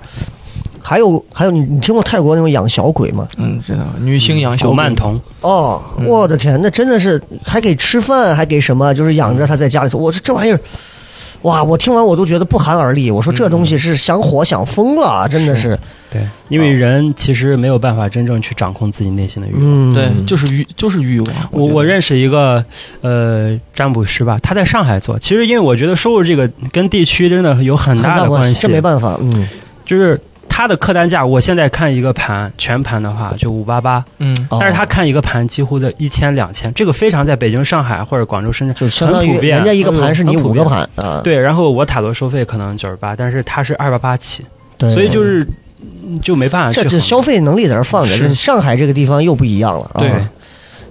Speaker 2: 还有还有，你你听过泰国那种养小鬼吗？
Speaker 5: 嗯，知道女星养小
Speaker 4: 古
Speaker 5: 鬼
Speaker 4: 曼，童，
Speaker 2: 哦，
Speaker 5: 嗯
Speaker 2: 我的天，那真的是还给吃饭，还给什么，就是养着他在家里头。我说这玩意儿，哇，我听完我都觉得不寒而栗。我说这东西是想火想疯了，真的嗯是。
Speaker 4: 对，因为人其实没有办法真正去掌控自己内心的欲望。
Speaker 2: 嗯，
Speaker 5: 对，就是欲就是欲望。
Speaker 4: 我
Speaker 5: 觉得
Speaker 4: 我认识一个呃占卜师吧，他在上海做。其实因为我觉得收入这个跟地区真的有很
Speaker 2: 很
Speaker 4: 大
Speaker 2: 大
Speaker 4: 的关系，
Speaker 2: 这没办法，嗯，
Speaker 4: 就是他的客单价，我现在看一个盘全盘的话就五八八，
Speaker 5: 嗯，
Speaker 2: 哦
Speaker 4: 但是他看一个盘几乎在一千两千，这个非常在北京、上海或者广州、深圳
Speaker 2: 就相当
Speaker 4: 很
Speaker 2: 于
Speaker 4: 普遍
Speaker 2: 人家一个
Speaker 5: 嗯
Speaker 2: 盘是你
Speaker 4: 很普
Speaker 2: 五
Speaker 4: 遍
Speaker 2: 个盘啊。
Speaker 4: 对，然后我塔罗收费可能九十八，但是他是二八八起，
Speaker 2: 对，
Speaker 4: 所以就是就没办法
Speaker 2: 嗯
Speaker 4: 去
Speaker 2: 这
Speaker 4: 衡量。
Speaker 2: 这消费能力在这儿放着，
Speaker 5: 是
Speaker 2: 这上海这个地方又不一样了啊。
Speaker 5: 对，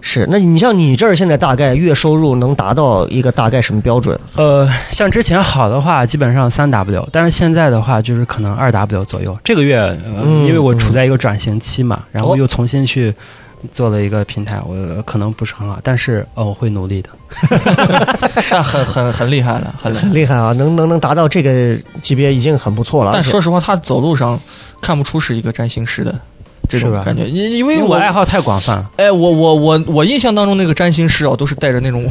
Speaker 2: 是。那你像你这儿现在大概月收入能达到一个大概什么标准？
Speaker 4: 呃，像之前好的话，基本上三 W，但是现在的话就是可能二 W 左右。这个月、呃
Speaker 2: 嗯
Speaker 4: 因为我处在一个转型期嘛，然后
Speaker 2: 哦
Speaker 4: 又重新去做了一个平台，我呃可能不是很好，但是呃，我会努力的。
Speaker 5: 但很很很厉害了，很厉害
Speaker 2: 很。厉害啊，能能能达到这个级别已经很不错了。
Speaker 5: 但
Speaker 2: 而且
Speaker 5: 说实话，他走路上看不出是一个占星师的，这种
Speaker 4: 是吧
Speaker 5: 感觉，因因
Speaker 4: 因
Speaker 5: 为
Speaker 4: 为我
Speaker 5: 我
Speaker 4: 爱好太广泛了。
Speaker 5: 哎，我我我我印象当中那个占星师啊，都是戴着那种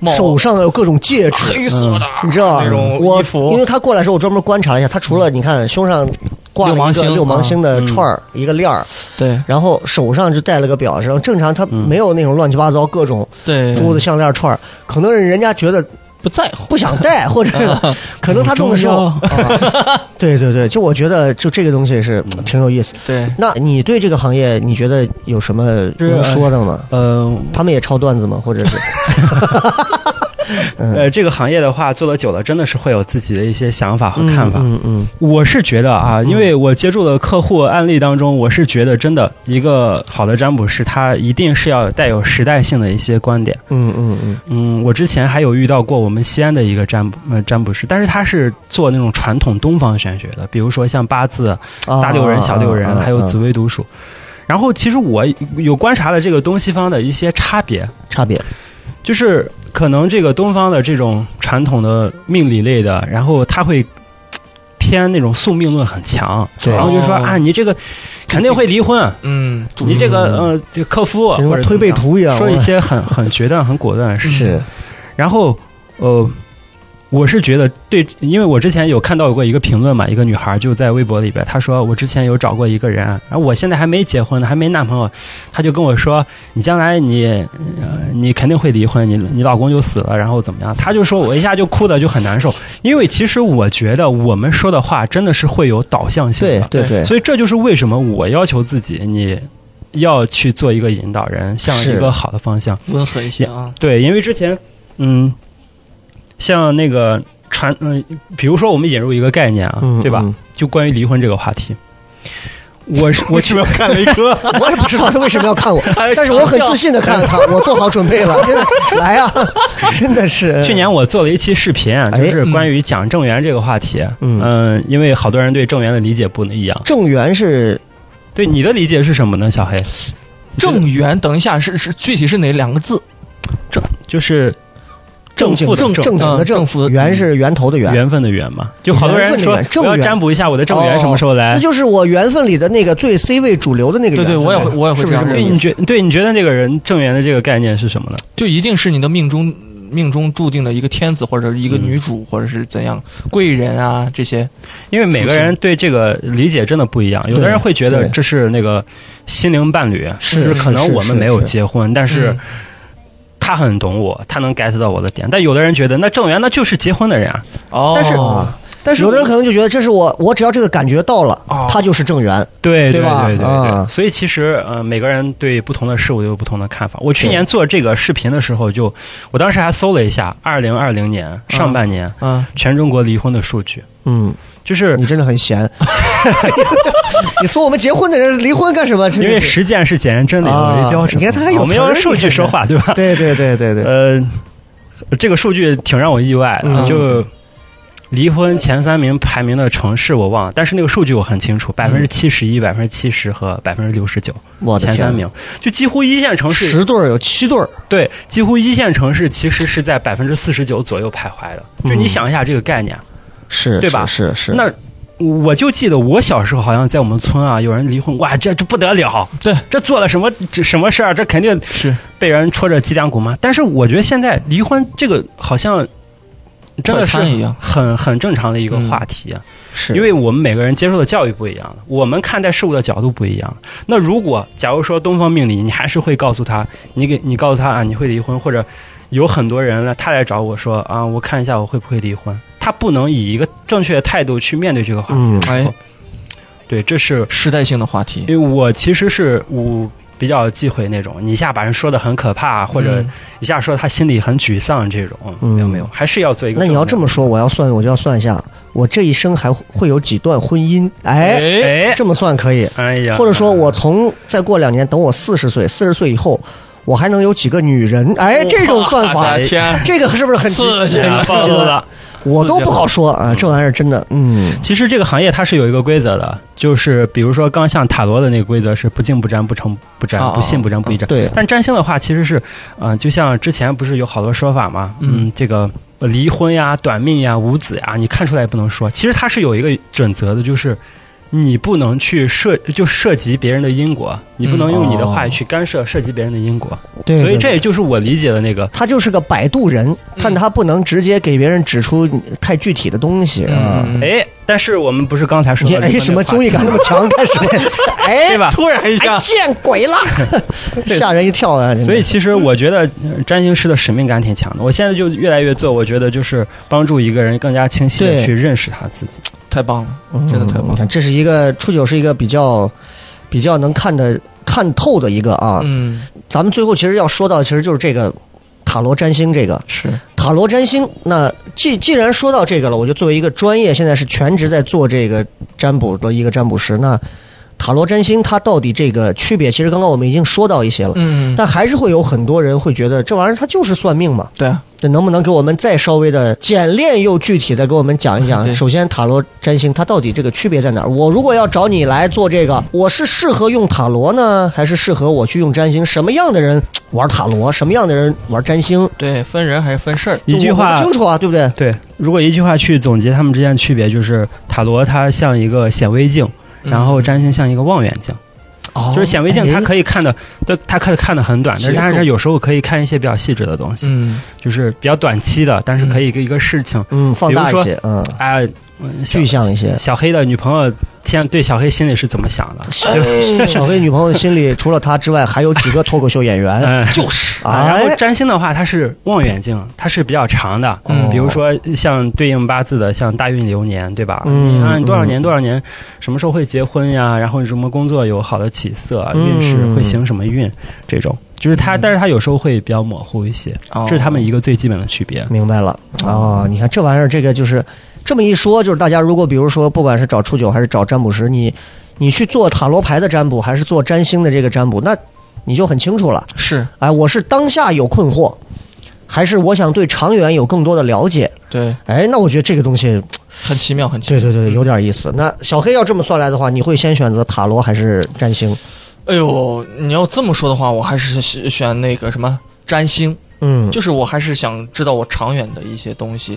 Speaker 5: 帽嗯
Speaker 2: 手上有各种戒 指，
Speaker 5: 黑色的，
Speaker 2: 你知道吧
Speaker 5: 那种
Speaker 2: 我
Speaker 5: 衣服
Speaker 2: 因为他过来的时候，我专门观察了一下，他除了你看胸上挂
Speaker 5: 六
Speaker 2: 了
Speaker 5: 芒
Speaker 2: 一个
Speaker 5: 星
Speaker 2: 六
Speaker 5: 啊
Speaker 2: 芒星的串儿、一个链儿，
Speaker 5: 对
Speaker 2: 然后手上就戴了个表，然后正常他
Speaker 5: 嗯
Speaker 2: 没有那种乱七八糟各种
Speaker 5: 对，
Speaker 4: 嗯
Speaker 2: 珠子、项链、串儿，可能人家觉得
Speaker 5: 不在乎，
Speaker 2: 不想戴，或者
Speaker 4: 嗯
Speaker 2: 可能他弄的时候，
Speaker 4: 很
Speaker 2: 啊对对对，就我觉得就这个东西是嗯挺有意思。
Speaker 5: 对，
Speaker 2: 那你对这个行业，你觉得有什么能说的吗？
Speaker 4: 呃
Speaker 2: 他们也抄段子吗？或者是嗯
Speaker 4: 呃，这个行业的话，做的久了，真的是会有自己的一些想法和 看法。
Speaker 2: 嗯嗯
Speaker 4: 我是觉得啊，因为我接触的客户案例当中，我是觉得真的一个好的占卜师，他一定是要带有时代性的一些观点。
Speaker 2: 嗯嗯嗯
Speaker 4: 嗯，我之前还有遇到过我们西安的一个占卜呃占卜师，但是他是做那种传统东方玄学的，比如说像八字、
Speaker 2: 嗯，
Speaker 4: 大六壬、小六壬，还有紫
Speaker 2: 微
Speaker 4: 微斗数。然后其实我有观察了这个东西方的一些差别，
Speaker 2: 差别。
Speaker 4: 就是可能这个东方的这种传统的命理类的，然后他会嘖偏那种宿命论很强，
Speaker 2: 对
Speaker 4: 然后就说
Speaker 5: 哦
Speaker 4: 啊，你这个肯定会离婚，啊
Speaker 5: 嗯，
Speaker 4: 你这个呃这个克夫
Speaker 2: 啊跟
Speaker 4: 或
Speaker 2: 他
Speaker 4: 者
Speaker 2: 妈嗯推背
Speaker 4: 怎么
Speaker 2: 图一样，
Speaker 4: 样，说一
Speaker 2: 我
Speaker 4: 些很 很决断、很果断的事情。
Speaker 2: 是
Speaker 4: 然后呃，我是觉得对，因为我之前有看到过一个评论嘛，一个女孩就在微博里边，她说我之前有找过一个人，啊然后我现在还没结婚呢，还没男朋友，她就跟我说你将来你、呃、你肯定会离婚，你你老公就死了，然后怎么样？她就说我一下就哭的就很难受，因为其实我觉得我们说的话真的是会有导向性
Speaker 2: 对
Speaker 4: 的，
Speaker 2: 对对，
Speaker 4: 所以这就是为什么我要求自己你。要去做一个引导人，向
Speaker 2: 是
Speaker 4: 一个好的方向。
Speaker 5: 温和一些啊，
Speaker 4: 对，因为之前，嗯，像那个传，嗯、比如说我们引入一个概念啊，
Speaker 2: 嗯
Speaker 4: 对吧？
Speaker 2: 嗯
Speaker 4: 就关于离婚这个话题，我是我
Speaker 3: 为什么要看雷哥？
Speaker 2: 嗯我也不知道他为什么要看我，
Speaker 3: 还
Speaker 2: 但是我很自信的看着他，我做好准备了，真的来啊， 真的是。
Speaker 4: 去年我做了一期视频，
Speaker 3: 哎
Speaker 4: 就是
Speaker 3: 嗯
Speaker 4: 关于讲正缘这个话题。
Speaker 2: 嗯
Speaker 4: 嗯，因为好多人对正缘的理解不一样。
Speaker 2: 郑源是
Speaker 4: 对你的理解是什么呢，小黑？
Speaker 5: 正缘，等一下是是具体是哪两个字？
Speaker 4: 就是
Speaker 2: 正经
Speaker 4: 负
Speaker 2: 的
Speaker 4: 的嗯
Speaker 2: 正经的
Speaker 5: 嗯正负的
Speaker 2: 源是源头的源，
Speaker 4: 缘分的缘嘛。就好多
Speaker 2: 缘
Speaker 4: 人
Speaker 2: 分的
Speaker 4: 说
Speaker 2: 缘，正
Speaker 4: 我要
Speaker 2: 缘
Speaker 4: 占卜一下我的正缘什么时候来
Speaker 2: 那。就是我缘分里的那个最 C 位主流的那个
Speaker 5: 对
Speaker 2: 缘分
Speaker 5: 对，
Speaker 2: 呗。
Speaker 5: 我也会我也会
Speaker 2: 是
Speaker 5: 这
Speaker 2: 不是
Speaker 5: 样
Speaker 2: 这个
Speaker 4: 对，
Speaker 5: 认
Speaker 2: 意
Speaker 5: 为，
Speaker 4: 你觉对你觉得那个人正缘的这个概念是什么呢？
Speaker 5: 就一定是你的命中命中注定的一个天子或者一
Speaker 4: 嗯
Speaker 5: 个女主或者是怎样贵人啊这些，
Speaker 4: 因为每个人对这个理解真的不一样，有的人会觉得这是那个心灵伴侣，
Speaker 2: 是
Speaker 4: 就是可能我
Speaker 2: 是是
Speaker 4: 们没有结婚，但是
Speaker 5: 嗯
Speaker 4: 他很懂我，他能 get 到我的点。但有的人觉得那郑源那就是结婚的人啊，
Speaker 5: 哦，
Speaker 4: 但是
Speaker 2: 哦
Speaker 4: 但是
Speaker 2: 有的人可能就觉得这是我，我只要这个感觉到了
Speaker 5: 哦，
Speaker 2: 他就是正缘。
Speaker 4: 对
Speaker 2: 对
Speaker 4: 对
Speaker 2: 吧
Speaker 4: 对对
Speaker 2: 啊
Speaker 4: 所以其实呃，每个人对不同的事物都有不同的看法。我去年做这个视频的时候就，我当时还搜了一下二零二零年上半年、
Speaker 5: 嗯，
Speaker 4: 全中国离婚的数据，
Speaker 2: 嗯，
Speaker 4: 就是
Speaker 2: 你真的很闲。你说我们结婚的人离婚干什么？真
Speaker 4: 因
Speaker 2: 的
Speaker 4: 为
Speaker 2: 是
Speaker 4: 实践是检验真理的
Speaker 2: 啊
Speaker 4: 唯标准
Speaker 2: 你
Speaker 4: 嘛。
Speaker 2: 看他还有
Speaker 4: 我们
Speaker 2: 词儿
Speaker 4: 要
Speaker 2: 你
Speaker 4: 用数据
Speaker 2: 看
Speaker 4: 说话，对吧？
Speaker 2: 对对对对对，
Speaker 4: 呃，这个数据挺让我意外的，
Speaker 2: 嗯
Speaker 4: 就离婚前三名排名的城市我忘了，但是那个数据我很清楚，百分之七十一、百分之七十和百分之六十九，
Speaker 2: 我的
Speaker 4: 前三
Speaker 2: 天，啊
Speaker 4: 名就几乎一线城市
Speaker 2: 十对儿有七对儿，
Speaker 4: 对，几乎一线城市其实是在百分之四十九左右徘徊的。就你想一下这个概念，
Speaker 2: 是
Speaker 4: 对吧
Speaker 2: 是是，是
Speaker 4: 那。我就记得我小时候好像在我们村啊，有人离婚，哇，这这不得了，
Speaker 5: 对，
Speaker 4: 这做了什么这什么事儿，这肯定
Speaker 5: 是
Speaker 4: 被人戳着脊梁骨嘛。但是我觉得现在离婚这个好像真的是
Speaker 5: 快餐一样
Speaker 4: 很很正常的一个话题、啊，
Speaker 2: 嗯是
Speaker 4: 因为我们每个人接受的教育不一样了，我们看待事物的角度不一样了。那如果假如说东方命理，你还是会告诉他，你给你告诉他啊，你会离婚，或者有很多人呢，他来找我说啊，我看一下我会不会离婚，他不能以一个正确的态度去面对这个话题。
Speaker 2: 嗯
Speaker 5: 哎，
Speaker 4: 对，这是
Speaker 5: 时代性的话题，
Speaker 4: 因为我其实是我比较忌讳那种你一下把人说的很可怕，或者
Speaker 5: 嗯
Speaker 4: 一下说他心里很沮丧这种，
Speaker 2: 嗯
Speaker 4: 没有没有，还是要做一个。
Speaker 2: 那你要这么，说，我要算，我就要算一下，我这一生还会有几段婚姻？哎，
Speaker 5: 哎，
Speaker 4: 哎，
Speaker 2: 这么算可以，
Speaker 4: 哎呀，
Speaker 2: 或者说我从再过两年，等我四十岁，四十岁以后，我还能有几个女人？哎，这种算
Speaker 5: 我
Speaker 2: 法
Speaker 5: 的，天，
Speaker 2: 这个是不是很 哎
Speaker 5: 刺激啊
Speaker 2: 很
Speaker 4: 暴露了。
Speaker 2: 我都不好说啊，这玩意儿真的，嗯，
Speaker 4: 其实这个行业它是有一个规则的，就是比如说刚像塔罗的那个规则是不敬不沾，不成不沾
Speaker 5: 哦，
Speaker 4: 不信不沾，不义
Speaker 5: 哦
Speaker 4: 占。
Speaker 2: 对
Speaker 4: 但占星的话，其实是，嗯、就像之前不是有好多说法嘛，
Speaker 5: 嗯
Speaker 4: 嗯，这个呃离婚呀、短命呀、无子呀，你看出来也不能说。其实它是有一个准则的，就是你不能去涉就涉及别人的因果，你不能用你的话语去干涉涉及别人的因果。
Speaker 2: 对，
Speaker 4: 所以
Speaker 2: 对
Speaker 4: 这嗯
Speaker 2: 对
Speaker 4: 也就是我理解的那个。
Speaker 2: 他就是个摆渡人，但他不能直接给别人指出呃太具体的东西啊。
Speaker 5: 嗯，
Speaker 4: 哎，但是我们不是刚才说
Speaker 2: 你
Speaker 4: 的
Speaker 2: 哎，什么综艺感那么强？开始，哎，
Speaker 4: 对吧？
Speaker 3: 突然一
Speaker 2: 哎
Speaker 3: 下，
Speaker 2: 见鬼 了，吓人一跳啊！真的
Speaker 4: 所以其实我觉得呃占星师的使命感挺强的。我现在就越来越做，我觉得就是帮助一个人更加清晰的
Speaker 2: 对
Speaker 4: 去认识他自己。
Speaker 5: 太棒了，
Speaker 2: 嗯
Speaker 5: 真的太棒
Speaker 2: 你
Speaker 5: 了。
Speaker 2: 看，这是一个初九，是一个比较比较能看的看透的一个啊。
Speaker 5: 嗯，
Speaker 2: 咱们最后其实要说到，其实就是这个塔罗占星这个
Speaker 5: 是，
Speaker 2: 塔罗占星。那既既然说到这个了，我就作为一个专业，现在是全职在做这个占卜的一个占卜师。那塔罗占星它到底这个区别，其实刚刚我们已经说到一些了，
Speaker 5: 嗯，
Speaker 2: 但还是会有很多人会觉得这玩意儿它就是算命嘛。
Speaker 5: 对啊，
Speaker 2: 这能不能给我们再稍微的简练又具体的给我们讲一讲？
Speaker 5: 对
Speaker 2: 首先，塔罗占星它到底这个区别在哪儿？我如果要找你来做这个，我是适合用塔罗呢，还是适合我去用占星？什么样的人玩塔罗？什么样的人玩占星？
Speaker 5: 对，分人还是分事儿，
Speaker 4: 一句
Speaker 2: 我
Speaker 4: 话
Speaker 2: 不，清楚啊，对不对？
Speaker 4: 对，如果一句话去总结他们之间的区别，就是塔罗它像一个显微镜，
Speaker 5: 嗯
Speaker 4: 然后占星像一个望远镜。
Speaker 2: 哦
Speaker 4: 就是显微镜，它
Speaker 2: 以
Speaker 4: 可以看的，对，它可以看的很短，但是
Speaker 5: 结构
Speaker 4: 它是有时候可以看一些比较细致的东西，
Speaker 5: 嗯，
Speaker 4: 就是比较短期的，但是可以给一个事情，
Speaker 2: 嗯放大
Speaker 4: 比
Speaker 2: 一
Speaker 4: 如
Speaker 2: 些，嗯，
Speaker 4: 啊，嗯小
Speaker 2: 具象一些。
Speaker 4: 小黑的女朋友现对小黑心里是怎么想的？
Speaker 2: 小小黑女朋友的心里，除了他之外，还有几个脱口秀演员？
Speaker 4: 嗯，
Speaker 5: 就是，
Speaker 4: 啊，然后
Speaker 2: 哎
Speaker 4: 占星的话，它是望远镜，它是比较长的，
Speaker 2: 哦
Speaker 5: 嗯
Speaker 4: 比如说像对应八字的，像大运流年，对吧？
Speaker 2: 嗯
Speaker 4: 你看多
Speaker 2: 嗯
Speaker 4: 少年多少年，什么时候会结婚呀？然后什么工作有好的起色，
Speaker 2: 嗯
Speaker 4: 运势会行什么运，这种就是它，但是它有时候会比较模糊一些，
Speaker 5: 哦
Speaker 4: 这是他们一个最基本的区别。
Speaker 2: 明白了哦，你看这玩意儿，这个就是这么一说，就是大家如果比如说，不管是找初九还是找占卜师，你你去做塔罗牌的占卜，还是做占星的这个占卜，那你就很清楚了。
Speaker 5: 是
Speaker 2: 哎，我是当下有困惑，还是我想对长远有更多的了解？
Speaker 5: 对，
Speaker 2: 哎，那我觉得这个东西，
Speaker 5: 很奇妙，很奇妙。
Speaker 2: 对对对，有点意思。那小黑要这么算来的话，你会先选择塔罗还是占星？
Speaker 5: 哎呦，你要这么说的话，我还是选选那个什么占星，
Speaker 2: 嗯，
Speaker 5: 就是我还是想知道我长远的一些东西，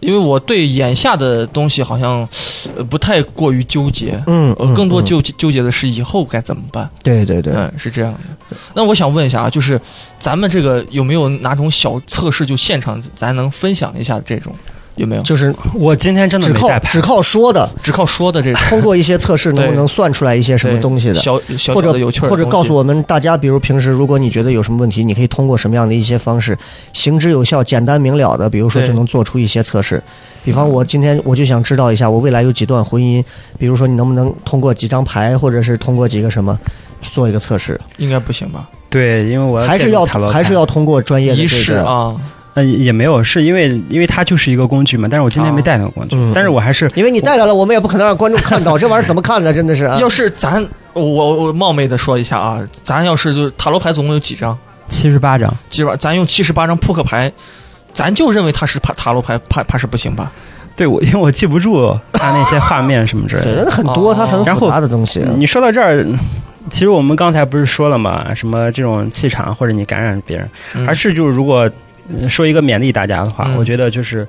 Speaker 5: 因为我对眼下的东西好像呃不太过于纠结，
Speaker 2: 嗯，
Speaker 5: 呃，更多
Speaker 2: 就
Speaker 5: 纠结纠结的是以后该怎么办。
Speaker 2: 对对对，
Speaker 5: 嗯，是这样的。那我想问一下啊，就是咱们这个有没有哪种小测试，就现场咱能分享一下这种？有没有？
Speaker 2: 就是
Speaker 4: 我今天真的
Speaker 2: 只
Speaker 4: 没
Speaker 2: 靠
Speaker 4: 带牌
Speaker 2: 只，靠说的，
Speaker 5: 只靠说的这种
Speaker 2: 通过一些测 试能不
Speaker 5: 对
Speaker 2: 能算出来一些什么
Speaker 5: 对
Speaker 2: 东西的？
Speaker 5: 小小
Speaker 2: 或
Speaker 5: 小
Speaker 2: 者
Speaker 5: 的有趣儿的
Speaker 2: 或者
Speaker 5: 东
Speaker 2: 告
Speaker 5: 西
Speaker 2: 诉我们大家，比如平时如果你觉得有什么问题，你可以通过什么样的一些方式行之有效、简单明了的，比如说
Speaker 5: 对
Speaker 2: 就能做出一些测试。比方我今天我就想知道一下我未来有几段婚姻，比如说你能不能通过几张牌，或者是通过几个什么去做一个测试，
Speaker 5: 应该不行吧？
Speaker 4: 对，因为我
Speaker 2: 还是
Speaker 4: 要
Speaker 2: 要
Speaker 4: 这个塔罗牌
Speaker 2: 还是要通过专业的
Speaker 5: 仪
Speaker 2: 这
Speaker 5: 式
Speaker 2: 个。
Speaker 5: 啊，
Speaker 4: 呃，也没有，是因为因为它就是一个工具嘛，但是我今天没带那个工具，
Speaker 2: 嗯
Speaker 4: 但是我还是
Speaker 2: 因为你带来了，我们也不可能让观众看到这玩意儿怎么看呢？真的是啊，
Speaker 5: 要是咱我我我冒昧的说一下啊，咱要是就是塔罗牌总共有几张？
Speaker 4: 七十八张。
Speaker 5: 基本上咱用七十八张扑克牌，咱就认为它是塔塔罗牌，怕怕是不行吧？对我
Speaker 4: 因为我记不住他那些画面什么之类
Speaker 2: 对，
Speaker 4: 的。
Speaker 2: 那很多，
Speaker 5: 哦
Speaker 2: 它很
Speaker 4: 然
Speaker 2: 复
Speaker 4: 后
Speaker 2: 杂的东西。
Speaker 4: 你说到这儿，其实我们刚才不是说了嘛，什么这种气场或者你感染别人，
Speaker 5: 嗯
Speaker 4: 而是就是如果呃说一个勉励大家的话，
Speaker 5: 嗯
Speaker 4: 我觉得就是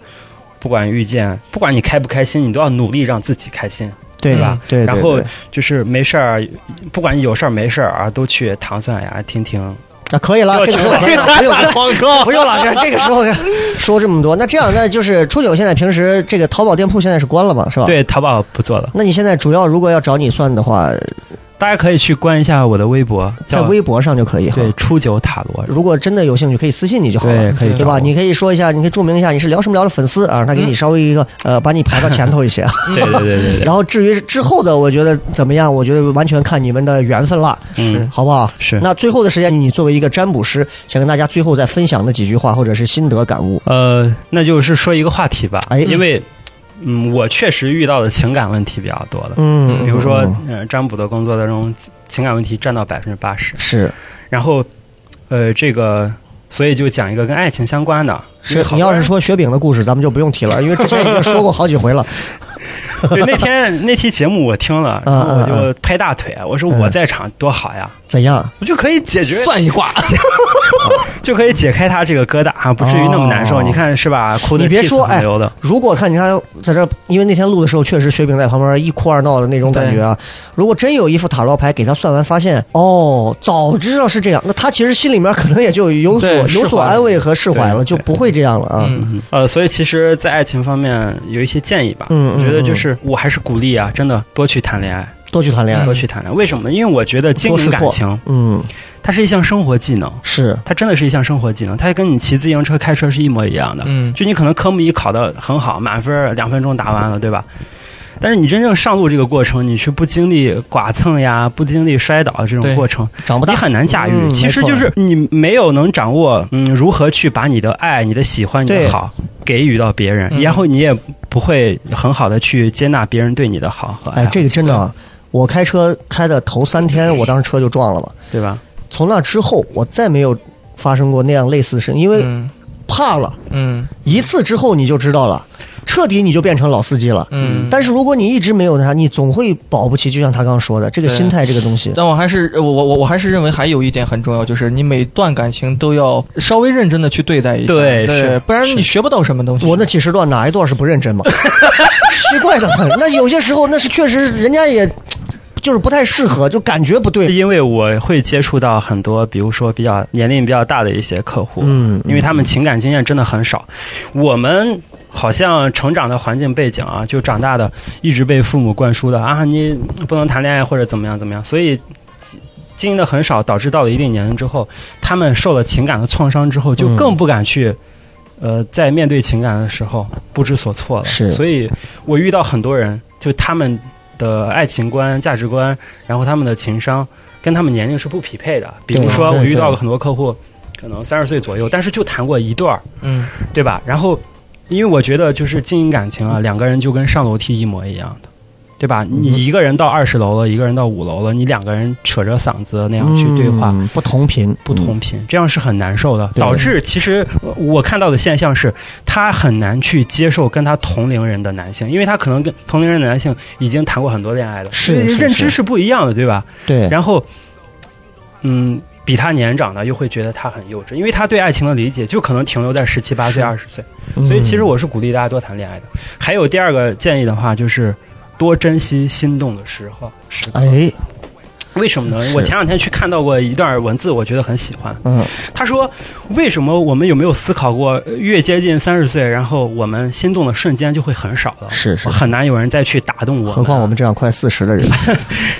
Speaker 4: 不管遇见，不管你开不开心，你都要努力让自己开心。
Speaker 2: 对吧？
Speaker 5: 嗯
Speaker 2: 对，对
Speaker 4: 然后
Speaker 2: 对
Speaker 4: 就是没事儿，不管你有事儿没事儿啊，都去糖蒜呀听听。
Speaker 2: 啊，可以了，这个时候可以了不用了
Speaker 3: 广告
Speaker 2: 不用了，这这个时候 说这么多，那这样那就是初九现在平时这个淘宝店铺现在是关了嘛，是吧？。
Speaker 4: 对，淘宝不做了，
Speaker 2: 那你现在主要如果要找你算的话，
Speaker 4: 大家可以去关一下我的微博，
Speaker 2: 在
Speaker 4: 叫
Speaker 2: 微博上就可以哈。
Speaker 4: 对初九塔罗。
Speaker 2: 如果真的有兴趣，可以私信你就好了
Speaker 4: 对，。可以
Speaker 2: 对
Speaker 4: 找
Speaker 2: 吧？
Speaker 4: 我
Speaker 2: 你可以说一下，你可以注明一下你是聊什么聊的粉丝啊，他给你稍微一个、呃，把你排到前头一些。啊
Speaker 4: 对对对 对对，
Speaker 2: 然后至于之后的，我觉得怎么样，我觉得完全看你们的缘分了，
Speaker 4: 嗯
Speaker 2: 好不好？
Speaker 4: 是
Speaker 2: 那最后的时间，你作为一个占卜师，想跟大家最后再分享的几句话或者是心得感悟。
Speaker 4: 呃，那就是说一个话题吧，
Speaker 2: 哎
Speaker 4: 因为嗯，我确实遇到的情感问题比较多的，
Speaker 2: 嗯，
Speaker 4: 比如说
Speaker 2: 嗯
Speaker 4: 呃，占卜的工作当中，情感问题占到百分之八十，
Speaker 2: 是
Speaker 4: 然后呃，这个所以就讲一个跟爱情相关的，因
Speaker 2: 是
Speaker 4: 为好
Speaker 2: 你
Speaker 4: 多
Speaker 2: 要是
Speaker 4: 人
Speaker 2: 说雪饼的故事，咱们就不用提了，因为之前已经说过好几回 了。
Speaker 4: 对那 天那期节目我听了，然后我
Speaker 2: 嗯
Speaker 4: 就拍啊大腿，我说我在场多好呀，
Speaker 2: 怎样？
Speaker 4: 我就可以解决
Speaker 5: 算一卦，
Speaker 4: 就可以解开他这个疙瘩啊，不至于那么难受。
Speaker 2: 哦
Speaker 4: 你看是吧？哭的
Speaker 2: 你别说
Speaker 4: 屁死
Speaker 2: 哎
Speaker 4: 流的，
Speaker 2: 如果看你看在这儿，因为那天录的时候确实雪饼在旁边一哭二闹的那种感觉啊。如果真有一副塔罗牌给他算完，发现哦，早知道是这样，那他其实心里面可能也就有所
Speaker 5: 对释怀
Speaker 2: 有所安慰和释怀了，
Speaker 4: 对
Speaker 2: 就不会这样了啊。
Speaker 5: 嗯，
Speaker 4: 呃，所以其实，在爱情方面有一些建议吧。
Speaker 2: 嗯嗯嗯
Speaker 4: 我觉得就是我还是鼓励啊，真的多去谈恋爱，
Speaker 2: 多去谈恋爱
Speaker 4: 多，去谈恋爱。为什么呢？因为我觉得经
Speaker 2: 多试
Speaker 4: 营感
Speaker 2: 错
Speaker 4: 情，
Speaker 2: 嗯，
Speaker 4: 它是一项生活技能，
Speaker 2: 是
Speaker 4: 它真的是一项生活技能，它跟你骑自行车、开车是一模一样的。
Speaker 5: 嗯
Speaker 4: 就你可能科目一考得很好，满分儿两分钟答完了，对吧？但是你真正上路这个过程，你去不经历剐蹭呀，不经历摔倒这种
Speaker 5: 对
Speaker 4: 过程，
Speaker 2: 长不
Speaker 4: 你
Speaker 2: 大，
Speaker 4: 很难驾驭。
Speaker 2: 嗯
Speaker 4: 其实
Speaker 2: 没错
Speaker 4: 就是你没有能掌握，嗯，如何去把你的爱、你的喜欢、你
Speaker 2: 对
Speaker 4: 的好给予到别人，
Speaker 5: 嗯
Speaker 4: 然后你也不会很好的去接纳别人对你的好和爱
Speaker 2: 哎
Speaker 4: 好，，
Speaker 2: 这个真的啊，我开车开的头三天，我当时车就撞了嘛。
Speaker 4: 对吧？
Speaker 2: 从那之后，我再没有发生过那样类似的事，因为
Speaker 5: 嗯
Speaker 2: 怕了。
Speaker 5: 嗯
Speaker 2: 一次之后你就知道了，彻底你就变成老司机了。
Speaker 5: 嗯，
Speaker 2: 但是如果你一直没有那啥，你总会保不齐，就像他刚刚说的，这个
Speaker 5: 对
Speaker 2: 心态这个东西，
Speaker 5: 但我还是呃我我我我还是认为还有一点很重要，就是你每段感情都要稍微认真的去对待一下，
Speaker 4: 对
Speaker 5: 对，
Speaker 4: 是
Speaker 5: 不然你学不到什么东西。
Speaker 2: 我那几十段哪一段是不认真嘛？ 奇怪的很。那有些时候那是确实人家也就是不太适合，就感觉不对。
Speaker 4: 因为我会接触到很多，比如说比较年龄比较大的一些客户，
Speaker 2: 嗯
Speaker 4: 因为他们情感经验真的很少。我们好像成长的环境背景啊，就长大的一直被父母灌输的啊，你不能谈恋爱或者怎么样怎么样，所以经营的很少，导致到了一定年龄之后，他们受了情感的创伤之后，就
Speaker 2: 嗯
Speaker 4: 更不敢去。呃，在面对情感的时候不知所措了，
Speaker 2: 是
Speaker 4: 所以我遇到很多人，就他们的爱情观、价值观，然后他们的情商跟他们年龄是不匹配的。比如说，
Speaker 2: 对
Speaker 4: 我遇到
Speaker 2: 对
Speaker 4: 了很多客户，可能三十岁左右，但是就谈过一段儿，
Speaker 5: 嗯
Speaker 4: 对吧？然后，因为我觉得就是经营感情啊，两个人就跟上楼梯一模一样的，对吧？你一个人到二十楼了，一个人到五楼了，你两个人扯着嗓子那样去对话。
Speaker 2: 嗯不同频，
Speaker 4: 不同频，这样是很难受的，
Speaker 2: 对
Speaker 4: 导致其实呃我看到的现象是，他很难去接受跟他同龄人的男性，因为他可能跟同龄人的男性已经谈过很多恋爱了，
Speaker 2: 是
Speaker 4: 所以
Speaker 2: 是
Speaker 4: 认
Speaker 2: 是
Speaker 4: 知是不一样的，对吧？
Speaker 2: 对，
Speaker 4: 然后，嗯，比他年长的又会觉得他很幼稚，因为他对爱情的理解就可能停留在十七八岁、二十岁。
Speaker 2: 嗯
Speaker 4: 所以，其实我是鼓励大家多谈恋爱的。还有第二个建议的话，就是多珍惜心动的时候时刻。
Speaker 2: 哎，
Speaker 4: 为什么呢？
Speaker 2: 是
Speaker 4: 我前两天去看到过一段文字，我觉得很喜欢。
Speaker 2: 嗯，
Speaker 4: 他说：“为什么我们有没有思考过，呃越接近三十岁，然后我们心动的瞬间就会很少了？
Speaker 2: 是是
Speaker 4: 很难有人再去打动我们啊。
Speaker 2: 何况我们这样快四十的人，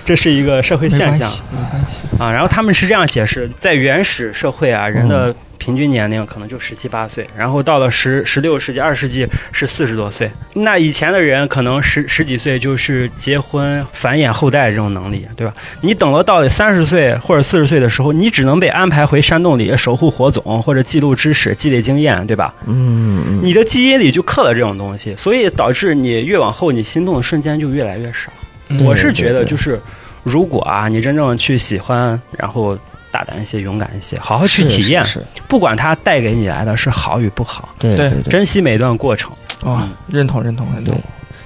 Speaker 4: 这是一个社会
Speaker 5: 没
Speaker 4: 现
Speaker 5: 关
Speaker 4: 象。”
Speaker 5: 系，没关系。
Speaker 4: 啊，然后他们是这样解释，在原始社会啊，人的平均年龄可能就十七八岁，然后到了十十六世纪、二世纪是四十多岁。那以前的人可能十十几岁就是结婚繁衍后代这种能力，对吧？你等了到三十岁或者四十岁的时候，你只能被安排回山洞里守护火种或者记录知识、积累经验，对吧？
Speaker 2: 嗯，
Speaker 4: 你的基因里就刻了这种东西，所以导致你越往后，你心动的瞬间就越来越少。
Speaker 5: 嗯
Speaker 4: 我是觉
Speaker 2: 对
Speaker 4: 得，
Speaker 2: 对
Speaker 4: 就是如果啊，你真正去喜欢，然后大胆一些，勇敢一些，好好 去
Speaker 2: 是
Speaker 4: 体验，
Speaker 2: 是，是
Speaker 4: 不管它带给你来的是好与不好，
Speaker 2: 对
Speaker 5: 对
Speaker 2: 对对。
Speaker 4: 珍惜每段过程。
Speaker 5: 啊，认同认同认同。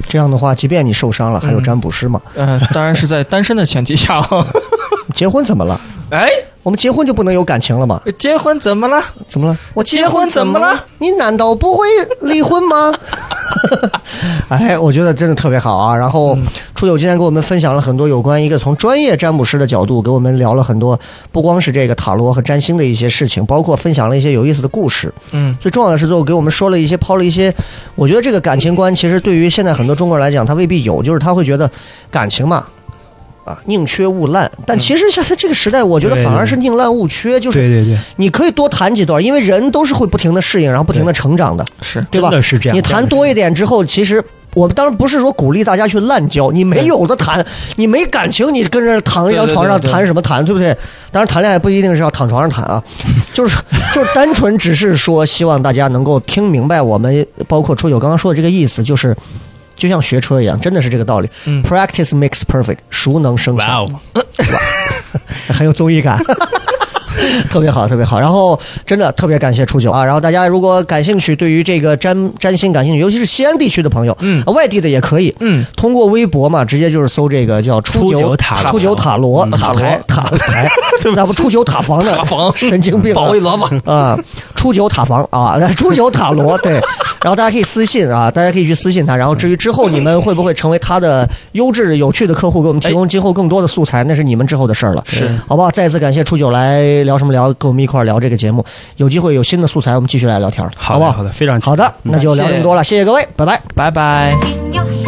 Speaker 2: 这样的话，即便你受伤了，还有
Speaker 5: 嗯
Speaker 2: 占卜师嘛？
Speaker 5: 呃，当然是在单身的前提下哦。
Speaker 2: 结婚怎么了？
Speaker 5: 哎，
Speaker 2: 我们结婚就不能有感情了吗？
Speaker 5: 结婚怎么了？
Speaker 2: 怎么了？我
Speaker 5: 结婚怎么了？
Speaker 2: 你难道不会离婚吗？ 哎，我觉得真的特别好啊！然后
Speaker 5: 嗯
Speaker 2: 出友今天给我们分享了很多有关一个从专业占卜师的角度，给我们聊了很多，不光是这个塔罗和占星的一些事情，包括分享了一些有意思的故事。
Speaker 5: 嗯，
Speaker 2: 最重要的是，最后给我们说了一些抛了一些，我觉得这个感情观其实对于现在很多中国人来讲，他未必有，就是他会觉得感情嘛，啊，宁缺毋滥。但其实现在这个时代，我觉得反而是宁滥勿缺，就是
Speaker 4: 对对，
Speaker 2: 你可以多谈几段，因为人都是会不停的适应，然后不停的成长的，
Speaker 5: 是
Speaker 2: 对吧
Speaker 4: 真的是这样
Speaker 2: 你谈多一点之后，其实我们当然不是说鼓励大家去滥交，你没有的谈，你没感情，你跟人躺一张床上
Speaker 5: 对对对对
Speaker 2: 谈什么谈，对不对？当然谈恋爱不一定是要躺床上谈啊，就是 就是单纯只是说希望大家能够听明白我们包括初九刚刚说的这个意思，就是。就像学车一样，真的是这个道理。
Speaker 5: 嗯哦
Speaker 4: 哦
Speaker 2: Practice makes perfect，熟能生
Speaker 4: 哇
Speaker 2: 巧，
Speaker 4: 哦，
Speaker 2: 很有综艺感。 特别好，特别好。然后真的特别感谢初九啊！然后大家如果感兴趣，对于这个占占星感兴趣，尤其是西安地区的朋友，
Speaker 5: 嗯
Speaker 2: 啊外地的也可以。
Speaker 5: 嗯，
Speaker 2: 通过微博嘛，直接就是搜这个叫初
Speaker 4: 初
Speaker 2: 九
Speaker 4: 九塔罗
Speaker 2: 初九塔罗
Speaker 4: 嗯
Speaker 2: 塔牌塔牌，那不初九塔防呢？
Speaker 5: 塔防
Speaker 2: 神经病啊，
Speaker 5: 保卫老板，
Speaker 2: 啊，初九塔防啊， 初九塔罗对，然后大家可以私信啊，大家可以去私信他。然后至于之后你们会不会成为他的优质有趣的客户，给我们提
Speaker 4: 哎
Speaker 2: 供今后更多的素材，那是你们之后的事儿了，
Speaker 5: 是
Speaker 2: 好不好？再一次感谢初九来聊什么聊，跟我们一块儿聊这个节目，有机会有新的素材，我们继续来聊天儿，
Speaker 4: 好
Speaker 2: 不
Speaker 4: 的
Speaker 2: 好？
Speaker 4: 好的非常期待嗯
Speaker 2: 好的，那就聊这么多了，谢谢各位，拜拜。
Speaker 5: 拜拜。
Speaker 6: in your head.